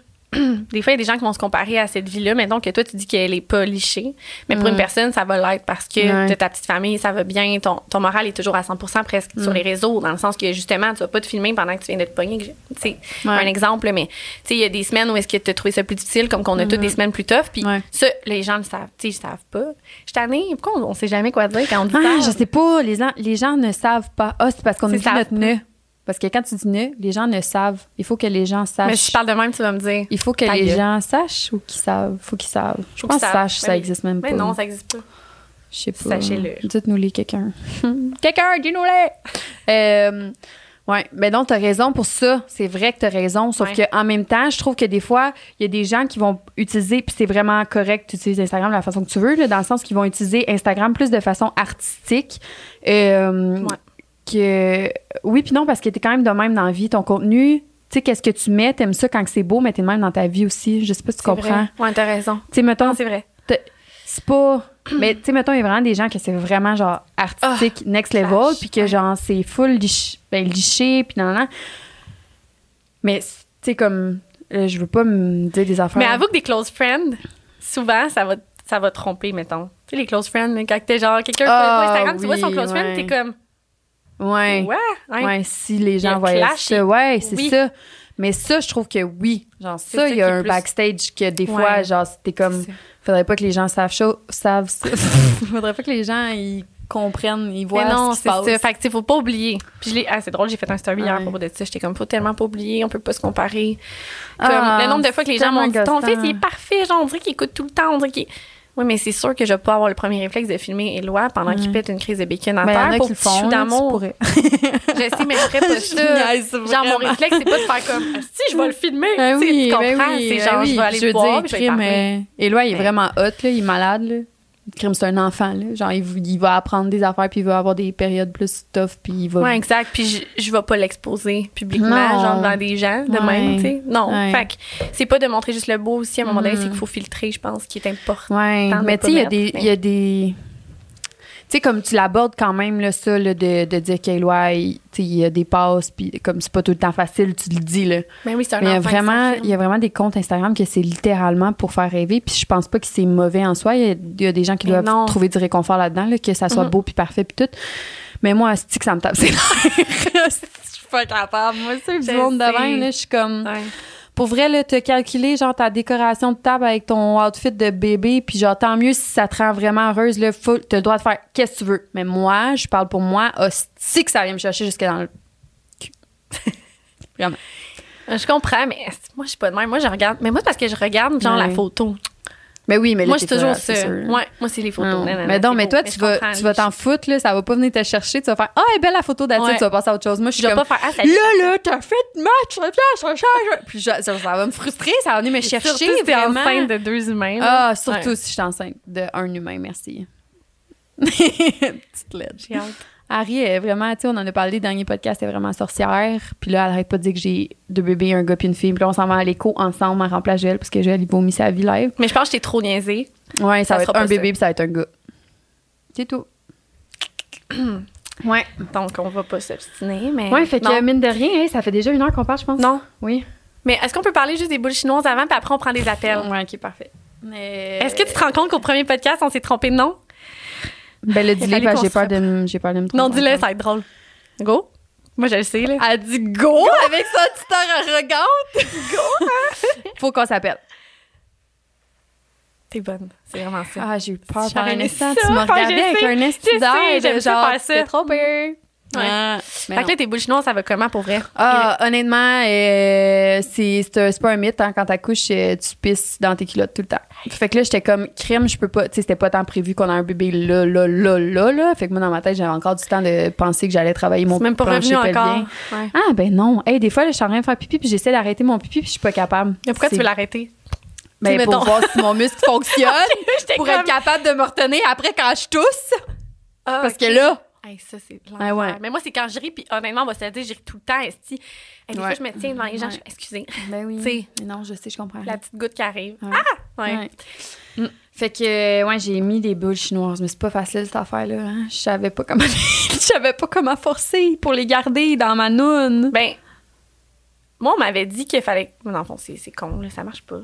Speaker 1: des fois, il y a des gens qui vont se comparer à cette vie-là. Mettons que toi, tu dis qu'elle est pas lichée. Mais pour
Speaker 2: Mm.
Speaker 1: une personne, ça va l'être parce que
Speaker 2: Ouais.
Speaker 1: de ta petite famille, ça va bien. Ton, ton moral est toujours à 100 presque
Speaker 2: Hum.
Speaker 1: sur les réseaux. Dans le sens que justement, tu vas pas te filmer pendant que tu viens de te pogner. que je- C'est
Speaker 2: Ouais.
Speaker 1: un exemple, là, mais tu sais, il y a des semaines où est-ce que tu as trouvé ça plus difficile, comme qu'on a toutes des semaines plus tough. Puis
Speaker 2: Hum. Ouais.
Speaker 1: ça, les gens le savent. Tu sais, ils le savent pas. Je suis tannée. Pourquoi on, on sait jamais quoi dire quand on dit
Speaker 2: Ah,
Speaker 1: ça?
Speaker 2: je sais pas, les, gens- les gens ne savent pas. Ah, c'est parce qu'on
Speaker 1: C'est
Speaker 2: a dit
Speaker 1: savent
Speaker 2: notre nœud. Parce que quand tu dis nœud, les gens ne savent. Il faut que les gens sachent.
Speaker 1: Mais si je parle de même, tu vas me dire.
Speaker 2: Il faut que
Speaker 1: Ta
Speaker 2: les
Speaker 1: gueule.
Speaker 2: gens sachent ou qu'ils savent. Faut qu'ils savent. Je
Speaker 1: Faut
Speaker 2: pense
Speaker 1: qu'ils
Speaker 2: que
Speaker 1: savent.
Speaker 2: sache,
Speaker 1: Mais
Speaker 2: ça
Speaker 1: oui.
Speaker 2: existe même pas.
Speaker 1: Mais non, ça existe pas.
Speaker 2: Je sais pas.
Speaker 1: Sachez-le.
Speaker 2: Dites-nous-les, quelqu'un. quelqu'un, dis-nous-les! Euh, ouais, mais non, t'as raison pour ça. C'est vrai que t'as raison. Sauf
Speaker 1: Ouais.
Speaker 2: qu'en même temps, je trouve que des fois, il y a des gens qui vont utiliser, puis c'est vraiment correct, tu utilises Instagram de la façon que tu veux, là, dans le sens qu'ils vont utiliser Instagram plus de façon artistique. Euh,
Speaker 1: Ouais.
Speaker 2: que oui puis non parce que t'es quand même de même dans la vie ton contenu tu sais qu'est-ce que tu mets t'aimes ça quand que c'est beau mais t'es de même dans ta vie aussi je sais pas si tu
Speaker 1: C'est
Speaker 2: comprends
Speaker 1: vrai. Ouais, t'as raison.
Speaker 2: tu sais mettons
Speaker 1: Non, c'est vrai.
Speaker 2: T'as- c'est pas mais tu sais mettons il y a vraiment des gens que c'est vraiment genre artistique next level
Speaker 1: Ah, clash,
Speaker 2: puis que
Speaker 1: ouais.
Speaker 2: genre c'est full lich- ben, liché puis nan, nan, nan. mais tu sais comme euh, je veux pas me dire des affaires
Speaker 1: Mais avoue que des close friends, souvent, ça va, ça va te tromper, mettons. Tu sais, les close friends, là, quand t'es genre quelqu'un qui connaît
Speaker 2: Ah,
Speaker 1: pas Instagram, tu vois son
Speaker 2: oui,
Speaker 1: close friend,
Speaker 2: ouais.
Speaker 1: t'es comme,
Speaker 2: ouais
Speaker 1: ouais, hein.
Speaker 2: ouais si les
Speaker 1: y a
Speaker 2: gens
Speaker 1: le
Speaker 2: voyaient
Speaker 1: clash
Speaker 2: ça ouais c'est
Speaker 1: oui.
Speaker 2: ça mais ça je trouve que oui genre
Speaker 1: C'est
Speaker 2: ça
Speaker 1: ça
Speaker 2: il y a
Speaker 1: qui est
Speaker 2: un
Speaker 1: plus-
Speaker 2: backstage que des fois
Speaker 1: Ouais.
Speaker 2: genre t'es comme
Speaker 1: C'est ça.
Speaker 2: faudrait pas que les gens savent ça savent ça faudrait pas que les gens ils comprennent ils voient
Speaker 1: Mais non,
Speaker 2: ce qui
Speaker 1: c'est
Speaker 2: se passe
Speaker 1: ça. Fait que, tu sais, faut pas oublier. Puis je l'ai, ah, c'est drôle, j'ai fait un story hier à
Speaker 2: Ouais.
Speaker 1: propos de ça. J'étais comme, faut tellement pas oublier, on peut pas se comparer. Comme,
Speaker 2: Ah,
Speaker 1: le nombre de fois que les gens m'ont dit,
Speaker 2: c'est
Speaker 1: ton fils,
Speaker 2: tellement
Speaker 1: il est parfait, genre, on dirait qu'il écoute tout le temps, on dirait qu'il. Oui, mais c'est sûr que je vais pas avoir le premier réflexe de filmer Éloi pendant qu'il pète une crise de bacon à
Speaker 2: Mm. Ben, y en
Speaker 1: terre
Speaker 2: a
Speaker 1: pour
Speaker 2: qui le
Speaker 1: petit chou
Speaker 2: font, là, tu
Speaker 1: d'amour.
Speaker 2: pourrais.
Speaker 1: Je sais, mais je ferais pas ça. Genre, mon réflexe, c'est pas de faire comme, Ah, si, je vais le filmer.
Speaker 2: Ben
Speaker 1: Tu sais,
Speaker 2: oui,
Speaker 1: tu comprends?
Speaker 2: ben oui,
Speaker 1: c'est
Speaker 2: ben
Speaker 1: genre,
Speaker 2: oui.
Speaker 1: je vais aller
Speaker 2: veux
Speaker 1: le voir,
Speaker 2: dire,
Speaker 1: puis je vais y
Speaker 2: Crime,
Speaker 1: parler.
Speaker 2: euh, Éloi, il est
Speaker 1: Mais-
Speaker 2: vraiment hot, là, il est malade. Là. Crime, c'est un enfant. Là. Genre, il, v- il va apprendre des affaires, puis il va avoir des périodes plus tough, puis il va.
Speaker 1: Ouais, exact. Puis je, je vais pas l'exposer publiquement,
Speaker 2: hein. Non.
Speaker 1: genre devant des gens, de
Speaker 2: Ouais.
Speaker 1: même, tu sais. Non.
Speaker 2: Ouais.
Speaker 1: Fait que c'est pas de montrer juste le beau aussi. À un moment donné,
Speaker 2: Mhm.
Speaker 1: c'est qu'il faut filtrer, je pense, qui est important.
Speaker 2: Ouais,
Speaker 1: Tant de
Speaker 2: mais
Speaker 1: pas
Speaker 2: tu sais, il y
Speaker 1: mettre,
Speaker 2: a des.
Speaker 1: mais-
Speaker 2: il y a des- Tu sais, comme tu l'abordes quand même, là, ça, là, de, de dire qu'Éloi, il tu sais, il y a des passes, puis comme c'est pas tout le temps facile, tu le dis, là.
Speaker 1: Mais Ben oui, c'est un
Speaker 2: Mais il y a
Speaker 1: enfant qui s'en
Speaker 2: vraiment,
Speaker 1: filme.
Speaker 2: il y a vraiment des comptes Instagram que c'est littéralement pour faire rêver. Puis je pense pas que c'est mauvais en soi. Il y a, il y a des gens qui
Speaker 1: Mais
Speaker 2: doivent
Speaker 1: non.
Speaker 2: trouver du réconfort là-dedans, là, que ça soit
Speaker 1: Mhm.
Speaker 2: beau puis parfait puis tout. Mais moi, c'est que ça me tape. C'est
Speaker 1: Je suis pas capable.
Speaker 2: moi, c'est
Speaker 1: Je
Speaker 2: du monde de
Speaker 1: sais.
Speaker 2: même, là, Je suis comme,
Speaker 1: Ouais.
Speaker 2: Pour vrai, là, te calculer, genre, ta décoration de table avec ton outfit de bébé, puis genre, tant mieux si ça te rend vraiment heureuse, là, full, t'as le droit de faire qu'est-ce que tu veux. Mais moi, je parle pour moi, hostie que ça vient me chercher jusque dans le cul. vraiment.
Speaker 1: Je comprends, mais moi, je suis pas de même. Moi, je regarde. Mais moi, c'est parce que je regarde, genre,
Speaker 2: Ouais.
Speaker 1: la photo.
Speaker 2: Mais oui, mais là,
Speaker 1: moi, je suis
Speaker 2: t'es
Speaker 1: toujours
Speaker 2: pas- c'est
Speaker 1: ça.
Speaker 2: sûr.
Speaker 1: Ouais, moi, c'est les photos.
Speaker 2: Ah Non.
Speaker 1: Nanana,
Speaker 2: mais non,
Speaker 1: c'est
Speaker 2: mais
Speaker 1: beau.
Speaker 2: toi, tu
Speaker 1: je
Speaker 2: vas,
Speaker 1: comprends,
Speaker 2: tu vas t'en foutre, là, ça va pas venir te chercher. Tu vas faire Ah, elle est belle la photo d'attitude,
Speaker 1: Ouais.
Speaker 2: tu vas passer à autre chose. Moi, je
Speaker 1: Je
Speaker 2: suis
Speaker 1: vais
Speaker 2: comme
Speaker 1: pas faire. Ah, ça-
Speaker 2: Là, là, t'as fait de match, je reviens, je change. Puis je- ça, ça va me frustrer, ça va venir me chercher.
Speaker 1: Surtout si t'es
Speaker 2: vraiment.
Speaker 1: enceinte de deux humains. là.
Speaker 2: Ah, surtout
Speaker 1: Ouais.
Speaker 2: si je suis enceinte d'un humain, merci. Petite ledge.
Speaker 1: J'ai hâte.
Speaker 2: Harry est vraiment, tu sais, on en a parlé le dernier podcast, elle est vraiment sorcière. Puis là, elle arrête pas de dire que j'ai deux bébés, un gars puis une fille. Puis là, on s'en va à l'écho ensemble en remplace Joël parce que Joël, il vomit sa vie live.
Speaker 1: Mais je pense que t'es trop niaisée.
Speaker 2: Ouais, ça,
Speaker 1: Ça
Speaker 2: va
Speaker 1: sera
Speaker 2: être un
Speaker 1: pas
Speaker 2: bébé puis ça va être un gars. C'est tout. ouais.
Speaker 1: Donc, on va pas s'obstiner, mais.
Speaker 2: Ouais, fait que
Speaker 1: Non.
Speaker 2: mine de rien, hein, ça fait déjà une heure qu'on parle, je pense.
Speaker 1: Non.
Speaker 2: Oui.
Speaker 1: Mais est-ce qu'on peut parler juste des boules chinoises avant, puis après, on prend des appels?
Speaker 2: Ouais, ok, parfait. Mais-
Speaker 1: Est-ce que tu te rends compte qu'au premier podcast, on s'est trompé de nom?
Speaker 2: Ben là, dis-le,
Speaker 1: Fallait
Speaker 2: parce
Speaker 1: qu'on
Speaker 2: que j'ai
Speaker 1: se
Speaker 2: peur, de me- j'ai peur de me tromper.
Speaker 1: Non, dis-le, ça va être drôle. Go? Ah, Moi, je le sais, là.
Speaker 2: Elle dit go, avec son petit air arrogante. Go. Faut qu'on s'appelle.
Speaker 1: T'es bonne. C'est vraiment ça.
Speaker 2: Ah, j'ai eu peur
Speaker 1: J'aurais
Speaker 2: pendant un
Speaker 1: aimé
Speaker 2: instant.
Speaker 1: ça,
Speaker 2: Tu m'as
Speaker 1: quand
Speaker 2: regardé
Speaker 1: j'ai
Speaker 2: avec
Speaker 1: fait-
Speaker 2: un
Speaker 1: je sais,
Speaker 2: instant
Speaker 1: j'aime
Speaker 2: de
Speaker 1: ça
Speaker 2: genre,
Speaker 1: faire ça.
Speaker 2: t'es trop peur.
Speaker 1: Ouais.
Speaker 2: Ah,
Speaker 1: fait
Speaker 2: mais non.
Speaker 1: que là, tes boules chinoises, ça va comment pour vrai?
Speaker 2: Ah, honnêtement, euh, c'est c'est un- c'est pas un mythe. hein. Quand t'accouches, euh, tu pisses dans tes culottes tout le temps. Fait que là, j'étais comme crime, je peux pas. Tu sais, c'était pas tant prévu qu'on a un bébé là, là, là, là, là. Fait que moi, dans ma tête, j'avais encore du temps de penser que j'allais travailler mon
Speaker 1: C'est même pas
Speaker 2: plancher
Speaker 1: revenu encore.
Speaker 2: pelvien.
Speaker 1: Ouais.
Speaker 2: Ah, ben non. Hey, des fois, là, je suis en train de faire pipi, puis j'essaie d'arrêter mon pipi, puis je suis pas capable.
Speaker 1: Mais pourquoi tu
Speaker 2: C'est-
Speaker 1: veux l'arrêter?
Speaker 2: Ben,
Speaker 1: Tu sais,
Speaker 2: pour
Speaker 1: mettons.
Speaker 2: voir si mon muscle fonctionne,
Speaker 1: J'étais
Speaker 2: pour être
Speaker 1: comme-
Speaker 2: capable de me retenir après quand je tousse.
Speaker 1: Ah,
Speaker 2: Parce
Speaker 1: ok.
Speaker 2: que là,
Speaker 1: Hey, ça, c'est de
Speaker 2: Ah ouais.
Speaker 1: l'enfer. Mais moi, c'est quand je ris, puis honnêtement, on va se le dire, je ris tout le temps, esti. Hey, des
Speaker 2: Ouais.
Speaker 1: fois, je me tiens devant les gens,
Speaker 2: Ouais.
Speaker 1: je fais, excusez,
Speaker 2: ben oui.
Speaker 1: tu sais,
Speaker 2: non, je sais, je comprends.
Speaker 1: la petite goutte qui arrive.
Speaker 2: Ouais.
Speaker 1: Ah! Ouais.
Speaker 2: Ouais. Mm. Fait que, euh, ouais, j'ai mis des boules chinoises, mais c'est pas facile cette affaire-là. hein. Je savais pas comment, je savais pas comment forcer pour les garder dans ma noune.
Speaker 1: Ben, moi, on m'avait dit qu'il fallait. Mais dans le fond, c'est c'est con, là, ça marche pas.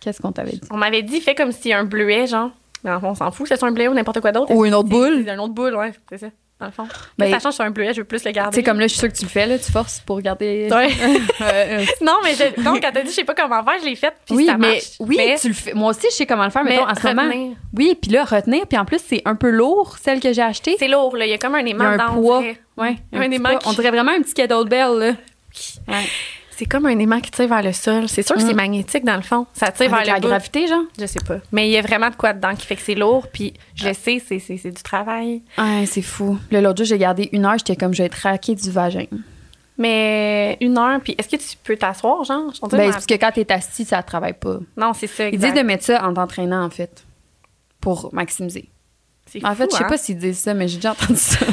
Speaker 2: Qu'est-ce qu'on t'avait dit?
Speaker 1: On m'avait dit, fais comme s'il y a un bleuet, genre. Mais dans le fond, on s'en fout, c'est sur un bleuet ou n'importe quoi d'autre.
Speaker 2: Ou une autre
Speaker 1: C'est
Speaker 2: boule.
Speaker 1: d'un autre boule, ouais, c'est ça. Dans le fond.
Speaker 2: Ben,
Speaker 1: Mais sachant que c'est un bleuet, je veux plus le
Speaker 2: Tu
Speaker 1: garder.
Speaker 2: sais, comme là, je suis sûre que tu le fais, là, tu forces pour garder.
Speaker 1: Ouais.
Speaker 2: Euh, euh,
Speaker 1: non, mais je- donc, quand t'as dit, je sais pas comment faire, je l'ai fait, puis
Speaker 2: oui,
Speaker 1: ça
Speaker 2: mais
Speaker 1: marche.
Speaker 2: oui,
Speaker 1: mais,
Speaker 2: tu le fais. Moi aussi, je sais comment le faire,
Speaker 1: mais
Speaker 2: mais en ce moment.
Speaker 1: retenir.
Speaker 2: Oui, puis là, retenir, puis en plus, c'est un peu lourd, celle que j'ai achetée.
Speaker 1: C'est lourd, là. Il y a comme un
Speaker 2: Il y a
Speaker 1: aimant
Speaker 2: un
Speaker 1: dedans. on
Speaker 2: poids.
Speaker 1: dirait.
Speaker 2: Ouais,
Speaker 1: Un
Speaker 2: petit
Speaker 1: aimant
Speaker 2: poids.
Speaker 1: qui-
Speaker 2: On dirait vraiment un petit kettlebell, là.
Speaker 1: C'est comme un aimant qui tire vers le sol. C'est sûr que
Speaker 2: Mm.
Speaker 1: c'est magnétique, dans le fond. Ça tire
Speaker 2: Avec
Speaker 1: vers
Speaker 2: la
Speaker 1: le bout.
Speaker 2: gravité, genre.
Speaker 1: Je sais pas. Mais il y a vraiment de quoi dedans qui fait que c'est lourd, puis je le sais, c'est- c'est c'est du travail.
Speaker 2: Ouais, c'est fou. Là, l'autre jour, j'ai gardé une heure, j'étais comme, je vais être raquée du vagin.
Speaker 1: Mais une heure, puis est-ce que tu peux t'asseoir, genre? On dirait
Speaker 2: Ben,
Speaker 1: ma-
Speaker 2: c'est parce que quand t'es assis, ça travaille pas.
Speaker 1: Non, c'est ça.
Speaker 2: Ils
Speaker 1: exact.
Speaker 2: disent de mettre ça en t'entraînant, en fait, pour maximiser.
Speaker 1: C'est
Speaker 2: En
Speaker 1: fou,
Speaker 2: fait, je sais
Speaker 1: hein?
Speaker 2: pas s'ils disent ça, mais j'ai déjà entendu ça.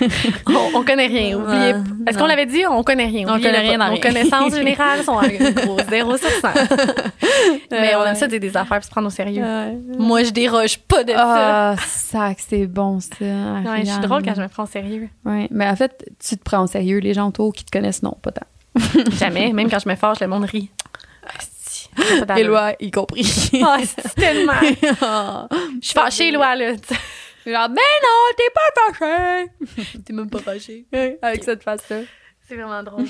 Speaker 1: On, on connaît rien, oubliez.
Speaker 2: Ouais,
Speaker 1: Est-ce qu'on
Speaker 2: non.
Speaker 1: l'avait dit? On connaît rien.
Speaker 2: On
Speaker 1: oubliez-le
Speaker 2: connaît rien
Speaker 1: pas.
Speaker 2: dans
Speaker 1: Nos
Speaker 2: rien.
Speaker 1: connaissances générales sont à un gros 0 sur 100. Mais on
Speaker 2: ouais. Ah,
Speaker 1: aime ça dire des affaires puis se prendre au sérieux.
Speaker 2: Ouais.
Speaker 1: Moi, je déroge pas de ça.
Speaker 2: Ah, sac, c'est bon, ça.
Speaker 1: Ouais, je suis drôle quand je me prends au sérieux.
Speaker 2: Ouais, mais en fait, tu te prends au sérieux. Les gens autour qui te connaissent, non, pas tant.
Speaker 1: Jamais. Même quand je me fâche, le monde rit.
Speaker 2: Ah,
Speaker 1: Asti, ça a pas d'allure.
Speaker 2: lois, y compris.
Speaker 1: Ah, c'est tellement.
Speaker 2: genre,
Speaker 1: Je suis fâchée, Loi, là.
Speaker 2: mais non, t'es pas fâché. t'es même pas fâché. Avec cette face-là.
Speaker 1: C'est vraiment drôle.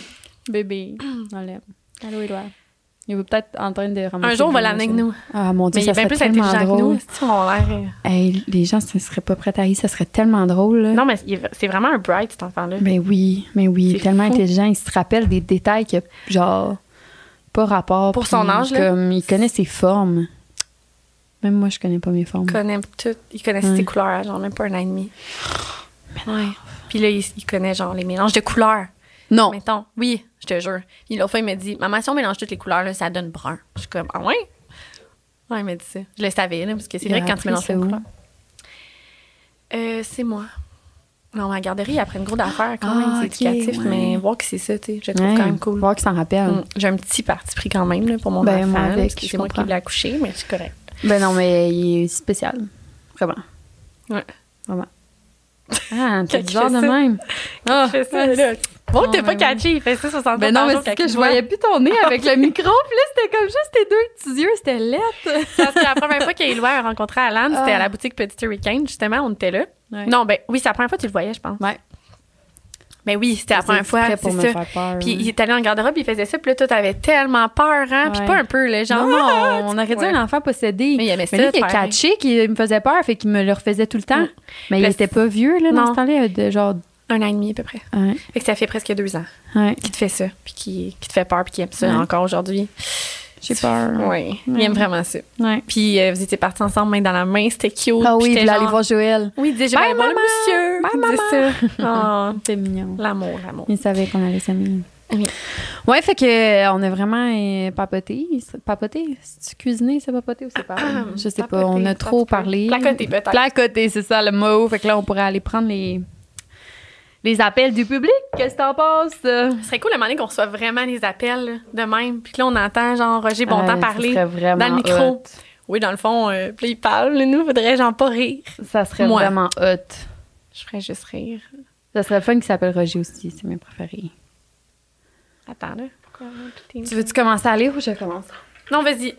Speaker 2: Bébé, enlève. Allô, Éloi. Il va peut-être en train de ramasser
Speaker 1: Un jour, on va
Speaker 2: le
Speaker 1: l'amener avec nous.
Speaker 2: Ah, mon Dieu,
Speaker 1: Mais il est
Speaker 2: ça
Speaker 1: bien
Speaker 2: serait
Speaker 1: plus
Speaker 2: tellement
Speaker 1: intelligent que
Speaker 2: drôle.
Speaker 1: nous. Asti, on a l'air, euh,
Speaker 2: Hey, les gens ne seraient pas prêts à y, ça serait tellement drôle. Là.
Speaker 1: Non, mais il- c'est vraiment un bright, cet enfant-là.
Speaker 2: Mais oui, mais oui,
Speaker 1: C'est
Speaker 2: tellement
Speaker 1: fou.
Speaker 2: intelligent. Il se rappelle des détails que, genre, pas rapport.
Speaker 1: Pour
Speaker 2: puis
Speaker 1: son âge, là.
Speaker 2: Comme, il connaît ses formes. Même moi, je connais pas mes formes.
Speaker 1: Il connaît tout. Il connaît
Speaker 2: Ouais.
Speaker 1: ses couleurs, genre même pas un an et demi. Ouais. Puis là, il, il connaît genre les mélanges de couleurs.
Speaker 2: non.
Speaker 1: Mettons, oui, je te jure. Il l'autre fois, il m'a dit Maman, si on mélange toutes les couleurs, là, ça donne brun. Je suis comme Ah ouais Ouais, il m'a dit ça. Je le savais, là, parce que c'est
Speaker 2: Il a
Speaker 1: vrai que quand
Speaker 2: appris
Speaker 1: tu mélanges
Speaker 2: ça
Speaker 1: les
Speaker 2: où?
Speaker 1: couleurs. Euh, c'est moi. Non, ma garderie, après une grosse affaire, quand
Speaker 2: Ah,
Speaker 1: même, c'est
Speaker 2: ok,
Speaker 1: éducatif,
Speaker 2: ouais.
Speaker 1: mais voir que c'est ça, tu sais, je le trouve
Speaker 2: Ouais,
Speaker 1: quand même cool.
Speaker 2: Voir qu'il s'en rappelle.
Speaker 1: Mm, J'ai un petit parti pris quand même là, pour mon
Speaker 2: Ben,
Speaker 1: enfant,
Speaker 2: moi
Speaker 1: là,
Speaker 2: avec,
Speaker 1: parce que
Speaker 2: je
Speaker 1: c'est moi qui
Speaker 2: comprends.
Speaker 1: l'ai accouché, mais c'est correct.
Speaker 2: Ben non, mais il est spécial. Vraiment.
Speaker 1: Ouais.
Speaker 2: Vraiment. Ah,
Speaker 1: Quand
Speaker 2: t'es
Speaker 1: il
Speaker 2: bizarre
Speaker 1: fait
Speaker 2: de
Speaker 1: ça.
Speaker 2: même. Ah,
Speaker 1: Je fais ça, là. Bon, t'es pas
Speaker 2: Ah, ben oui.
Speaker 1: catché, il fait ça 60
Speaker 2: Ben non, mais c'est que je voyais plus ton nez avec le micro. Puis là, c'était comme juste tes deux petits yeux, c'était lettre.
Speaker 1: Parce que la première fois qu'Éloi a rencontré Alan, c'était
Speaker 2: Ah.
Speaker 1: à la boutique Petit Hurricane, justement, on était là.
Speaker 2: Ouais.
Speaker 1: Non, ben oui, c'est la première fois que tu le voyais, je pense.
Speaker 2: Ouais.
Speaker 1: Mais oui, c'était la première fois,
Speaker 2: Prêt
Speaker 1: c'est
Speaker 2: pour me
Speaker 1: ça.
Speaker 2: faire peur.
Speaker 1: Puis il est allé dans le garde-robe, il faisait ça, puis là, toi, t'avais tellement peur, hein? Puis
Speaker 2: Ouais.
Speaker 1: pas un peu, là, genre,
Speaker 2: Non,
Speaker 1: Ah!
Speaker 2: non, on aurait dit
Speaker 1: Ouais.
Speaker 2: un enfant possédé.
Speaker 1: Mais il aimait ça,
Speaker 2: Mais lui, il a
Speaker 1: faire-
Speaker 2: catché, qui me faisait peur, fait qu'il me le refaisait tout le temps.
Speaker 1: Mm.
Speaker 2: Mais il
Speaker 1: Parce-
Speaker 2: était pas vieux, là,
Speaker 1: Non.
Speaker 2: dans ce temps-là, de genre.
Speaker 1: Un an et demi, à peu près.
Speaker 2: Ouais,
Speaker 1: Fait que ça fait presque deux ans
Speaker 2: ouais,
Speaker 1: qu'il te fait ça, puis qu'il qu'il te fait peur, puis qu'il aime ça
Speaker 2: Ouais.
Speaker 1: encore aujourd'hui.
Speaker 2: j'ai peur.
Speaker 1: Oui, il
Speaker 2: Ouais.
Speaker 1: aime vraiment ça.
Speaker 2: Ouais.
Speaker 1: Puis euh, vous étiez partis ensemble, main dans la main, c'était cute.
Speaker 2: Ah
Speaker 1: puis
Speaker 2: oui, il
Speaker 1: j'étais
Speaker 2: voulait
Speaker 1: genre-
Speaker 2: aller voir Joël.
Speaker 1: Oui, il disait, je vais
Speaker 2: Bye,
Speaker 1: aller voir le monsieur.
Speaker 2: maman. Bye,
Speaker 1: Bye, maman.
Speaker 2: C'est mignon.
Speaker 1: Ah, l'amour, l'amour.
Speaker 2: Il savait qu'on allait s'amuser.
Speaker 1: Oui.
Speaker 2: Ouais, fait que euh, on a vraiment euh, papoté, c'est- papoté, c'est cuisiner, c'est papoter ou c'est pas Je sais pas, on a
Speaker 1: Papoter,
Speaker 2: trop
Speaker 1: ça se peut.
Speaker 2: parlé.
Speaker 1: Placoter, peut-être.
Speaker 2: Placoter, c'est ça le mot. Fait que là on pourrait aller prendre les les appels du public. Qu'est-ce que t'en penses euh?
Speaker 1: Ce serait cool, à un moment donné, qu'on reçoive vraiment des appels là, de même. Puis que là, on entend, genre, Roger Bontemps
Speaker 2: Euh,
Speaker 1: parler
Speaker 2: ça serait vraiment
Speaker 1: dans le micro.
Speaker 2: hot.
Speaker 1: Oui, dans le fond, euh, puis là, il parle, là, nous, faudrait, genre, pas rire.
Speaker 2: Ça serait
Speaker 1: Moi.
Speaker 2: vraiment hot.
Speaker 1: Je ferais juste rire.
Speaker 2: Ça serait le fun qu'il s'appelle Roger aussi, c'est mes préférés.
Speaker 1: Attends, là. Pourquoi-
Speaker 2: Tu veux-tu commencer à lire ou je commence?
Speaker 1: Non, vas-y.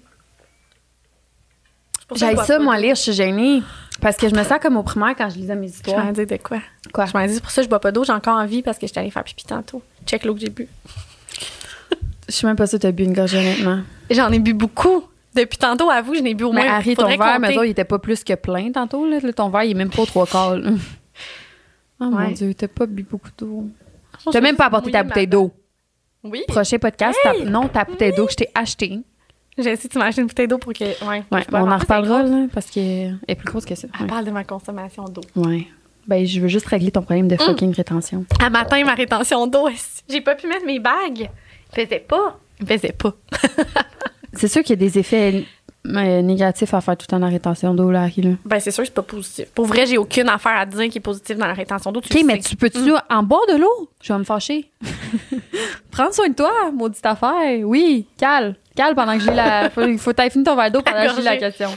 Speaker 1: C'est pour que
Speaker 2: J'aille
Speaker 1: je bois
Speaker 2: ça,
Speaker 1: pas.
Speaker 2: moi, lire, je suis gênée. Parce que je me sens comme au primaire quand je lisais mes
Speaker 1: Je vais
Speaker 2: histoires.
Speaker 1: en dire de quoi?
Speaker 2: Quoi?
Speaker 1: Je m'en dis, c'est pour ça que je bois pas d'eau, j'ai encore envie parce que j'étais allée faire pipi tantôt. Check l'eau que j'ai bu.
Speaker 2: Je suis même pas sûre que t'as bu une gorgée, honnêtement.
Speaker 1: J'en ai bu beaucoup. Depuis tantôt, à vous, je n'ai bu au moins.
Speaker 2: Mais Harry, ton
Speaker 1: faudrait
Speaker 2: verre,
Speaker 1: compter.
Speaker 2: mais toi, il était pas plus que plein tantôt. Là. Ton verre, il est même pas aux trois quarts. là. Oh mon
Speaker 1: Ouais.
Speaker 2: Dieu, t'as pas bu beaucoup d'eau.
Speaker 1: Je pense
Speaker 2: T'as
Speaker 1: que
Speaker 2: même
Speaker 1: je
Speaker 2: pas
Speaker 1: vais
Speaker 2: apporté ta
Speaker 1: mouiller ma-
Speaker 2: bouteille d'eau.
Speaker 1: Oui.
Speaker 2: Prochain podcast, ta- non, ta bouteille d'eau que je t'ai achetée.
Speaker 1: J'ai essayé de m'acheter une bouteille d'eau pour que. Ouais.
Speaker 2: Ouais,
Speaker 1: je
Speaker 2: mais on en
Speaker 1: bois- Ah,
Speaker 2: reparlera, là, parce qu'elle est plus grosse que ça.
Speaker 1: Elle
Speaker 2: Ouais.
Speaker 1: parle de ma consommation d'eau.
Speaker 2: Ouais. Ben, je veux juste régler ton
Speaker 1: Mm.
Speaker 2: problème de fucking rétention.
Speaker 1: À matin, ma rétention d'eau, est- j'ai pas pu mettre mes bagues. Je faisais pas. Je faisais pas.
Speaker 2: C'est sûr qu'il y a des effets euh, négatifs à faire tout le temps la rétention d'eau, là, Harry. Là.
Speaker 1: Ben, c'est sûr que c'est pas positif. Pour vrai, j'ai aucune affaire à dire qui est positive dans la rétention d'eau. Tu
Speaker 2: OK,
Speaker 1: le
Speaker 2: mais
Speaker 1: sais. Mm.
Speaker 2: tu peux-tu en boire de l'eau? Je vais me fâcher. Prends soin de toi, maudite affaire. Oui, cale. Cale pendant que j'ai la. Faut- Il faut que t'ailles finir ton verre d'eau pendant que j'ai la
Speaker 1: Gorgée.
Speaker 2: question.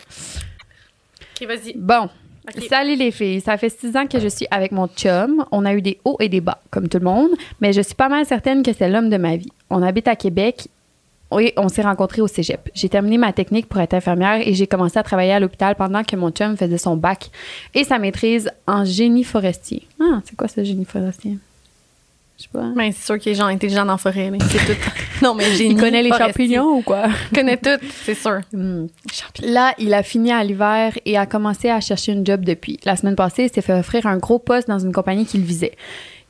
Speaker 1: Ok, vas-y.
Speaker 2: Bon.
Speaker 1: Ok.
Speaker 2: Salut les filles, ça fait six ans que je suis avec mon chum. On a eu des hauts et des bas, comme tout le monde, mais je suis pas mal certaine que c'est l'homme de ma vie. On habite à Québec et on s'est rencontrés au cégep. J'ai terminé ma technique pour être infirmière et j'ai commencé à travailler à l'hôpital pendant que mon chum faisait son bac et sa maîtrise en génie forestier. Ah, c'est quoi ce génie forestier? Je sais pas. hein.
Speaker 1: Ben, c'est sûr qu'il est genre intelligent dans la forêt. là. C'est tout. non, mais j'ai
Speaker 2: Il connaît les champignons ou quoi?
Speaker 1: Il connaît tout, c'est sûr.
Speaker 2: Hmm.
Speaker 1: Champignons.
Speaker 2: Là, il a fini à l'hiver et a commencé à chercher une job depuis. La semaine passée, il s'est fait offrir un gros poste dans une compagnie qu'il visait.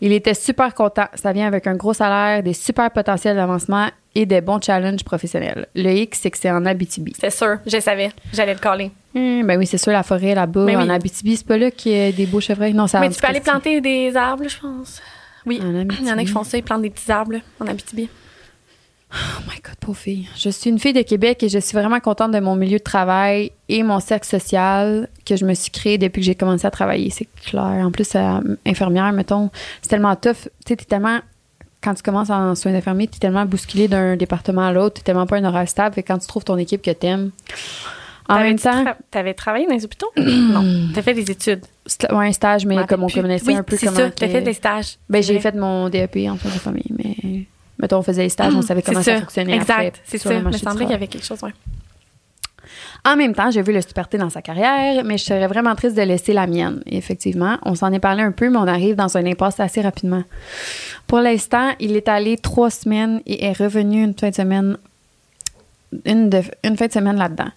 Speaker 2: Il était super content. Ça vient avec un gros salaire, des super potentiels d'avancement et des bons challenges professionnels. Le hic, c'est que c'est en Abitibi.
Speaker 1: C'est sûr, je savais. J'allais le caler.
Speaker 2: Hum, ben oui, c'est sûr, la forêt là-bas,
Speaker 1: Mais Ben oui.
Speaker 2: en Abitibi, c'est pas là qu'il y a des beaux chevreuils. Non, ça
Speaker 1: Mais tu peux aller planter des arbres, je pense. Oui.
Speaker 2: En Abitibi.
Speaker 1: Il y en a qui font ça, ils plantent des petits arbres là, en Abitibi.
Speaker 2: Oh my God, pauvre fille. Je suis une fille de Québec et je suis vraiment contente de mon milieu de travail et mon cercle social que je me suis créé depuis que j'ai commencé à travailler. C'est clair. En plus, euh, infirmière, mettons, c'est tellement tough. Tu sais, t'es tellement. Quand tu commences en soins infirmiers, t'es tellement bousculé d'un département à l'autre, t'es tellement pas un horaire stable. Fait que quand tu trouves ton équipe que t'aimes. En
Speaker 1: T'avais-
Speaker 2: même
Speaker 1: tu
Speaker 2: temps,
Speaker 1: tra- T'avais travaillé dans les hôpitaux? non. T'as fait des études.
Speaker 2: sta- ouais, un stage, mais
Speaker 1: Je m'en
Speaker 2: comme on
Speaker 1: rappelle plus.
Speaker 2: connaissait
Speaker 1: Oui,
Speaker 2: un peu
Speaker 1: c'est
Speaker 2: comment.
Speaker 1: ça, t'as
Speaker 2: que-
Speaker 1: fait des stages.
Speaker 2: ben, j'ai
Speaker 1: Ouais.
Speaker 2: fait mon DEP en soins de famille, mais. Mettons, on faisait les stages, on savait comment
Speaker 1: Ah, C'est
Speaker 2: ça, fonctionnait. après,
Speaker 1: Exact, c'est
Speaker 2: sur
Speaker 1: ça.
Speaker 2: le
Speaker 1: Il me
Speaker 2: marché du
Speaker 1: semblait
Speaker 2: travail.
Speaker 1: qu'il y avait quelque chose, ouais.
Speaker 2: En même temps, j'ai vu le superté dans sa carrière, mais je serais vraiment triste de laisser la mienne. Et effectivement, on s'en est parlé un peu, mais on arrive dans un impasse assez rapidement. Pour l'instant, il est allé trois semaines et est revenu une fin de semaine, une, de- une fin de semaine là-dedans.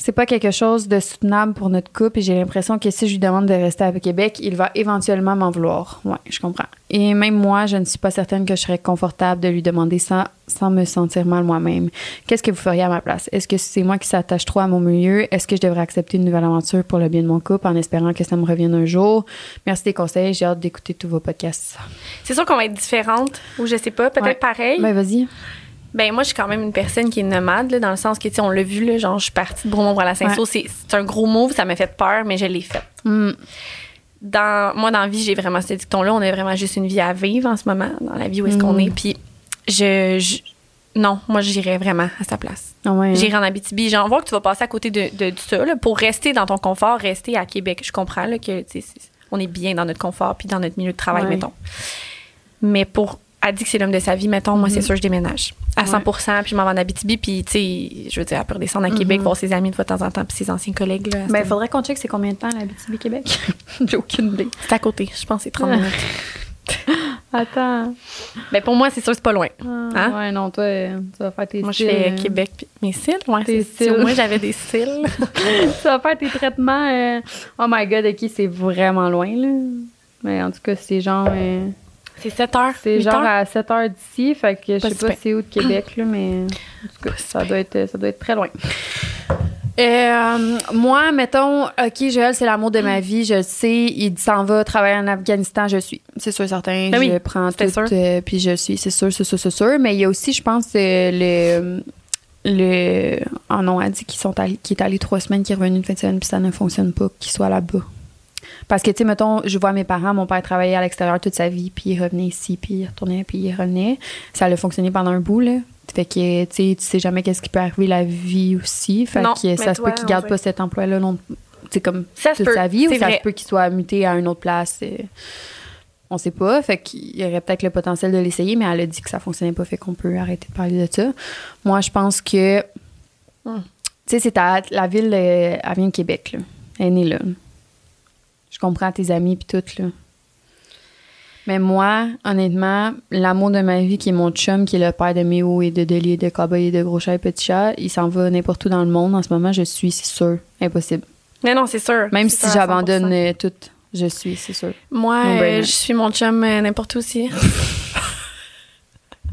Speaker 2: C'est pas quelque chose de soutenable pour notre couple et j'ai l'impression que si je lui demande de rester à Québec, il va éventuellement m'en vouloir. Ouais, je comprends. Et même moi, je ne suis pas certaine que je serais confortable de lui demander ça sans me sentir mal moi-même. Qu'est-ce que vous feriez à ma place? Est-ce que c'est moi qui s'attache trop à mon milieu? Est-ce que je devrais accepter une nouvelle aventure pour le bien de mon couple en espérant que ça me revienne un jour? Merci des conseils. J'ai hâte d'écouter tous vos podcasts.
Speaker 1: C'est sûr qu'on va être différentes, ou je sais pas, peut-être
Speaker 2: Ouais.
Speaker 1: pareil.
Speaker 2: Ben, vas-y.
Speaker 1: Ben moi, je suis quand même une personne qui est nomade, là, dans le sens que, tu sais, on l'a vu, là, genre, je suis partie de Bromont à la Saint-Saul. C'est c'est un gros move, ça m'a fait peur, mais je l'ai fait.
Speaker 2: Hmm.
Speaker 1: Dans, moi, dans la vie, j'ai vraiment ce dicton-là. On a vraiment juste une vie à vivre en ce moment, dans la vie où est-ce qu'on
Speaker 2: Mm.
Speaker 1: est. Puis, je, je- Non, moi, j'irais vraiment à sa place.
Speaker 2: Ah ouais, hein?
Speaker 1: J'irai en Abitibi. J'en vois que tu vas passer à côté de, de, de ça, là, pour rester dans ton confort, rester à Québec. Je comprends là, que tu sais, c'est- on est bien dans notre confort puis dans notre milieu de travail,
Speaker 2: Ouais.
Speaker 1: mettons. Mais pour. Elle dit que c'est l'homme de sa vie, mettons, moi, c'est sûr, je déménage. À 100 puis je m'en vais en Abitibi, puis, tu sais, je veux dire, elle peut redescendre à Québec, voir ses amis de fois de temps en temps, puis ses anciens collègues, là.
Speaker 2: Ben,
Speaker 1: C'est-
Speaker 2: faudrait qu'on check c'est combien de temps la BTB Québec? J'ai aucune idée.
Speaker 1: c'est à côté, je pense, que c'est 30
Speaker 2: Ah.
Speaker 1: minutes.
Speaker 5: Attends.
Speaker 1: Mais Ben, pour moi, c'est sûr que c'est pas loin. Hein?
Speaker 5: Ah, Ouais, non, toi, euh, tu vas faire tes
Speaker 1: Moi, je
Speaker 5: styles,
Speaker 1: fais
Speaker 5: euh,
Speaker 1: Québec puis mes cils. Ouais,
Speaker 5: Tes
Speaker 1: c'est- si au
Speaker 5: cils.
Speaker 1: moins j'avais des cils.
Speaker 5: tu vas faire tes traitements. euh, Oh my god, ok, c'est vraiment loin, là. Mais en tout cas, c'est genre. euh,
Speaker 1: C'est 7 heures.
Speaker 5: C'est
Speaker 1: huit
Speaker 5: genre
Speaker 1: heures.
Speaker 5: à 7 heures d'ici, fait que je
Speaker 1: Pas
Speaker 5: sais
Speaker 1: si
Speaker 5: pas
Speaker 1: pire.
Speaker 5: c'est où de Québec, là, mais en tout cas,
Speaker 1: si
Speaker 5: ça
Speaker 1: pire.
Speaker 5: doit, être, ça doit être très loin.
Speaker 2: Euh, moi, mettons, OK, Joël, c'est l'amour de
Speaker 1: Mm.
Speaker 2: ma vie, je le sais. Il s'en va travailler en Afghanistan, je suis. C'est sûr, certain.
Speaker 1: Ben oui,
Speaker 2: je prends
Speaker 1: c'était
Speaker 2: tout,
Speaker 1: sûr.
Speaker 2: euh, puis je suis, c'est sûr, c'est sûr, c'est sûr. Mais il y a aussi, je pense, euh, le... le oh non, elle dit qu'ils sont allés, qu'il est allé trois semaines, qu'il est revenu une fin de semaine, puis ça ne fonctionne pas, qu'il soit là-bas. Parce que, tu sais, mettons, je vois mes parents, mon père travaillait à l'extérieur toute sa vie, puis il revenait ici, puis il retournait, puis il revenait. Ça a fonctionné pendant un bout, là. Fait que, tu sais, tu sais jamais qu'est-ce qui peut arriver la vie aussi. Fait
Speaker 1: Non,
Speaker 2: que
Speaker 1: mais
Speaker 2: ça se
Speaker 1: toi,
Speaker 2: peut qu'il
Speaker 1: on
Speaker 2: garde
Speaker 1: dirait-
Speaker 2: pas cet emploi-là long- tu sais, comme
Speaker 1: Ça se
Speaker 2: toute
Speaker 1: peut,
Speaker 2: sa vie, ou
Speaker 1: c'est
Speaker 2: ça
Speaker 1: vrai.
Speaker 2: se peut qu'il soit muté à une autre place. euh, on sait pas. Fait qu'il y aurait peut-être le potentiel de l'essayer, mais elle a dit que ça fonctionnait pas. Fait qu'on peut arrêter de parler de ça. Moi, je pense que.
Speaker 1: Hmm.
Speaker 2: Tu sais, c'est à la ville, euh, elle vient de Québec, là. Elle est née là. Je comprends tes amis puis tout, là. Mais moi, honnêtement, l'amour de ma vie, qui est mon chum, qui est le père de Méo et de Delis et de Cowboy et de Gros Chat et Petit Chat, il s'en va n'importe où dans le monde en ce moment, je suis, c'est sûr. Impossible.
Speaker 1: Mais non, c'est sûr.
Speaker 2: Même
Speaker 1: C'est
Speaker 2: si
Speaker 1: sûr à 100%.
Speaker 2: j'abandonne euh, tout, je suis, c'est sûr.
Speaker 1: Moi,
Speaker 2: No
Speaker 1: euh,
Speaker 2: brainer.
Speaker 1: je suis mon chum euh, n'importe où aussi.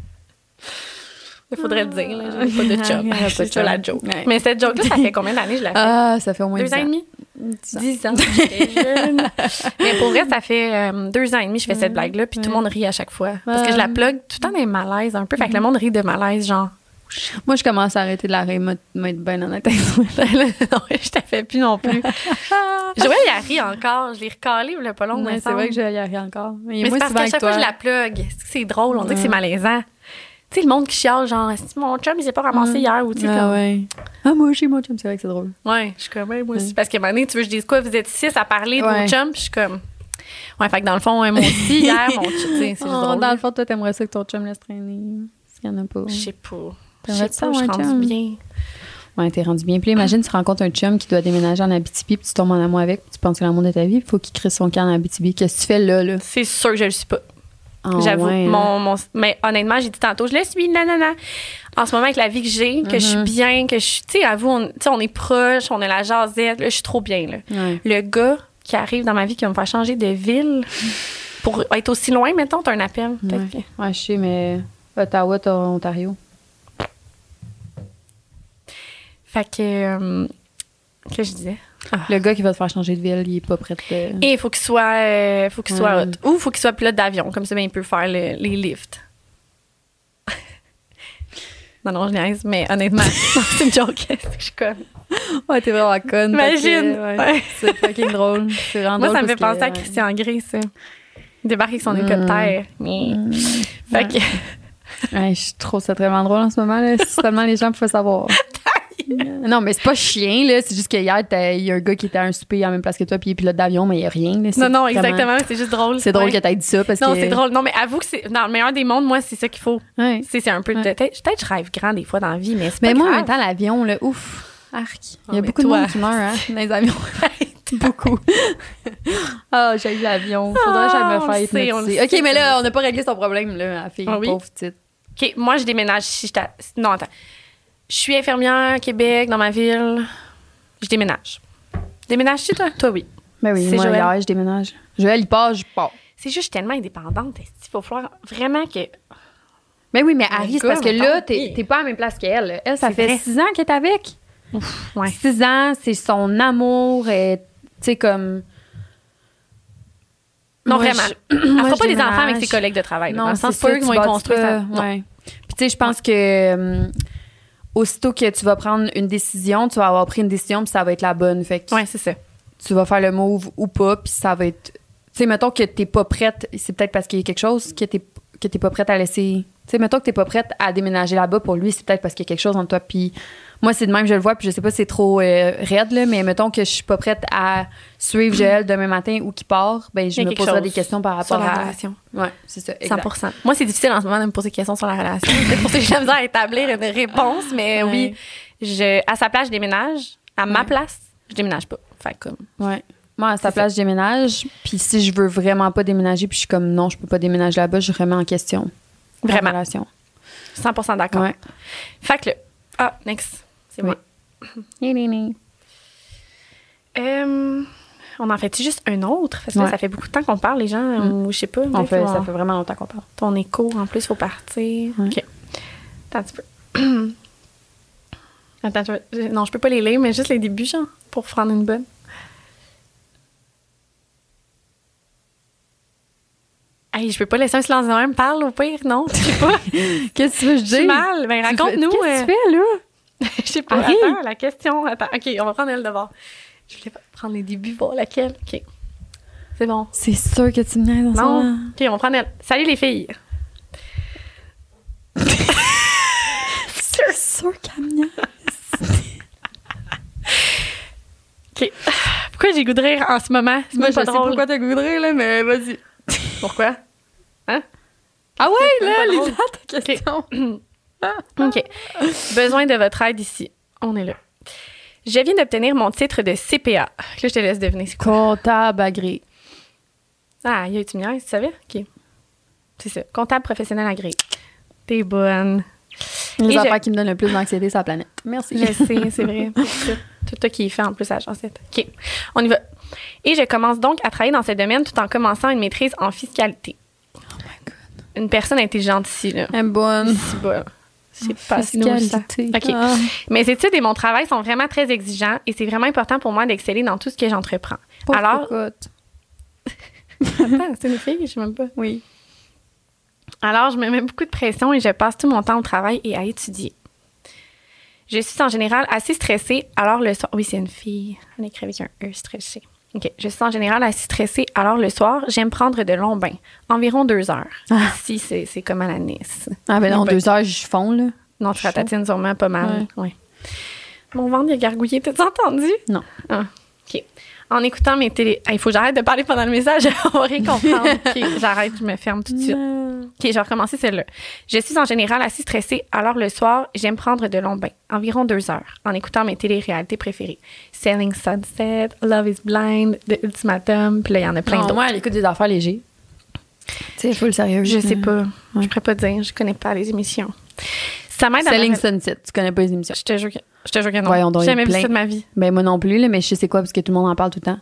Speaker 1: Il faudrait le dire, là. J'ai pas de chum.
Speaker 2: Ah,
Speaker 1: C'est
Speaker 2: pas de
Speaker 1: ça la
Speaker 2: chum.
Speaker 1: joke.
Speaker 2: Ouais.
Speaker 1: Mais cette joke-là, ça fait combien d'années que je la fais?
Speaker 2: Ah, ça fait au moins
Speaker 1: deux
Speaker 2: dix
Speaker 1: ans et
Speaker 2: ans.
Speaker 1: demi? Dix ans. J'étais jeune. Mais pour vrai, ça fait euh, deux ans et demi que je fais cette blague-là, puis tout le monde rit à chaque fois. Parce que je la plug tout le temps dans les malaises un peu. Fait que le monde rit de malaise, genre.
Speaker 2: Moi, je commence à arrêter de la rire, moi, moi, être bien honnête.
Speaker 1: non, je t'en fais plus non plus. Joël, il a ri encore. Je l'ai recalé, il y a pas long,
Speaker 2: Ouais,
Speaker 1: me
Speaker 2: c'est vrai
Speaker 1: semble.
Speaker 2: que je y arrive encore. Mais,
Speaker 1: Mais c'est
Speaker 2: moi,
Speaker 1: parce
Speaker 2: souvent
Speaker 1: qu'à
Speaker 2: avec
Speaker 1: chaque
Speaker 2: toi,
Speaker 1: fois, je la plug. Est-ce que C'est drôle, on dirait que c'est malaisant. Tu sais, le monde qui chiale, genre, si mon chum, il s'est pas ramassé hier ou tu sais,
Speaker 2: Ah
Speaker 1: comme- ouais.
Speaker 2: ouais. Ah, moi aussi, moi, chum, c'est vrai que c'est drôle.
Speaker 1: je suis comme, Ouais, moi aussi. Parce qu'à un moment donné, tu veux que je dise quoi, vous êtes six à parler de mon
Speaker 2: Ouais.
Speaker 1: chum, puis je suis comme, ouais, fait que dans le fond, ouais, moi aussi, hier, mon chum, tu sais, c'est
Speaker 2: Oh,
Speaker 1: juste drôle.
Speaker 2: dans le fond, toi, t'aimerais ça que ton chum laisse traîner. S'il y en a pas.
Speaker 1: Je sais pas. Je sais
Speaker 2: T'aimerais
Speaker 1: pas,
Speaker 2: ça,
Speaker 1: je suis
Speaker 2: un
Speaker 1: rendue
Speaker 2: chum?
Speaker 1: bien.
Speaker 2: Ouais, t'es rendu bien. Puis là, imagine, tu rencontres un chum qui doit déménager en Abitibi, puis tu tombes en amour avec, puis tu penses que l'amour de ta vie, il faut qu'il crée son camp en Abitibi. Qu'est-ce que tu fais là, là?
Speaker 1: C'est sûr que je le suis pas.
Speaker 2: Ah,
Speaker 1: J'avoue.
Speaker 2: ouais, hein.
Speaker 1: mon, mon- mais honnêtement, j'ai dit tantôt, je le suis, nanana. En ce moment, avec la vie que j'ai, que
Speaker 2: Mm-hmm.
Speaker 1: je suis bien, que je suis, tu sais, avoue, on, tu sais, on est proche, on a la jasette, là, je suis trop bien, là.
Speaker 2: Ouais.
Speaker 1: Le gars qui arrive dans ma vie, qui va me faire changer de ville pour être aussi loin, mettons, t'as un appel. peut-être
Speaker 2: Ouais.
Speaker 1: que-
Speaker 2: Ouais, je sais, mais Ottawa, t'as Ontario.
Speaker 1: Fait que. euh, que je disais.
Speaker 2: Le gars qui va te faire changer de ville, il est pas prêt de.
Speaker 1: Et il faut qu'il soit, euh, faut qu'il soit
Speaker 2: Ouais.
Speaker 1: hot. Ou faut qu'il soit pilote d'avion. Comme ça, ben, il peut faire le- les lifts. non, non, je niaise, mais honnêtement, non, c'est une joke. Je suis comme.
Speaker 2: Ouais, t'es vraiment conne.
Speaker 1: Imagine.
Speaker 2: parce que, ouais,
Speaker 1: Ouais.
Speaker 2: C'est fucking drôle. C'est vraiment
Speaker 1: Moi,
Speaker 2: drôle
Speaker 1: ça me fait
Speaker 2: parce
Speaker 1: penser
Speaker 2: que, Mm.
Speaker 1: à
Speaker 2: ouais.
Speaker 1: Christian Grey, ça. Il débarque avec son hélicoptère.
Speaker 2: Mm.
Speaker 1: Fait que.
Speaker 2: euh, Ouais, je trouve ça vraiment drôle en ce moment. Là. Si seulement les gens pouvaient savoir. non, mais c'est pas chien, là. C'est juste que hier, t'as- il y a un gars qui était à un souper à la même place que toi, puis il est pilote d'avion, mais il y a rien. là. C'est
Speaker 1: Non, non,
Speaker 2: vraiment-
Speaker 1: exactement. C'est juste drôle.
Speaker 2: C'est drôle
Speaker 1: Ouais.
Speaker 2: que t'aies dit ça parce
Speaker 1: Non,
Speaker 2: que.
Speaker 1: c'est drôle. Non, mais avoue que c'est. Dans le meilleur des mondes, moi, c'est ça qu'il faut.
Speaker 2: Ouais.
Speaker 1: Tu sais, C'est un peu. de-
Speaker 2: Ouais.
Speaker 1: Peut-être peut-être je rêve grand des fois dans la vie, mais c'est pas
Speaker 2: Mais moi, en
Speaker 1: grave.
Speaker 2: même temps, l'avion, là, ouf, arc. Il y
Speaker 1: Ah,
Speaker 2: a
Speaker 1: mais
Speaker 2: beaucoup de
Speaker 1: toi.
Speaker 2: monde qui meurt, hein, dans les avions. beaucoup. Ah, j'ai eu l'avion. Faudrait
Speaker 1: Ah,
Speaker 2: que j'aille me
Speaker 1: on
Speaker 2: faire
Speaker 1: le sait, on le
Speaker 2: hypnotiser.
Speaker 1: sait,
Speaker 2: OK, mais là, on n'a pas réglé son problème, là, la fille,
Speaker 1: Ah oui?
Speaker 2: pauvre petite.
Speaker 1: OK, moi, je déménage si je t'a- Non, attends. Je suis infirmière à Québec, dans ma ville. Je déménage. Déménages-tu, toi? Toi, oui.
Speaker 2: Ben oui,
Speaker 1: C'est
Speaker 2: moi,
Speaker 1: Joël.
Speaker 2: hier, je déménage. Joël, il part, je pars.
Speaker 1: C'est juste, je suis tellement indépendante. Il faut falloir vraiment que.
Speaker 2: Mais Ben oui, mais Harry, c'est
Speaker 1: gars,
Speaker 2: parce que
Speaker 1: mettons,
Speaker 2: là,
Speaker 1: oui.
Speaker 2: t'es t'es pas à la même place qu'elle. là. Elle, ça
Speaker 1: C'est
Speaker 2: fait
Speaker 1: vrai.
Speaker 2: six ans qu'elle est avec.
Speaker 1: Ouais.
Speaker 2: Six ans, c'est son amour, et tu sais, comme...
Speaker 1: Non,
Speaker 2: Moi,
Speaker 1: vraiment.
Speaker 2: je-
Speaker 1: Elle
Speaker 2: moi,
Speaker 1: fera
Speaker 2: je
Speaker 1: pas des enfants avec
Speaker 2: déménage.
Speaker 1: ses collègues de travail. là. dans le
Speaker 2: c'est
Speaker 1: sens, c'est pas
Speaker 2: ça,
Speaker 1: eux qui
Speaker 2: tu
Speaker 1: vont y
Speaker 2: bâtis
Speaker 1: construire
Speaker 2: pas,
Speaker 1: ça. Non.
Speaker 2: ouais. Puis tu sais, je pense que euh, aussitôt que tu vas prendre une décision, tu vas avoir pris une décision puis ça va être la bonne. Fait que
Speaker 1: Ouais, c'est ça.
Speaker 2: tu vas faire le move ou pas puis ça va être... Tu sais, mettons que t'es pas prête, c'est peut-être parce qu'il y a quelque chose que t'es que t'es pas prête à laisser... Tu sais, mettons que t'es pas prête à déménager là-bas, pour lui, c'est peut-être parce qu'il y a quelque chose entre toi puis... Moi, c'est de même, je le vois, puis je sais pas si c'est trop euh, raide, là, mais mettons que je suis pas prête à suivre Joël demain matin ou qu'il part, ben
Speaker 1: Il
Speaker 2: je
Speaker 1: y a
Speaker 2: me
Speaker 1: quelque
Speaker 2: poserai
Speaker 1: chose
Speaker 2: des questions par
Speaker 1: Sur
Speaker 2: rapport
Speaker 1: la
Speaker 2: à...
Speaker 1: relation.
Speaker 2: Ouais, c'est ça, exact.
Speaker 1: 100 Moi, c'est difficile en ce moment de me poser des questions sur la relation. C'est pour ça que j'ai la misère à établir une réponse, mais
Speaker 2: Ah,
Speaker 1: oui, je, à sa place, je déménage. À ma place, je déménage pas. Fait comme.
Speaker 2: Ouais. Moi, à sa place, je déménage. Puis si je veux vraiment pas déménager, puis je suis comme non, je peux pas déménager là-bas, je remets en question. ma
Speaker 1: Vraiment.
Speaker 2: relation.
Speaker 1: 100 d'accord.
Speaker 2: Ouais.
Speaker 1: Fait que le. Ah, next. C'est moi. Euh, on en fait juste un autre? Parce que là,
Speaker 2: Ouais. Mm.
Speaker 1: ça fait beaucoup de temps qu'on parle, les gens, ou je sais pas.
Speaker 2: On
Speaker 1: peut-être
Speaker 2: fait,
Speaker 1: qu'on-
Speaker 2: ça fait vraiment longtemps qu'on parle.
Speaker 1: Ton écho, en plus, faut partir.
Speaker 2: Ouais.
Speaker 1: OK. Attends un petit peu. Attends, je vais- je- non, je peux pas les lire, mais juste les débuts, genre, pour prendre une bonne. Hey, je peux pas laisser un silence de même. Parle au pire, non? Je sais pas.
Speaker 2: Qu'est-ce que tu veux que je
Speaker 1: J'ai
Speaker 2: dise?
Speaker 1: mal. Ben, raconte-nous.
Speaker 2: Qu'est-ce
Speaker 1: euh,
Speaker 2: que tu fais, là?
Speaker 1: Je sais pas.
Speaker 2: Arrive.
Speaker 1: Attends, la question. Attends. OK, on va prendre elle de bord. Je voulais pas prendre les débuts, voir laquelle. OK. C'est bon.
Speaker 2: C'est sûr que tu me niaises en ce moment.
Speaker 1: Non. OK, on prend elle. Salut les filles.
Speaker 2: C'est sûr qu'elle me niaise.
Speaker 1: OK. Pourquoi j'ai goût de rire en ce moment? C'est
Speaker 2: Moi,
Speaker 1: même
Speaker 2: je
Speaker 1: pas
Speaker 2: sais
Speaker 1: drôle.
Speaker 2: pourquoi t'as goudré, là, mais vas-y.
Speaker 1: Pourquoi?
Speaker 2: Ah ouais,
Speaker 1: même pas
Speaker 2: là,
Speaker 1: drôle.
Speaker 2: Lisa, ta question.
Speaker 1: OK. Besoin de votre aide ici. On est là. Je viens d'obtenir mon titre de CPA. Là, je te laisse deviner. C'est quoi?
Speaker 2: Comptable agréé.
Speaker 1: Ah, il y a eu tu me niaises, tu savais? OK. C'est ça. Comptable professionnel agréé. T'es bonne.
Speaker 2: Les
Speaker 1: Et
Speaker 2: affaires qui me donnent le plus d'anxiété sur la planète. Merci.
Speaker 1: Je sais, c'est vrai. Tout toi qui y fait en plus à Agence 7. OK, on y va. Et je commence donc à travailler dans ce domaine tout en commençant une maîtrise en fiscalité.
Speaker 2: Oh my God.
Speaker 1: Une personne intelligente ici, là.
Speaker 2: Elle est bonne.
Speaker 1: Ici, bas. C'est pas si nous, ça. OK.
Speaker 2: Ah.
Speaker 1: Mes études et mon travail sont vraiment très exigeants et c'est vraiment important pour moi d'exceller dans tout ce que j'entreprends.
Speaker 2: Pauvre
Speaker 1: Alors-
Speaker 2: cocotte.
Speaker 1: Attends, c'est une fille, je sais même pas.
Speaker 2: Oui.
Speaker 1: Alors, je me mets beaucoup de pression et je passe tout mon temps au travail et à étudier. Je suis en général assez stressée, alors le soir. Oui, c'est une fille. On écrit avec un E stressé. OK. Je suis en général assez stressée, alors le soir, j'aime prendre de longs bains. Environ deux heures. Ici, c'est c'est comme à la Nice.
Speaker 2: Ah, ben non,
Speaker 1: Ben-
Speaker 2: deux heures, je fonds, là.
Speaker 1: Non, tu ratatines sûrement pas mal. Ouais. Mon ventre, il a gargouillé. T'as-tu entendu?
Speaker 2: Non.
Speaker 1: Ah, OK. En écoutant mes télé. Ah, Il faut que j'arrête de parler pendant le message. On va rien comprendre. OK, j'arrête, je me ferme tout de suite.
Speaker 2: Euh,
Speaker 1: OK, je vais recommencer celle-là. Je suis en général assez stressée, alors le soir, j'aime prendre de longs bains, environ deux heures, en écoutant mes téléréalités préférées. Selling Sunset, Love is Blind, The Ultimatum, puis là, il y en a plein
Speaker 2: Non,
Speaker 1: d'autres.
Speaker 2: moi, elle écoute des affaires légères. Tu sais, full sérieux.
Speaker 1: Je sais pas.
Speaker 2: Mm. ouais.
Speaker 1: Je pourrais pas dire. Je connais pas les émissions. Ça m'aide à... me
Speaker 2: Selling
Speaker 1: rappel-
Speaker 2: Sunset, tu connais pas les émissions.
Speaker 1: Je te jure que, je te jure que non.
Speaker 2: Voyons donc, il y
Speaker 1: J'ai
Speaker 2: a
Speaker 1: jamais vu
Speaker 2: plein.
Speaker 1: ça de ma vie.
Speaker 2: Ben moi non plus, là, mais je sais c'est quoi parce que tout le monde en parle tout le temps.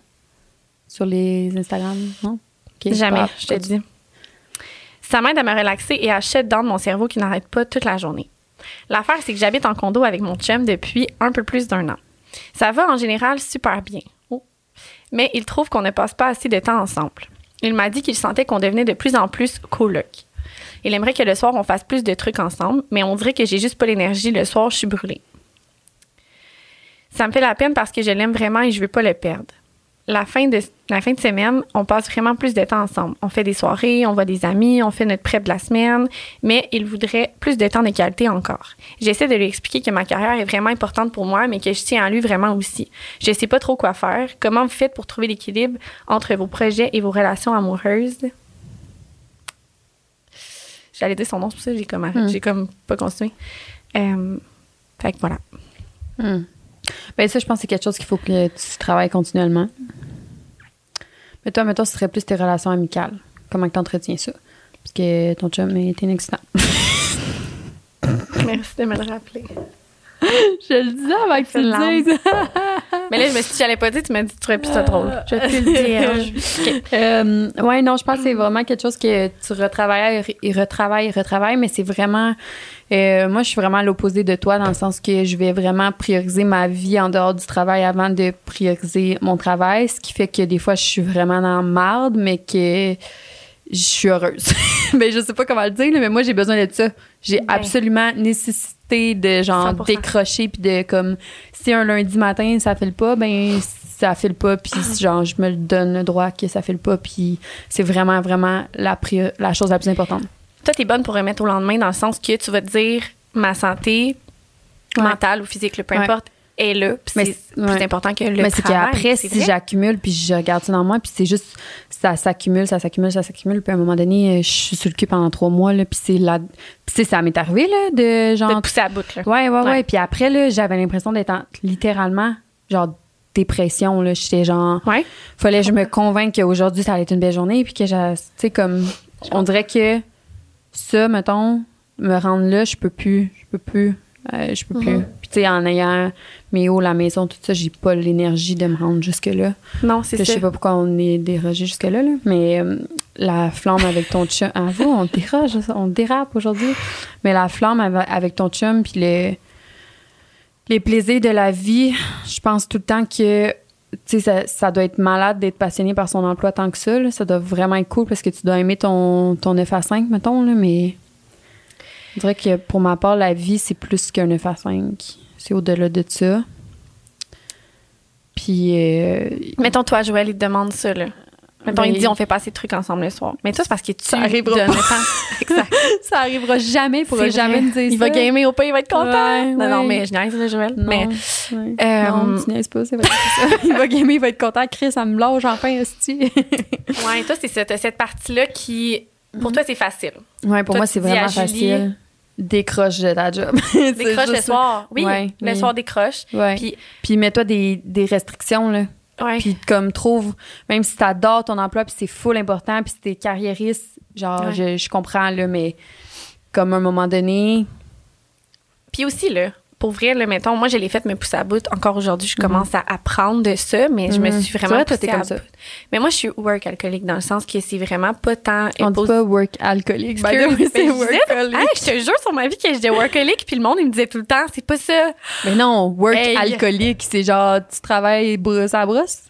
Speaker 2: Sur les Instagram, non? Ok, Ah,
Speaker 1: Jamais,
Speaker 2: pas-
Speaker 1: je te dis. Ça m'aide à me relaxer et à shut down mon cerveau qui n'arrête pas toute la journée. L'affaire, c'est que j'habite en condo avec mon chum depuis un peu plus d'un an. Ça va en général super bien. Oh. Mais il trouve qu'on ne passe pas assez de temps ensemble. Il m'a dit qu'il sentait qu'on devenait de plus en plus coloc. Il aimerait que le soir, on fasse plus de trucs ensemble, mais on dirait que j'ai juste pas l'énergie. Le soir, je suis brûlée. Ça me fait la peine parce que je l'aime vraiment et je veux pas le perdre. La fin, de, la fin de semaine, on passe vraiment plus de temps ensemble. On fait des soirées, on voit des amis, on fait notre prep de la semaine, mais il voudrait plus de temps de qualité encore. J'essaie de lui expliquer que ma carrière est vraiment importante pour moi, mais que je tiens à lui vraiment aussi. Je sais pas trop quoi faire. Comment vous faites pour trouver l'équilibre entre vos projets et vos relations amoureuses? J'allais dire son nom, c'est pour ça que j'ai comme, arrêté- j'ai comme pas continué. Euh, fait que voilà.
Speaker 2: Hmm. Ben ça, je pense que c'est quelque chose qu'il faut que tu travailles continuellement. Mais toi, mettons, ce serait plus tes relations amicales. Comment que t'entretiens ça? Parce que ton chum est inexistant.
Speaker 1: Merci de me le rappeler.
Speaker 2: je le disais avant que
Speaker 1: tu le dises.
Speaker 2: dises.
Speaker 1: Mais là, je me suis dit, j'allais pas dire, tu m'as dit, tu trouvais plus ça drôle. Je vais te le hein. dire.
Speaker 2: Euh, ouais, non, je pense que c'est vraiment quelque chose que tu retravailles et retravailles et retravailles, mais c'est vraiment. euh, moi, je suis vraiment à l'opposé de toi dans le sens que je vais vraiment prioriser ma vie en dehors du travail avant de prioriser mon travail, ce qui fait que des fois, je suis vraiment dans la marde, mais que je suis heureuse. mais je sais pas comment le dire, là, mais moi, j'ai besoin de ça. J'ai
Speaker 1: Ben.
Speaker 2: absolument nécessité de genre
Speaker 1: 100%.
Speaker 2: décrocher puis de comme si un lundi matin ça file pas ben ça file pas puis
Speaker 1: Ah.
Speaker 2: genre je me le donne le droit que ça file pas puis c'est vraiment vraiment la prior- la chose la plus importante.
Speaker 1: Toi, t'es bonne pour remettre au lendemain dans le sens que tu vas te dire, ma santé
Speaker 2: Ouais.
Speaker 1: mentale ou physique, le peu
Speaker 2: Ouais.
Speaker 1: importe, est là. Puis
Speaker 2: Mais
Speaker 1: c'est
Speaker 2: c'est-
Speaker 1: plus
Speaker 2: ouais.
Speaker 1: important que le
Speaker 2: mais c'est
Speaker 1: travail.
Speaker 2: qu'après si
Speaker 1: vrai.
Speaker 2: j'accumule puis je regarde ça dans moi puis c'est juste ça s'accumule ça s'accumule ça s'accumule puis à un moment donné euh, je suis sur le cul pendant trois mois là puis c'est là puis c'est- ça m'est arrivé là de
Speaker 1: De
Speaker 2: genre
Speaker 1: te pousser à bout, là.
Speaker 2: Ouais, ouais, ouais.
Speaker 1: Ouais.
Speaker 2: Puis après, là, j'avais l'impression d'être en- littéralement, genre, dépression là j'étais genre
Speaker 1: Ouais.
Speaker 2: fallait que je me convainque qu'aujourd'hui ça allait être une belle journée puis que j'a- tu sais comme on dirait que ça mettons me rendre là je peux plus je peux plus euh, je peux plus puis tu sais en ayant mes hauts la maison tout ça j'ai pas l'énergie de me rendre jusque là
Speaker 1: Non, c'est
Speaker 2: je
Speaker 1: ça.
Speaker 2: sais pas pourquoi on est dérogé jusque là, là mais euh, la flamme avec ton chum à vous on déroge on dérape aujourd'hui mais la flamme ava- avec ton chum puis le les plaisirs de la vie je pense tout le temps que tu sais, ça, ça doit être malade d'être passionné par son emploi tant que ça. là. Ça doit vraiment être cool parce que tu dois aimer ton, ton 9 à 5, mettons. Là, mais je dirais que pour ma part, la vie, c'est plus qu'un 9 à 5. C'est au-delà de ça. Puis, euh,
Speaker 1: Mettons, toi, Joël, il te demande ça, là. Mettons, il
Speaker 2: Mais-
Speaker 1: dit, on fait passer ces trucs ensemble le soir. Mais toi, c'est parce que tu
Speaker 2: Ça arrivera
Speaker 1: donnes
Speaker 2: pas.
Speaker 1: le temps. Exact.
Speaker 2: ça arrivera jamais. Il pourra
Speaker 1: C'est
Speaker 2: jamais
Speaker 1: vrai.
Speaker 2: me dire
Speaker 1: Il
Speaker 2: ça.
Speaker 1: va gamer au pas, il va être content.
Speaker 2: Ouais,
Speaker 1: non, non,
Speaker 2: ouais.
Speaker 1: mais je niaise, là, Joël.
Speaker 2: Non,
Speaker 1: Mais
Speaker 2: ouais.
Speaker 1: Euh,
Speaker 2: non tu niaises pas, c'est vrai. c'est ça. il va gamer, il va être content. Chris, ça me lâche enfin, hostie.
Speaker 1: ouais, toi, c'est cette, cette partie-là qui, pour toi, c'est facile.
Speaker 2: Ouais, pour
Speaker 1: Toi,
Speaker 2: moi,
Speaker 1: tu
Speaker 2: c'est
Speaker 1: dis à
Speaker 2: vraiment
Speaker 1: Julie-
Speaker 2: facile. Décroche de ta job. C'est
Speaker 1: Décroche le
Speaker 2: juste ça.
Speaker 1: soir. Oui,
Speaker 2: Ouais,
Speaker 1: le
Speaker 2: oui.
Speaker 1: soir décroche.
Speaker 2: Ouais. Puis,
Speaker 1: Puis,
Speaker 2: mets-toi des, des restrictions, là.
Speaker 1: ouais.
Speaker 2: Puis comme trouve, même si t'adores ton emploi, puis c'est full important, puis si t'es carriériste, genre,
Speaker 1: Ouais.
Speaker 2: je, je comprends, là, mais comme à un moment donné...
Speaker 1: Puis aussi, là, pour vrai, là, mettons, moi, je l'ai fait me pousser à bout. Encore aujourd'hui, je commence à apprendre de ça, mais je me
Speaker 2: Mhm.
Speaker 1: suis
Speaker 2: C'est
Speaker 1: vraiment
Speaker 2: vrai, toi,
Speaker 1: poussée
Speaker 2: t'es comme
Speaker 1: à
Speaker 2: ça.
Speaker 1: bout. Mais moi, je suis work alcoolique dans le sens que c'est vraiment pas tant
Speaker 2: On dit
Speaker 1: imposé-
Speaker 2: pas work alcoolique. by the
Speaker 1: Excuse,
Speaker 2: way,
Speaker 1: mais
Speaker 2: c'est
Speaker 1: je disais,
Speaker 2: workaholic.
Speaker 1: Hey, je te jure sur ma vie que j'étais workaholic, puis le monde, il me disait tout le temps, c'est pas ça.
Speaker 2: Mais non, work
Speaker 1: Hey.
Speaker 2: alcoolique, c'est genre, tu travailles brosse à brosse?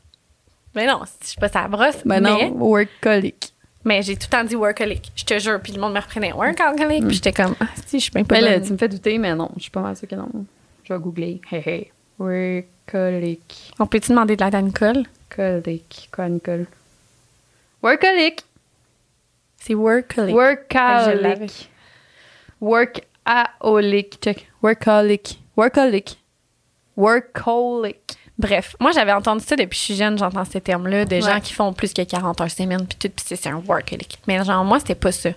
Speaker 1: Mais non, je suis pas sa brosse.
Speaker 2: Ben
Speaker 1: mais
Speaker 2: non, workaholic.
Speaker 1: mais j'ai tout le temps dit workaholic. Je te jure, puis le monde me reprenait
Speaker 2: Mhm.
Speaker 1: workaholic, puis j'étais comme, ah, si, je suis bien pas
Speaker 2: Ben là,
Speaker 1: bonne.
Speaker 2: tu me fais douter, mais non, je suis pas mal sûre que non. Je vais googler. Hey, hey. Workaholic.
Speaker 1: On peut-tu demander de l'aide à Nicole?
Speaker 2: Colic. Quoi, Nicole? Workaholic.
Speaker 1: C'est workaholic. Je l'avais.
Speaker 2: Workaholic. Workaholic. Check. Workaholic. Workaholic. Workaholic.
Speaker 1: Bref, moi, j'avais entendu ça depuis que je suis jeune, j'entends ces termes-là, de gens
Speaker 2: Ouais.
Speaker 1: qui font plus que 40 heures semaine, puis tout, puis c'est c'est un workaholic. Mais genre, moi, c'était pas ça.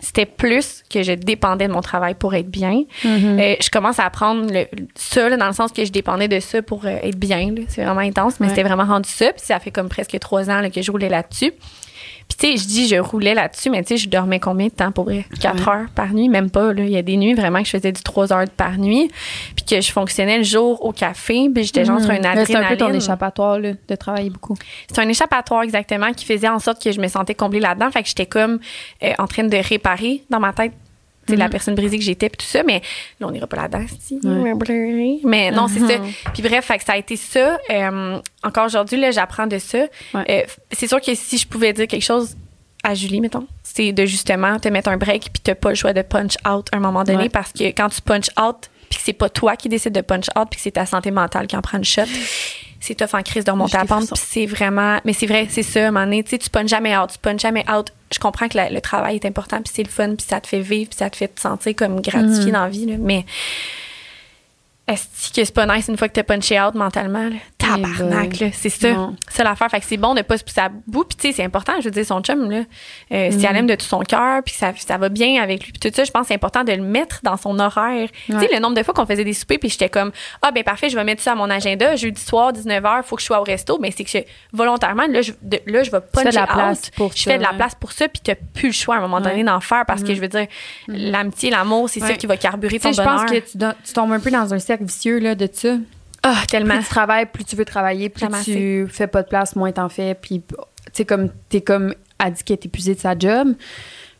Speaker 1: C'était plus que je dépendais de mon travail pour être bien.
Speaker 2: Mm-hmm.
Speaker 1: Euh, je commence à apprendre le, ça, là, dans le sens que je dépendais de ça pour euh, être bien. là. C'est vraiment intense, mais
Speaker 2: Ouais.
Speaker 1: c'était vraiment rendu ça. Puis ça fait comme presque trois ans là, que je roulais là-dessus. Puis tu sais, je dis je roulais là-dessus, mais tu sais, je dormais combien de temps pour vrai? Quatre heures par nuit, même pas. Là. Il y a des nuits vraiment que je faisais du trois heures par nuit, puis que je fonctionnais le jour au café, puis j'étais genre sur une
Speaker 2: Là,
Speaker 1: adrénaline.
Speaker 2: Hmm. C'est un peu ton échappatoire là, de travailler beaucoup.
Speaker 1: C'est un échappatoire exactement qui faisait en sorte que je me sentais comblée là-dedans. Fait que j'étais comme euh, en train de réparer dans ma tête tu
Speaker 2: Mhm.
Speaker 1: sais, la personne brisée que j'étais puis tout ça. Mais là, on n'ira pas là-dedans. si. Mais non, c'est
Speaker 2: Uh-huh.
Speaker 1: ça. Puis bref, fait que ça a été ça. Euh, encore aujourd'hui, là, j'apprends de ça.
Speaker 2: Ouais.
Speaker 1: Euh, c'est sûr que si je pouvais dire quelque chose à Julie, mettons, c'est de justement te mettre un break puis t'as pas le choix de punch out à un moment donné
Speaker 2: Ouais.
Speaker 1: parce que quand tu punch out puis que c'est pas toi qui décides de punch out puis que c'est ta santé mentale qui en prend une shot, c'est tough en crise de remonter
Speaker 2: J'ai
Speaker 1: à
Speaker 2: des
Speaker 1: pente
Speaker 2: frissons.
Speaker 1: puis c'est vraiment mais c'est vrai, c'est ça, à un moment donné, tu sais, tu punches jamais out, tu punches jamais out. Je comprends que la- le travail est important puis c'est le fun puis ça te fait vivre puis ça te fait te sentir comme gratifié dans la vie là, mais est-ce que c'est pas nice une fois que t'as punché out mentalement? Là? Tabarnak, là, c'est ça.
Speaker 2: Non.
Speaker 1: C'est ça l'affaire. Fait que c'est bon de pas se pousser à bout. Puis tu sais, c'est important, je veux dire, son chum, là, euh,
Speaker 2: Mm.
Speaker 1: si elle aime de tout son cœur, puis que ça, ça va bien avec lui, puis tout ça, je pense que c'est important de le mettre dans son horaire. Tu sais, le nombre de fois qu'on faisait des soupers, puis j'étais comme, ah ben parfait, je vais mettre ça à mon agenda, jeudi soir, 19h, faut que je sois au resto. Mais c'est que je- volontairement, là, je, de- là, je vais puncher
Speaker 2: fais de la
Speaker 1: out.
Speaker 2: place pour
Speaker 1: je
Speaker 2: ça,
Speaker 1: fais de la
Speaker 2: ouais. Mm.
Speaker 1: place pour ça, puis t'as plus le choix à un moment donné d'en faire, parce que je veux dire, l'amitié, l'amour, c'est ça
Speaker 2: Ouais.
Speaker 1: qui va carburer
Speaker 2: Tu
Speaker 1: ton
Speaker 2: sais, je
Speaker 1: bonheur.
Speaker 2: pense que tu, don- tu tombes un peu dans un cercle vicieux là, de ça.
Speaker 1: Ah, tellement.
Speaker 2: Plus tu travailles, plus tu veux travailler, plus
Speaker 1: Vraiment,
Speaker 2: tu fais pas de place, moins t'en fais. Puis, tu sais, comme t'es comme addict et épuisé de sa job.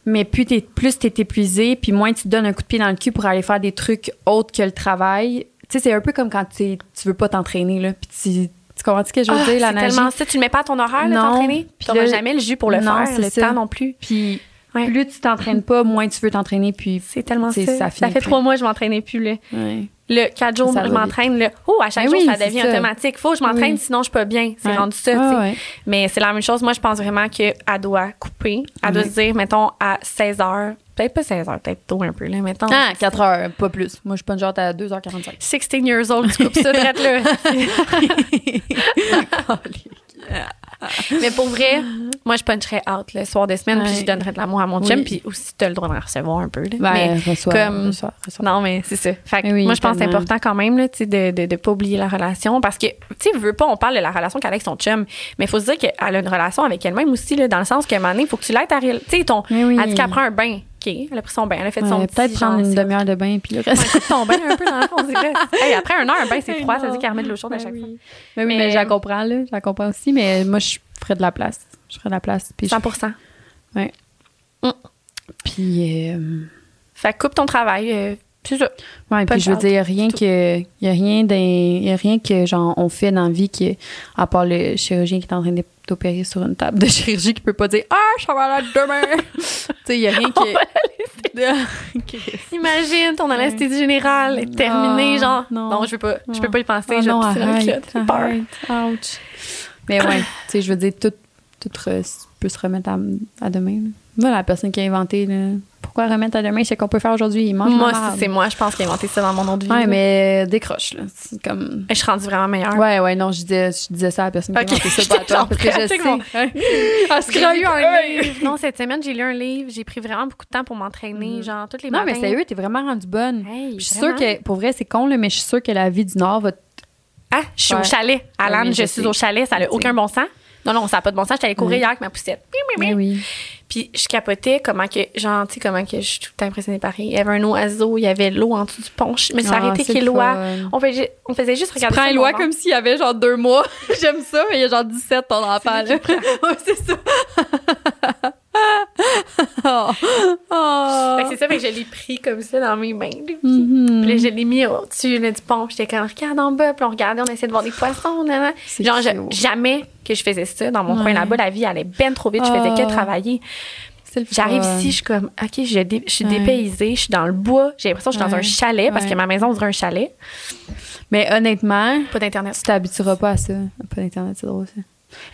Speaker 2: Mais plus t'es, plus t'es épuisé, puis moins tu te donnes un coup de pied dans le cul pour aller faire des trucs autres que le travail. Tu sais, c'est un peu comme quand t'es- tu veux pas t'entraîner, là. Puis tu, tu comprends ce que je veux
Speaker 1: Ah,
Speaker 2: dire,
Speaker 1: c'est
Speaker 2: l'analogie?
Speaker 1: tellement ça. Tu le mets pas à ton horaire, là,
Speaker 2: Non.
Speaker 1: t'entraîner. Puis
Speaker 2: Puis
Speaker 1: t'auras
Speaker 2: là-
Speaker 1: jamais le jus pour le
Speaker 2: Non,
Speaker 1: faire,
Speaker 2: c'est
Speaker 1: le
Speaker 2: ça.
Speaker 1: temps non plus.
Speaker 2: Puis
Speaker 1: Ouais.
Speaker 2: plus tu t'entraînes pas, moins tu veux t'entraîner, puis...
Speaker 1: C'est tellement ça.
Speaker 2: C'est-
Speaker 1: Ça,
Speaker 2: ça finit
Speaker 1: fait
Speaker 2: plus.
Speaker 1: trois mois que je m'entraînais plus, là.
Speaker 2: Ouais.
Speaker 1: Le quatre jours,
Speaker 2: Ça va
Speaker 1: je
Speaker 2: vite.
Speaker 1: m'entraîne, là. Oh, à chaque
Speaker 2: Mais
Speaker 1: jour,
Speaker 2: oui,
Speaker 1: ça
Speaker 2: c'est
Speaker 1: devient
Speaker 2: ça.
Speaker 1: automatique. Faut que je m'entraîne,
Speaker 2: Oui.
Speaker 1: sinon je suis pas bien. C'est
Speaker 2: Ouais.
Speaker 1: rendu ça, tu
Speaker 2: Ah,
Speaker 1: sais.
Speaker 2: ouais.
Speaker 1: Mais c'est la même chose. Moi, je pense vraiment qu'elle doit couper. Elle doit se dire, mettons, à 16 h Peut-être pas 16 h peut-être tôt un peu, là. Mettons.
Speaker 2: Ah, 4 heures, pas plus. Moi, je suis pas une genre à 2h45.
Speaker 1: 16 years old, tu coupes ça, drette, là. Mais pour vrai, moi, je puncherais out le soir des semaines, puis
Speaker 2: Ouais.
Speaker 1: je donnerais de l'amour à mon chum,
Speaker 2: Oui.
Speaker 1: puis aussi, t'as le droit d'en recevoir un peu. là.
Speaker 2: Ben,
Speaker 1: mais
Speaker 2: reçois,
Speaker 1: comme-
Speaker 2: reçois, reçois.
Speaker 1: non, mais c'est ça. Fait que
Speaker 2: Mais oui,
Speaker 1: moi, je pense que c'est
Speaker 2: tellement.
Speaker 1: important quand même là, tu sais, de ne de, de pas oublier la relation parce que, tu sais, veux pas, on parle de la relation qu'elle a avec son chum, mais il faut se dire qu'elle a une relation avec elle-même aussi, là, dans le sens que, mané, il faut que tu l'aides à réel- Tu sais, ton.
Speaker 2: Mais oui.
Speaker 1: Elle dit qu'elle prend un bain. OK, elle a pris son bain, elle a fait
Speaker 2: Ouais,
Speaker 1: son petit.
Speaker 2: Peut-être prendre
Speaker 1: genre,
Speaker 2: une
Speaker 1: c'est-
Speaker 2: demi-heure de bain, puis le reste.
Speaker 1: Ouais, coupe ton bain un peu dans le fond, on dirait. Hey, après un heure, un bain, c'est froid, ça veut dire qu'elle remet de l'eau chaude à
Speaker 2: Ben
Speaker 1: chaque
Speaker 2: oui.
Speaker 1: fois.
Speaker 2: Mais oui,
Speaker 1: Mais-
Speaker 2: mais j'en comprends, là. J'en comprends aussi, mais moi, je ferais de la place. Je ferais de la place. Puis, je-
Speaker 1: 100
Speaker 2: puis, euh,
Speaker 1: Fait que coupe ton travail. euh, c'est ça.
Speaker 2: ouais,
Speaker 1: Pas
Speaker 2: puis je veux
Speaker 1: de
Speaker 2: dire, y a rien
Speaker 1: tout.
Speaker 2: que, y a rien d'un- y a rien que, genre, on fait dans la vie qui, à part le chirurgien qui est en train d'opérer sur une table de chirurgie qui peut pas dire, ah, je serai malade demain. tu sais, y a rien
Speaker 1: On va
Speaker 2: que. Chris.
Speaker 1: Imagine ton anesthésie générale est terminée,
Speaker 2: Ah,
Speaker 1: genre.
Speaker 2: non.
Speaker 1: Non, je peux pas, je peux
Speaker 2: Ah.
Speaker 1: pas y penser,
Speaker 2: Ah
Speaker 1: je
Speaker 2: non,
Speaker 1: pisse dans la
Speaker 2: arrête,
Speaker 1: culotte, j'ai peur.
Speaker 2: arrête. Ouch. Mais ouais, tu sais, je veux dire, tout, tout re- peut se remettre à, à demain. là. Moi, la personne qui a inventé, là, pourquoi remettre à demain? C'est qu'on peut faire aujourd'hui. Il mange
Speaker 1: Moi,
Speaker 2: ma marde.
Speaker 1: c'est moi, je pense, qui ai inventé ça dans mon nom de vie.
Speaker 2: Ouais,
Speaker 1: là.
Speaker 2: mais euh, décroche, là. C'est comme.
Speaker 1: Je suis rendue vraiment meilleure.
Speaker 2: Ouais, ouais, non, je disais, je disais ça à la personne
Speaker 1: Ok,
Speaker 2: qui a inventé ça, pas à toi, parce que je
Speaker 1: j'étais
Speaker 2: sais.
Speaker 1: en
Speaker 2: Elle se
Speaker 1: J'ai
Speaker 2: croit
Speaker 1: lu
Speaker 2: pas.
Speaker 1: un livre. Non, cette semaine, j'ai lu un livre. J'ai pris vraiment beaucoup de temps pour m'entraîner, genre, toutes les
Speaker 2: Mm. Non,
Speaker 1: matins.
Speaker 2: mais sérieux, t'es vraiment rendue bonne.
Speaker 1: Hey,
Speaker 2: Je suis sûre
Speaker 1: vraiment.
Speaker 2: que, pour vrai, c'est con, là, mais je suis sûre que la vie du Nord va. t-
Speaker 1: Ah, je suis au
Speaker 2: Ouais.
Speaker 1: chalet. Alan,
Speaker 2: oui,
Speaker 1: je, suis
Speaker 2: je sais. Mm.
Speaker 1: au chalet. Ça n'a
Speaker 2: Je
Speaker 1: aucun bon sens. Non, non, ça n'a pas de bon sens. J'étais allée courir
Speaker 2: Oui.
Speaker 1: hier avec ma poussette. Oui, oui, oui.
Speaker 2: Mais oui.
Speaker 1: Puis je capotais comment que, genre, tu sais, comment que je suis tout le temps impressionnée par elle. Il y avait un oiseau, il y avait l'eau en dessous du pont. Je me suis
Speaker 2: Ah,
Speaker 1: arrêtée
Speaker 2: c'est
Speaker 1: qu'il
Speaker 2: le
Speaker 1: loi.
Speaker 2: fun.
Speaker 1: On faisait, on faisait juste
Speaker 2: Tu
Speaker 1: regarder.
Speaker 2: prends
Speaker 1: ça,
Speaker 2: Éloi
Speaker 1: mon
Speaker 2: comme s'il y avait genre deux mois. J'aime ça, mais il y a genre 17 ton enfant. là. Ouais, c'est ça. oh. Oh.
Speaker 1: Fait que Ben, c'est ça, fait que je l'ai pris comme ça dans mes mains. le petit.
Speaker 2: Mhm.
Speaker 1: Puis là, je l'ai mis au-dessus là, du pont. Puis J'étais comme, regarde en bas. Puis on regardait, on essayait de voir des poissons. nan, nan.
Speaker 2: C'est
Speaker 1: Genre, je-
Speaker 2: cute.
Speaker 1: jamais que je faisais ça dans mon coin
Speaker 2: Ouais.
Speaker 1: là-bas. La vie allait ben trop vite. Je faisais
Speaker 2: Ah.
Speaker 1: que travailler.
Speaker 2: C'est le
Speaker 1: J'arrive
Speaker 2: fun.
Speaker 1: ici, je suis comme, OK, je, dé- je suis
Speaker 2: Ouais.
Speaker 1: dépaysée. Je suis dans le bois. J'ai l'impression que je suis dans
Speaker 2: Ouais.
Speaker 1: un chalet parce
Speaker 2: Ouais.
Speaker 1: que ma maison, on dirait un chalet.
Speaker 2: Mais honnêtement,
Speaker 1: Pas d'Internet.
Speaker 2: tu t'habitueras pas à ça. Pas d'Internet, c'est drôle ça.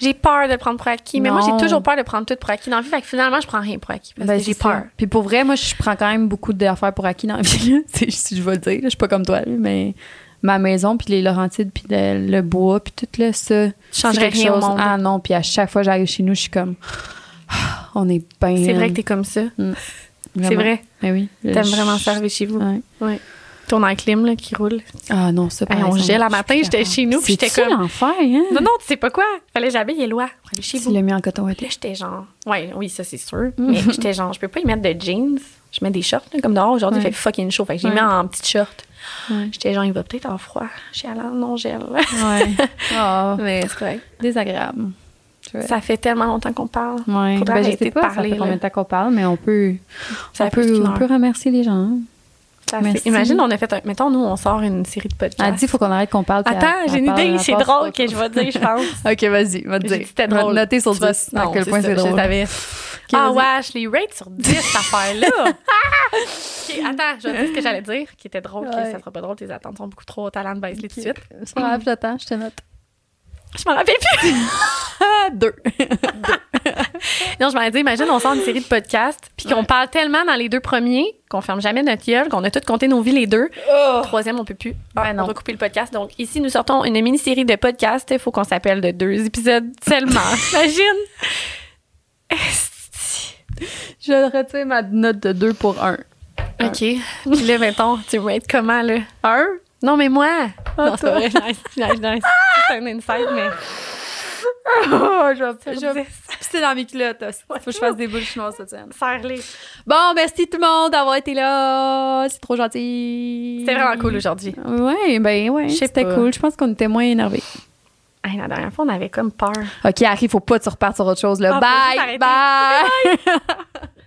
Speaker 1: J'ai peur de le prendre pour acquis. Mais moi,
Speaker 2: Non.
Speaker 1: j'ai toujours peur de prendre tout pour acquis dans la vie. Fait que finalement, je prends rien pour acquis parce
Speaker 2: Ben,
Speaker 1: que j'ai
Speaker 2: c'est ça.
Speaker 1: peur.
Speaker 2: Puis pour vrai, moi, je prends quand même beaucoup d'affaires pour acquis dans la vie. là. C'est- si je vais le dire, là, je suis pas comme toi, là, mais ma maison, puis les Laurentides, puis le, le bois, puis tout là, ça.
Speaker 1: Je changerais
Speaker 2: c'est quelque
Speaker 1: rien au
Speaker 2: chose-
Speaker 1: monde.
Speaker 2: Ah non, puis à chaque fois que j'arrive chez nous, je suis comme, Ah, on est bien.
Speaker 1: C'est vrai que t'es comme ça. C'est
Speaker 2: Vraiment.
Speaker 1: vrai.
Speaker 2: Mais oui.
Speaker 1: T'aimes
Speaker 2: Je-
Speaker 1: vraiment servir chez vous.
Speaker 2: Ouais.
Speaker 1: Ouais. Ton enclim là, qui roule.
Speaker 2: Ah non, ça, par
Speaker 1: Hey, on
Speaker 2: exemple,
Speaker 1: gèle.
Speaker 2: je
Speaker 1: La
Speaker 2: suis
Speaker 1: matin,
Speaker 2: plus
Speaker 1: j'étais
Speaker 2: capable.
Speaker 1: chez nous, puis j'étais
Speaker 2: C'est-tu
Speaker 1: comme-
Speaker 2: l'enfer, hein?
Speaker 1: Non, non, tu sais pas quoi. Fallait que j'habille Éloi pour aller chez
Speaker 2: Tu
Speaker 1: vous.
Speaker 2: l'as Mm. mis en coton
Speaker 1: Puis
Speaker 2: ouaté.
Speaker 1: là, j'étais genre, ouais, oui, ça, c'est sûr. Mais j'étais genre, je peux pas y mettre de jeans. Je mets des shorts, là, comme dehors. Aujourd'hui,
Speaker 2: Ouais.
Speaker 1: il fait fucking chaud. Fait que j'ai
Speaker 2: Ouais.
Speaker 1: mis en petite short.
Speaker 2: Ouais.
Speaker 1: J'étais genre, il va peut-être en froid. J'ai Alain, non, gel.
Speaker 2: Ouais. Ah,
Speaker 1: Mais c'est vrai.
Speaker 2: désagréable.
Speaker 1: Ça fait tellement longtemps qu'on parle.
Speaker 2: Ouais.
Speaker 1: Faudrait
Speaker 2: Ben, je
Speaker 1: arrêter
Speaker 2: sais
Speaker 1: de
Speaker 2: pas, ça
Speaker 1: parler,
Speaker 2: fait combien
Speaker 1: là.
Speaker 2: de temps qu'on parle, mais on peut,
Speaker 1: Ça
Speaker 2: on
Speaker 1: fait plus
Speaker 2: peut,
Speaker 1: qu'une
Speaker 2: on peut
Speaker 1: heure.
Speaker 2: remercier les gens. hein.
Speaker 1: Ça fait-
Speaker 2: Merci.
Speaker 1: Imagine, on a fait un. Mettons, nous, on sort une série de podcasts.
Speaker 2: Elle dit, faut qu'on arrête qu'on parle. puis
Speaker 1: Attends,
Speaker 2: elle-
Speaker 1: j'ai
Speaker 2: elle
Speaker 1: une
Speaker 2: parle,
Speaker 1: idée.
Speaker 2: elle
Speaker 1: C'est
Speaker 2: passe pas.
Speaker 1: drôle que je vais dire, je pense.
Speaker 2: OK, vas-y, va
Speaker 1: J'ai
Speaker 2: te dire.
Speaker 1: dit, c'était
Speaker 2: Va
Speaker 1: drôle.
Speaker 2: Noter sur
Speaker 1: Tu vas-
Speaker 2: 10 à
Speaker 1: Non,
Speaker 2: quel point
Speaker 1: ça,
Speaker 2: c'est
Speaker 1: Je
Speaker 2: drôle.
Speaker 1: savais. ah
Speaker 2: vas-y.
Speaker 1: ouais, je l'ai rate sur 10, cette affaire-là. Ok, attends, je vais dire ce que j'allais dire, qui était drôle, que
Speaker 2: Ouais.
Speaker 1: ça sera pas drôle, tes attentes sont beaucoup trop au talent de baisser tout de suite.
Speaker 2: C'est pas grave, j'attends, je te note.
Speaker 1: Je m'en rappelle plus.
Speaker 2: Ah, deux.
Speaker 1: Non, je m'en ai dit, imagine, on sort une série de podcasts, puis qu'on parle tellement dans les deux premiers, qu'on ferme jamais notre gueule, qu'on a toutes compté nos vies les deux. Troisième, on peut plus. Oh. Ah,
Speaker 2: Ben non.
Speaker 1: On va couper le podcast. Donc, ici, nous sortons une mini-série de podcasts. Il faut qu'on s'appelle de deux épisodes seulement. Imagine. Esti.
Speaker 2: Je retire ma note de 2 pour 1.
Speaker 1: OK. Puis là, mettons, tu me rates comment, là? Un? Non, mais moi!
Speaker 2: Ah,
Speaker 1: non, c'est pas vrai, nice, nice, nice. C'est un insight, mais...
Speaker 2: Oh, je vais
Speaker 1: Je vais
Speaker 2: pisser dans mes culottes. Faut que je fasse des boules chinoises cette semaine.
Speaker 1: serre-les.
Speaker 2: Bon, merci tout le monde d'avoir été là. C'est trop gentil.
Speaker 1: C'était vraiment cool aujourd'hui.
Speaker 2: Ouais, ben ouais.
Speaker 1: Je sais
Speaker 2: C'était
Speaker 1: pas.
Speaker 2: cool. Je pense qu'on était moins énervés.
Speaker 1: Hey, la dernière fois, on avait comme peur.
Speaker 2: OK, Harry, faut pas que tu repartes sur autre chose. Là.
Speaker 1: Ah, faut juste
Speaker 2: bye!
Speaker 1: arrêter.
Speaker 2: Bye!